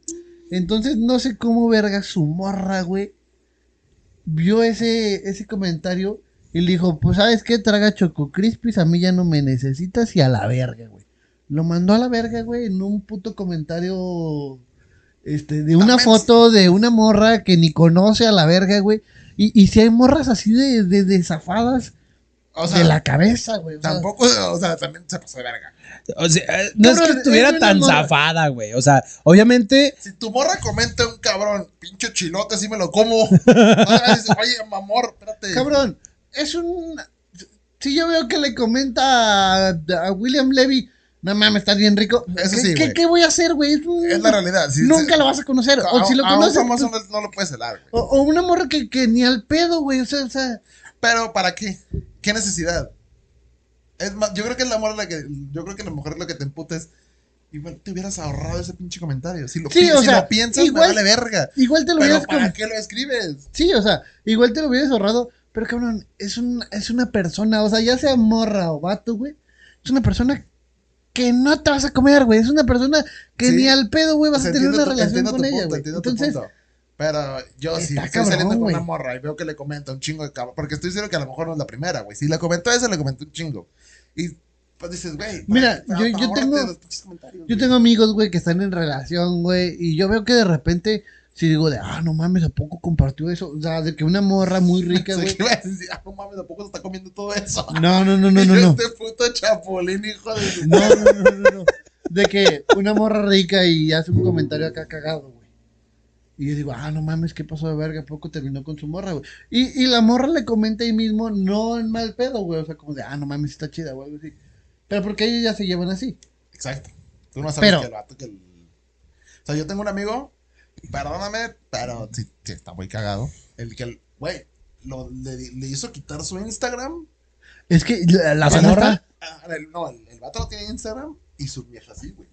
[SPEAKER 5] Entonces no sé cómo verga su morra, güey. Vio ese, ese comentario y le dijo, pues sabes qué, traga Choco Crispis, a mí ya no me necesitas y a la verga, güey. Lo mandó a la verga, güey, en un puto comentario este, de una
[SPEAKER 4] Amén.
[SPEAKER 5] foto de una morra que ni conoce a la verga, güey. Y, y si hay morras así de, de, de zafadas,
[SPEAKER 4] O sea,
[SPEAKER 5] de la cabeza, güey. o sea,
[SPEAKER 4] tampoco, o sea, también se pasó de verga.
[SPEAKER 1] O sea, eh, no es que
[SPEAKER 5] Cabrón, es
[SPEAKER 1] estuviera
[SPEAKER 5] una
[SPEAKER 1] tan
[SPEAKER 5] morra.
[SPEAKER 1] zafada, güey. O sea, obviamente.
[SPEAKER 4] Si tu morra comenta un cabrón, pinche chilote, así me lo como. <laughs> Ah, dices, Oye, mamor, espérate.
[SPEAKER 5] Cabrón, es un. Si yo veo que le comenta a, a William Levy, no mames, estás bien rico.
[SPEAKER 4] Eso
[SPEAKER 5] ¿Qué,
[SPEAKER 4] sí,
[SPEAKER 5] qué,
[SPEAKER 4] güey.
[SPEAKER 5] qué voy a hacer, güey? Es un-
[SPEAKER 4] Es la realidad. Si-
[SPEAKER 5] Nunca
[SPEAKER 4] si-
[SPEAKER 5] lo vas a conocer.
[SPEAKER 4] a-
[SPEAKER 5] o si lo
[SPEAKER 4] a un
[SPEAKER 5] conoces.
[SPEAKER 4] famoso
[SPEAKER 5] pues,
[SPEAKER 4] no, no lo puedes celar, güey.
[SPEAKER 5] o, o una morra que, que ni al pedo, güey. O sea, o sea,
[SPEAKER 4] Pero ¿para qué? ¿Qué necesidad? Es más, yo creo que el amor la que yo creo que la mujer lo que te emputa es igual te hubieras ahorrado ese pinche comentario. Si lo,
[SPEAKER 5] Sí,
[SPEAKER 4] pi-
[SPEAKER 5] o
[SPEAKER 4] si
[SPEAKER 5] sea,
[SPEAKER 4] lo piensas,
[SPEAKER 5] igual-
[SPEAKER 4] me vale verga.
[SPEAKER 5] igual te lo
[SPEAKER 4] Pero
[SPEAKER 5] hubieras
[SPEAKER 4] ¿para
[SPEAKER 5] com-
[SPEAKER 4] qué lo escribes?
[SPEAKER 5] Sí, o sea, igual te lo hubieras ahorrado. Pero cabrón, es, un, es una persona, o sea, ya sea morra o vato, güey. Es una persona que no te vas a comer, güey. Es una persona que
[SPEAKER 4] Sí.
[SPEAKER 5] ni al pedo, güey, vas
[SPEAKER 4] O sea,
[SPEAKER 5] a tener una
[SPEAKER 4] entiendo tu-
[SPEAKER 5] relación
[SPEAKER 4] entiendo
[SPEAKER 5] con
[SPEAKER 4] tu
[SPEAKER 5] ella,
[SPEAKER 4] punto,
[SPEAKER 5] güey.
[SPEAKER 4] entiendo tu
[SPEAKER 5] Entonces,
[SPEAKER 4] punto. Pero yo sí,
[SPEAKER 5] Está
[SPEAKER 4] estoy
[SPEAKER 5] cabrón,
[SPEAKER 4] saliendo con
[SPEAKER 5] güey.
[SPEAKER 4] una morra y veo que le comenta un chingo de cabrón. Porque estoy diciendo que a lo mejor no es la primera, güey. Si le comentó eso, le comentó un chingo. Y pues dices, güey, ¿para
[SPEAKER 5] Mira,
[SPEAKER 4] qué?
[SPEAKER 5] yo- yo
[SPEAKER 4] Ahórrate
[SPEAKER 5] tengo-
[SPEAKER 4] los pinches comentarios,
[SPEAKER 5] Yo
[SPEAKER 4] güey. <laughs>
[SPEAKER 5] tengo amigos, güey, que están en relación, güey, y yo veo que de repente, si digo de, ah, no mames, ¿a poco compartió eso? O sea, de que una morra muy
[SPEAKER 4] <laughs>
[SPEAKER 5] rica,
[SPEAKER 4] O sea,
[SPEAKER 5] güey.
[SPEAKER 4] ¿qué vas a decir? Ah, no mames, tampoco se está comiendo todo eso.
[SPEAKER 5] No, no, no, no, no, no.
[SPEAKER 4] Este puto chapulín, hijo de su
[SPEAKER 5] No, no, no, no, no. De que una morra rica y hace un comentario acá cagado, güey. Y yo digo, ah, no mames, ¿qué pasó de verga? ¿A poco terminó con su morra, güey? Y, y la morra le comenta ahí mismo, no en mal pedo, güey. O sea, como de, ah, no mames, está chida, o algo así. Pero porque ellos ya se llevan así.
[SPEAKER 4] Exacto. Tú no sabes
[SPEAKER 5] Pero-
[SPEAKER 4] que el vato que el... O sea, yo tengo un amigo, perdóname, pero sí, sí, está muy cagado. El que, el- güey, lo- le, le hizo quitar su Instagram.
[SPEAKER 5] Es que la, la
[SPEAKER 1] ¿La
[SPEAKER 5] banda
[SPEAKER 1] morra?
[SPEAKER 5] está-
[SPEAKER 4] Ah, el- no, el, el vato no tiene Instagram y su vieja sí, güey.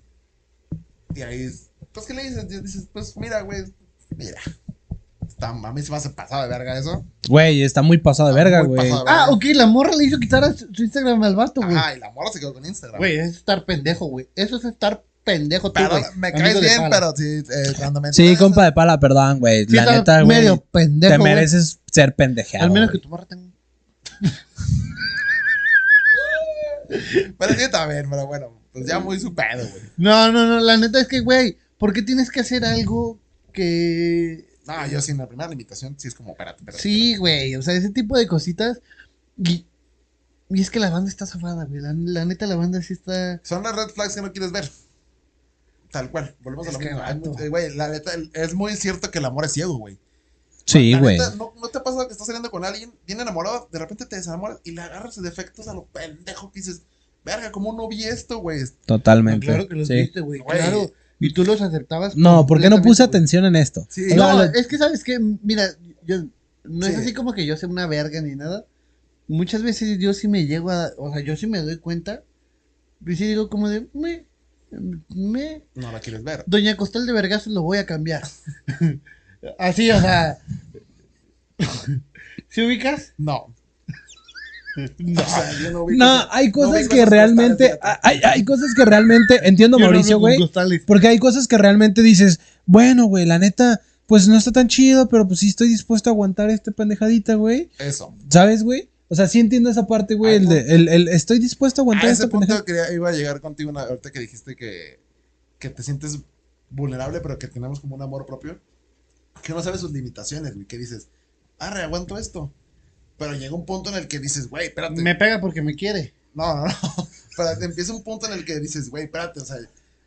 [SPEAKER 4] Y ahí es, pues, ¿qué le dices? Y Dices, pues, mira, güey, mira. Está, a mí se me hace pasado de verga eso.
[SPEAKER 1] Güey, está muy pasado de
[SPEAKER 4] Está
[SPEAKER 1] verga,
[SPEAKER 4] muy
[SPEAKER 1] güey.
[SPEAKER 4] pasado de verga.
[SPEAKER 5] Ah, ok, la morra le hizo quitar a su su Instagram al vato, güey.
[SPEAKER 4] Ajá, y la morra se quedó con Instagram.
[SPEAKER 5] Güey, es estar pendejo, güey. Eso es estar pendejo, tú,
[SPEAKER 4] Pero
[SPEAKER 5] güey.
[SPEAKER 4] me
[SPEAKER 5] amigo
[SPEAKER 4] caes
[SPEAKER 5] de
[SPEAKER 4] bien,
[SPEAKER 5] pala.
[SPEAKER 4] pero sí, eh, cuando me
[SPEAKER 1] Sí,
[SPEAKER 4] enteras-
[SPEAKER 1] compa de pala, perdón, güey.
[SPEAKER 5] Sí,
[SPEAKER 1] la
[SPEAKER 5] estar
[SPEAKER 1] neta, güey.
[SPEAKER 5] medio pendejo,
[SPEAKER 1] Te
[SPEAKER 5] güey.
[SPEAKER 1] mereces ser pendejeado.
[SPEAKER 5] Al menos que
[SPEAKER 1] güey.
[SPEAKER 5] tu morra tenga...
[SPEAKER 4] Pero sí, está bien, pero bueno, pues ya muy su pedo, güey.
[SPEAKER 5] No, no, no, la neta es que, güey, ¿por qué tienes que hacer algo que...
[SPEAKER 4] No, yo sin la primera limitación sí es como, espérate, espérate.
[SPEAKER 5] Sí, güey, o sea, ese tipo de cositas... Y, y es que la banda está zafada, güey. La, la neta, la banda sí está...
[SPEAKER 4] Son las red flags que no quieres ver. Tal cual, volvemos
[SPEAKER 5] Es
[SPEAKER 4] a lo
[SPEAKER 5] que
[SPEAKER 4] mismo.
[SPEAKER 5] vato.
[SPEAKER 4] Hay mu- eh, Güey, la neta, el- es muy cierto que el amor es ciego, güey.
[SPEAKER 1] Sí,
[SPEAKER 4] La
[SPEAKER 1] güey.
[SPEAKER 4] neta, ¿no, ¿No te pasa que estás saliendo con alguien bien enamorado, de repente te desamoras y le agarras defectos a lo pendejo que dices, verga, ¿cómo no vi esto, güey?
[SPEAKER 1] Totalmente.
[SPEAKER 5] Claro que los
[SPEAKER 1] Sí.
[SPEAKER 5] viste, güey.
[SPEAKER 4] Güey.
[SPEAKER 5] Claro. Y tú los aceptabas.
[SPEAKER 1] No, ¿por qué no puse
[SPEAKER 5] completamente, güey.
[SPEAKER 1] atención en esto?
[SPEAKER 4] Sí.
[SPEAKER 1] O sea,
[SPEAKER 5] No,
[SPEAKER 1] la-
[SPEAKER 5] es que sabes que, mira, yo no es
[SPEAKER 4] Sí.
[SPEAKER 5] así como que yo sea una verga ni nada. Muchas veces yo sí me llego a, o sea, yo sí me doy cuenta. Y sí digo como de, me, me,
[SPEAKER 4] No la quieres ver.
[SPEAKER 5] Doña Costal de Vergazos lo voy a cambiar. <laughs> así, o sea. ¿Se ubicas?
[SPEAKER 4] No. <laughs> No, o sea, yo no vi
[SPEAKER 1] No,
[SPEAKER 4] que-
[SPEAKER 1] hay
[SPEAKER 4] no vi
[SPEAKER 1] cosas que
[SPEAKER 4] cosas
[SPEAKER 1] realmente, ah,
[SPEAKER 4] tales, fíjate.
[SPEAKER 1] hay, hay cosas que realmente, entiendo
[SPEAKER 5] Yo no
[SPEAKER 1] Mauricio,
[SPEAKER 5] hablo con
[SPEAKER 1] güey,
[SPEAKER 5] Costales.
[SPEAKER 1] porque hay cosas que realmente dices, bueno, güey, la neta, pues no está tan chido, pero pues sí estoy dispuesto a aguantar esta pendejadita, güey,
[SPEAKER 4] Eso.
[SPEAKER 1] ¿sabes, güey? O sea, sí entiendo esa parte, güey, el de, el, el- estoy dispuesto a
[SPEAKER 4] A
[SPEAKER 1] aguantar
[SPEAKER 4] ese
[SPEAKER 1] esta pendejadita.
[SPEAKER 4] punto quería, iba a llegar contigo una, ahorita que dijiste que, que te sientes vulnerable, pero que tenemos como un amor propio. Que no sabes sus limitaciones, güey. Que dices, arre, aguanto esto. Pero llega un punto en el que dices, güey, espérate.
[SPEAKER 5] Me pega porque me quiere.
[SPEAKER 4] No, no, no. <laughs> Pero te empieza un punto en el que dices, güey, espérate, o sea,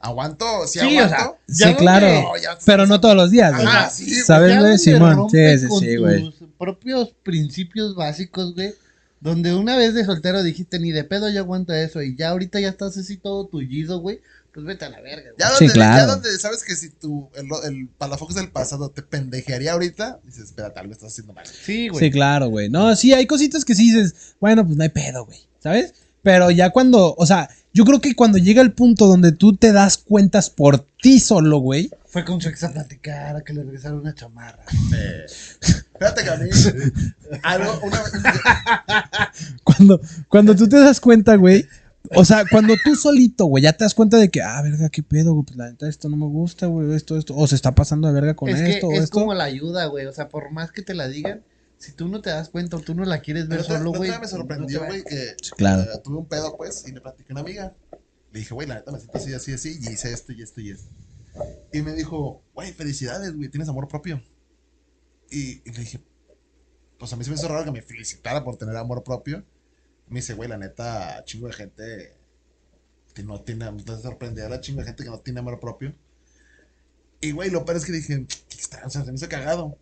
[SPEAKER 4] aguanto,
[SPEAKER 5] Sí,
[SPEAKER 4] si
[SPEAKER 5] o
[SPEAKER 4] aguanto.
[SPEAKER 5] sea,
[SPEAKER 1] Sí,
[SPEAKER 5] ya donde-
[SPEAKER 1] claro.
[SPEAKER 4] No, ya-
[SPEAKER 1] Pero no todos los días, güey.
[SPEAKER 4] Ajá, sí, güey.
[SPEAKER 1] ¿Sabes,
[SPEAKER 5] ya
[SPEAKER 1] güey?
[SPEAKER 5] donde
[SPEAKER 1] Simón,
[SPEAKER 5] rompes
[SPEAKER 1] sí, sí,
[SPEAKER 5] con
[SPEAKER 1] sí, güey.
[SPEAKER 5] Tus propios principios básicos, güey. Donde una vez de soltero dijiste, ni de pedo yo aguanto eso. Y ya ahorita ya estás así todo tullido, güey. Pues vete a la verga, güey.
[SPEAKER 4] Ya
[SPEAKER 1] Sí,
[SPEAKER 4] donde, ya
[SPEAKER 1] claro.
[SPEAKER 4] donde sabes que si tu, el, el palafox del pasado te pendejearía ahorita, dices, espérate, algo estás haciendo mal.
[SPEAKER 5] Sí, güey.
[SPEAKER 1] Sí, claro, güey. No, sí, hay cositas que sí dices, bueno, pues no hay pedo, güey, ¿sabes? Pero ya cuando, o sea, yo creo que cuando llega el punto donde tú te das cuentas por ti solo, güey, <laughs>
[SPEAKER 5] Fue con su ex a platicar, a que le regresaron una chamarra.
[SPEAKER 4] Eh, espérate que a mí, algo, una,
[SPEAKER 1] cuando, cuando tú te das cuenta, güey. O sea, cuando tú solito, güey, ya te das cuenta de que, ah, verga, qué pedo, güey, pues la neta esto no me gusta, güey, esto, esto, o se está pasando de verga con
[SPEAKER 5] es
[SPEAKER 1] esto,
[SPEAKER 5] que
[SPEAKER 1] o
[SPEAKER 5] es
[SPEAKER 1] esto.
[SPEAKER 5] como la ayuda, güey. O sea, por más que te la digan, si tú no te das cuenta o tú no la quieres ver
[SPEAKER 4] Pero
[SPEAKER 5] solo, güey.
[SPEAKER 4] me sorprendió,
[SPEAKER 5] no te va-
[SPEAKER 4] güey, que
[SPEAKER 1] Sí, claro.
[SPEAKER 4] eh, tuve un pedo, pues, y le platiqué a una amiga. Le dije, güey, la neta me siento así, así, así, y hice esto y esto y esto. Y me dijo, güey, felicidades, güey, tienes amor propio. Y, y le dije, pues a mí se me hizo raro que me felicitara por tener amor propio. Me dice, güey, la neta, chingo de gente que no tiene, me está sorprendiendo, chingo de gente que no tiene amor propio. Y, güey, lo peor es que dije, qué extraño, o sea, se me hizo cagado.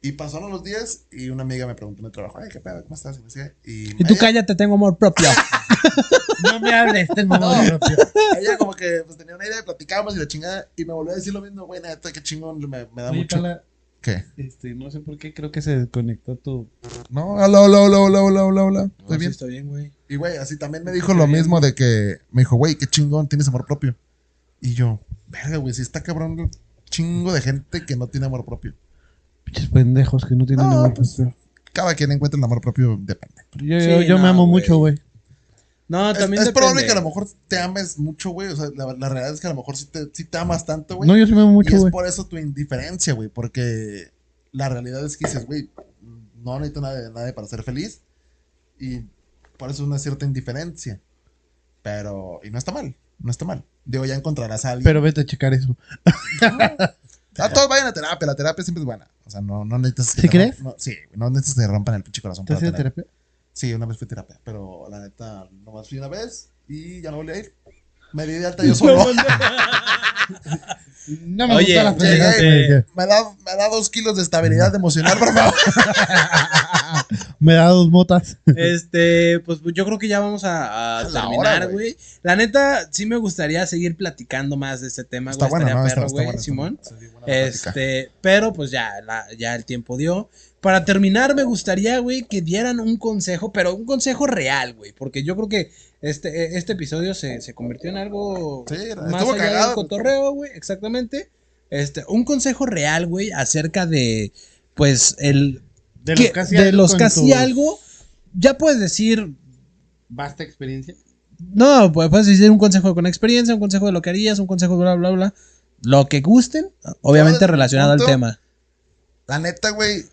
[SPEAKER 4] Y pasaron los días y una amiga me preguntó en el trabajo, ay, qué pedo, ¿cómo estás? Y, me decía,
[SPEAKER 1] Y tú
[SPEAKER 4] ella-
[SPEAKER 1] cállate, tengo amor propio.
[SPEAKER 5] <laughs> No me hables, tengo amor
[SPEAKER 1] <laughs>
[SPEAKER 5] propio.
[SPEAKER 4] Ella como que pues, tenía una idea, platicábamos y la chingada, y me volvió a decir lo mismo, güey, neta, qué chingón, me, me da
[SPEAKER 3] Oye,
[SPEAKER 4] mucho.
[SPEAKER 3] Cala,
[SPEAKER 4] ¿Qué?
[SPEAKER 3] este, no sé por qué creo que se desconectó tu.
[SPEAKER 4] No, hola, hola, hola, hola, hola, hola, hola.
[SPEAKER 1] No,
[SPEAKER 4] Estoy
[SPEAKER 1] sí,
[SPEAKER 4] bien.
[SPEAKER 1] está bien, güey.
[SPEAKER 4] Y güey, así también me dijo lo mismo de que me dijo, güey, qué chingón, tienes amor propio. Y yo, verga, güey, si está cabrón el chingo de gente que no tiene amor propio.
[SPEAKER 3] Pinches pendejos que no tienen
[SPEAKER 4] No,
[SPEAKER 3] amor
[SPEAKER 4] pues,
[SPEAKER 3] propio.
[SPEAKER 4] Cada quien encuentra el amor propio, depende.
[SPEAKER 5] Eh,
[SPEAKER 3] Yo,
[SPEAKER 1] sí,
[SPEAKER 3] yo, yo
[SPEAKER 1] no,
[SPEAKER 3] me amo
[SPEAKER 1] güey.
[SPEAKER 3] mucho, güey.
[SPEAKER 1] No,
[SPEAKER 4] Es,
[SPEAKER 1] también
[SPEAKER 4] es probable que a lo
[SPEAKER 1] depende.
[SPEAKER 4] mejor te ames mucho, güey. O sea, la, la realidad es que a lo mejor sí te, sí te amas tanto, güey.
[SPEAKER 3] No, yo sí me amo mucho,
[SPEAKER 4] y es
[SPEAKER 3] güey.
[SPEAKER 4] por eso tu indiferencia, güey, porque la realidad es que dices, güey, no necesito nada de nadie para ser feliz y por eso es una cierta indiferencia. Pero, y no está mal, no está mal. Digo, ya encontrarás a alguien.
[SPEAKER 3] Pero vete a checar eso.
[SPEAKER 4] Ah, todos vayan a terapia, la terapia siempre es buena. O sea, no, no necesitas...
[SPEAKER 5] ¿Sí
[SPEAKER 4] que te
[SPEAKER 5] crees?
[SPEAKER 4] romp- no, sí, güey, no necesitas que te rompan el pinche corazón.
[SPEAKER 5] ¿Te
[SPEAKER 4] Para
[SPEAKER 5] has ido a
[SPEAKER 4] tener-
[SPEAKER 5] terapia?
[SPEAKER 4] Sí, una vez fui a terapia, pero la neta, nomás fui una vez y ya no volví a ir. Me di de alta yo
[SPEAKER 1] <laughs>
[SPEAKER 4] solo.
[SPEAKER 5] No me
[SPEAKER 1] Oye,
[SPEAKER 5] gustan las
[SPEAKER 1] sí,
[SPEAKER 5] pendejadas.
[SPEAKER 4] sí, me, da, me da dos kilos de estabilidad emocional, por favor.
[SPEAKER 3] Me da dos motas.
[SPEAKER 1] Este, pues yo creo que ya vamos a, a
[SPEAKER 4] A la hora,
[SPEAKER 1] terminar,
[SPEAKER 4] güey.
[SPEAKER 1] güey. La neta, sí me gustaría seguir platicando más de este tema, güey. Estaría perro, güey, Simón. Este, pero pues ya, la- ya el tiempo dio. Para terminar, me gustaría, güey, que dieran un consejo, pero un consejo real, güey. Porque yo creo que este, este episodio se, se convirtió en algo
[SPEAKER 4] Sí,
[SPEAKER 1] más
[SPEAKER 4] estuvo
[SPEAKER 1] allá
[SPEAKER 4] cagado.
[SPEAKER 1] del cotorreo, güey, exactamente. Este, un consejo real, güey, acerca de, pues, el...
[SPEAKER 5] De
[SPEAKER 1] que-
[SPEAKER 5] los casi
[SPEAKER 1] de
[SPEAKER 5] algo
[SPEAKER 1] los
[SPEAKER 5] con
[SPEAKER 1] casi
[SPEAKER 5] tu
[SPEAKER 1] algo, ya puedes decir
[SPEAKER 5] Vasta experiencia.
[SPEAKER 1] no, pues puedes decir un consejo con experiencia, un consejo de lo que harías, un consejo bla, bla, bla. Lo que gusten, obviamente
[SPEAKER 4] desde mi
[SPEAKER 1] relacionado al
[SPEAKER 4] punto,
[SPEAKER 1] <laughs> tema.
[SPEAKER 4] La neta, güey.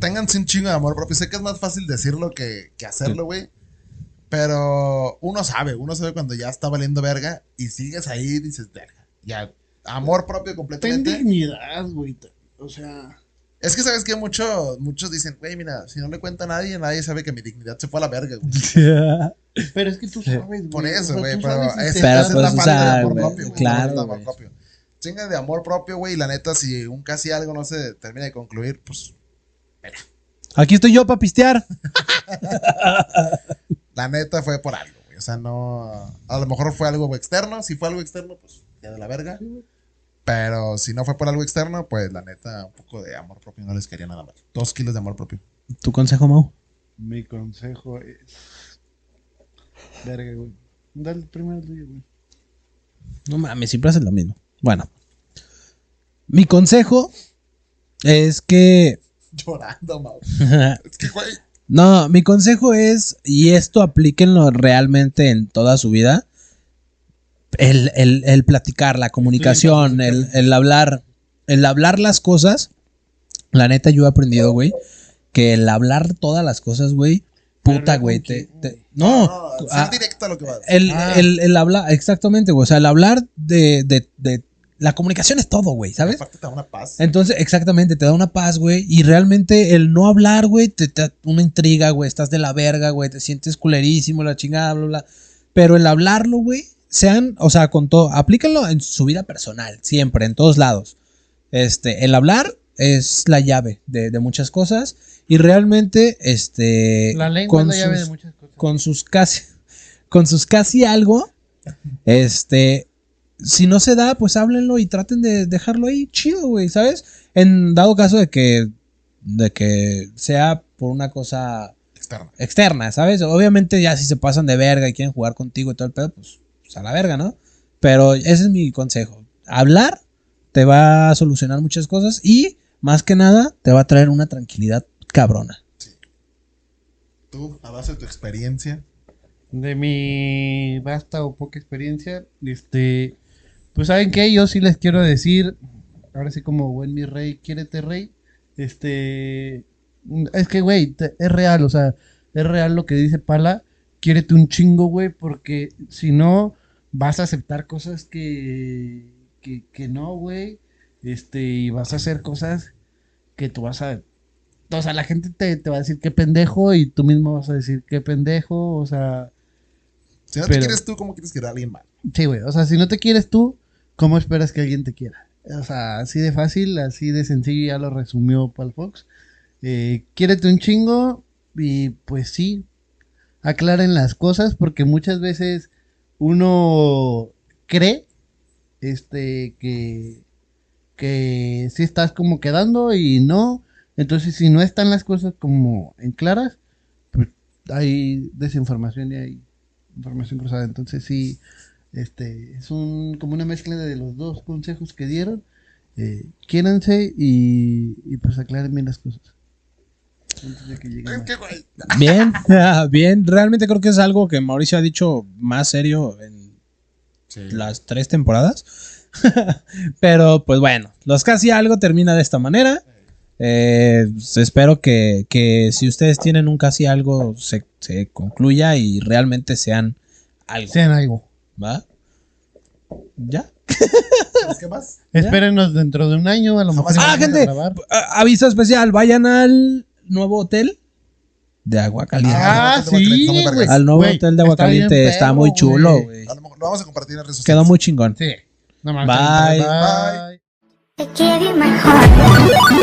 [SPEAKER 4] Ténganse un chingo de amor propio. Sé que es más fácil decirlo que, que hacerlo, güey. Pero uno sabe, uno sabe cuando ya está valiendo verga y sigues ahí y dices, verga. Ya, amor propio
[SPEAKER 5] Ten
[SPEAKER 4] completamente.
[SPEAKER 5] dignidad, güey. O sea.
[SPEAKER 4] Es que sabes que muchos, muchos dicen, güey, mira, si no le cuenta a nadie, nadie sabe que mi dignidad se fue a la verga, güey.
[SPEAKER 5] Pero es que tú sabes, güey.
[SPEAKER 4] Por
[SPEAKER 5] o
[SPEAKER 4] eso,
[SPEAKER 5] sea,
[SPEAKER 4] güey.
[SPEAKER 5] tú
[SPEAKER 4] Pero
[SPEAKER 5] sabes si
[SPEAKER 4] es,
[SPEAKER 5] te
[SPEAKER 1] Pero
[SPEAKER 5] estás
[SPEAKER 1] pues,
[SPEAKER 5] tapando-
[SPEAKER 1] o sea,
[SPEAKER 4] amor
[SPEAKER 1] güey,
[SPEAKER 4] propio, güey,
[SPEAKER 1] claro,
[SPEAKER 4] la falta de amor
[SPEAKER 1] güey.
[SPEAKER 4] propio. Chinga de amor propio, güey. Y la neta, si un casi algo no se termina de concluir, pues
[SPEAKER 1] Aquí estoy yo para pistear.
[SPEAKER 4] la neta fue por algo, güey. O sea, no. A lo mejor fue algo externo. Si fue algo externo, pues ya de la verga. Pero si no fue por algo externo, pues la neta, un poco de amor propio no les quería nada más. Dos kilos de amor
[SPEAKER 1] <laughs>
[SPEAKER 4] propio.
[SPEAKER 1] Tu consejo, Mau.
[SPEAKER 3] Mi consejo es. Verga, güey. Dale primero el tuyo, güey.
[SPEAKER 1] No mames, siempre haces lo mismo. Bueno. Mi consejo es <laughs> que.
[SPEAKER 4] Llorando, Mau. Es que, güey.
[SPEAKER 1] no, mi consejo es, y esto aplíquenlo realmente en toda su vida: el, el- el platicar, la comunicación, el, el hablar, el hablar las cosas. La neta, yo he aprendido, güey, que el hablar todas las cosas, güey, puta, güey. te- te- no,
[SPEAKER 4] No, ser
[SPEAKER 1] ah,
[SPEAKER 4] directo a lo que vas. Ah,
[SPEAKER 1] el, el, el hablar, exactamente, güey. O sea, el hablar de, de, de- La comunicación es todo, güey, ¿sabes?
[SPEAKER 4] Aparte te da una paz.
[SPEAKER 1] Entonces, exactamente, te da una paz, güey. Y realmente el no hablar, güey, te te da una intriga, güey. Estás de la verga, güey. Te sientes culerísimo, la chingada, bla, bla. Pero el hablarlo, güey, sean, o sea, con todo, aplíquenlo en su vida personal, siempre, en todos lados. Este, el hablar es la llave de, de muchas cosas. Y realmente, este.
[SPEAKER 5] La lengua
[SPEAKER 1] con
[SPEAKER 5] es la llave de
[SPEAKER 1] sus-
[SPEAKER 5] muchas cosas.
[SPEAKER 1] con sus casi con sus casi algo este si no se da pues háblenlo y traten de dejarlo ahí chido güey sabes en dado caso de que de que sea por una cosa
[SPEAKER 4] Externo.
[SPEAKER 1] externa sabes obviamente ya si se pasan de verga y quieren jugar contigo y todo el pedo pues, pues, a la verga no pero ese es mi consejo hablar te va a solucionar muchas cosas y más que nada te va a traer una tranquilidad cabrona
[SPEAKER 4] Tú, a base de tu experiencia.
[SPEAKER 5] de mi vasta o poca experiencia, este, pues saben que yo sí les quiero decir, ahora sí como buen mi rey, quiérete rey, este, es que güey, te- es real, o sea, es real lo que dice Pala, quiérete un chingo, güey, porque si no vas a aceptar cosas que, que, que no, güey, este, y vas a hacer cosas que tú vas a... O sea, la gente te, te va a decir qué pendejo y tú mismo vas a decir qué pendejo, o sea,
[SPEAKER 4] Si no te
[SPEAKER 5] Pero-
[SPEAKER 4] quieres tú, ¿cómo quieres que a alguien mal?
[SPEAKER 5] Sí, güey. O sea, si no te quieres tú, ¿cómo esperas que alguien te quiera? O sea, así de fácil, así de sencillo, ya lo resumió Pal Fox. Eh, quiérete un chingo y pues sí, aclaren las cosas porque muchas veces uno cree este, que, que sí estás como quedando y no. Entonces, si no están las cosas como en claras, pues hay desinformación y hay información cruzada. Entonces, sí, este, es un, como una mezcla de los dos consejos que dieron. Eh, quiéranse y, y pues aclaren bien las cosas. Antes de que lleguen
[SPEAKER 4] Es
[SPEAKER 5] más.
[SPEAKER 4] que, güey.
[SPEAKER 1] Bien, <laughs> Ah, bien. Realmente creo que es algo que Mauricio ha dicho más serio en las tres temporadas. <laughs> Pero pues bueno, los casi algo termina de esta manera. Eh, espero que, que si ustedes tienen un casi algo se, se concluya y realmente sean algo.
[SPEAKER 5] Sean algo.
[SPEAKER 1] ¿Va? ¿Ya?
[SPEAKER 4] ¿Sabes qué más?
[SPEAKER 5] Espérenos dentro de un año, a lo mejor.
[SPEAKER 4] Jamás-
[SPEAKER 1] Ah,
[SPEAKER 5] vamos a
[SPEAKER 1] gente.
[SPEAKER 5] grabar.
[SPEAKER 1] A- aviso especial, vayan al nuevo hotel de agua caliente.
[SPEAKER 5] Ah,
[SPEAKER 4] no, no, no,
[SPEAKER 5] sí,
[SPEAKER 4] no, no, no, no,
[SPEAKER 5] güey.
[SPEAKER 1] al nuevo
[SPEAKER 5] Güey,
[SPEAKER 1] hotel de agua
[SPEAKER 5] está bien
[SPEAKER 1] caliente está
[SPEAKER 5] perro,
[SPEAKER 1] muy chulo,
[SPEAKER 5] güey.
[SPEAKER 1] güey.
[SPEAKER 4] A lo mejor lo vamos a compartir en redes sociales.
[SPEAKER 1] Quedó muy chingón.
[SPEAKER 5] Sí. No
[SPEAKER 1] Bye.
[SPEAKER 5] Bye.
[SPEAKER 4] Bye.
[SPEAKER 6] Te quiero ir mejor.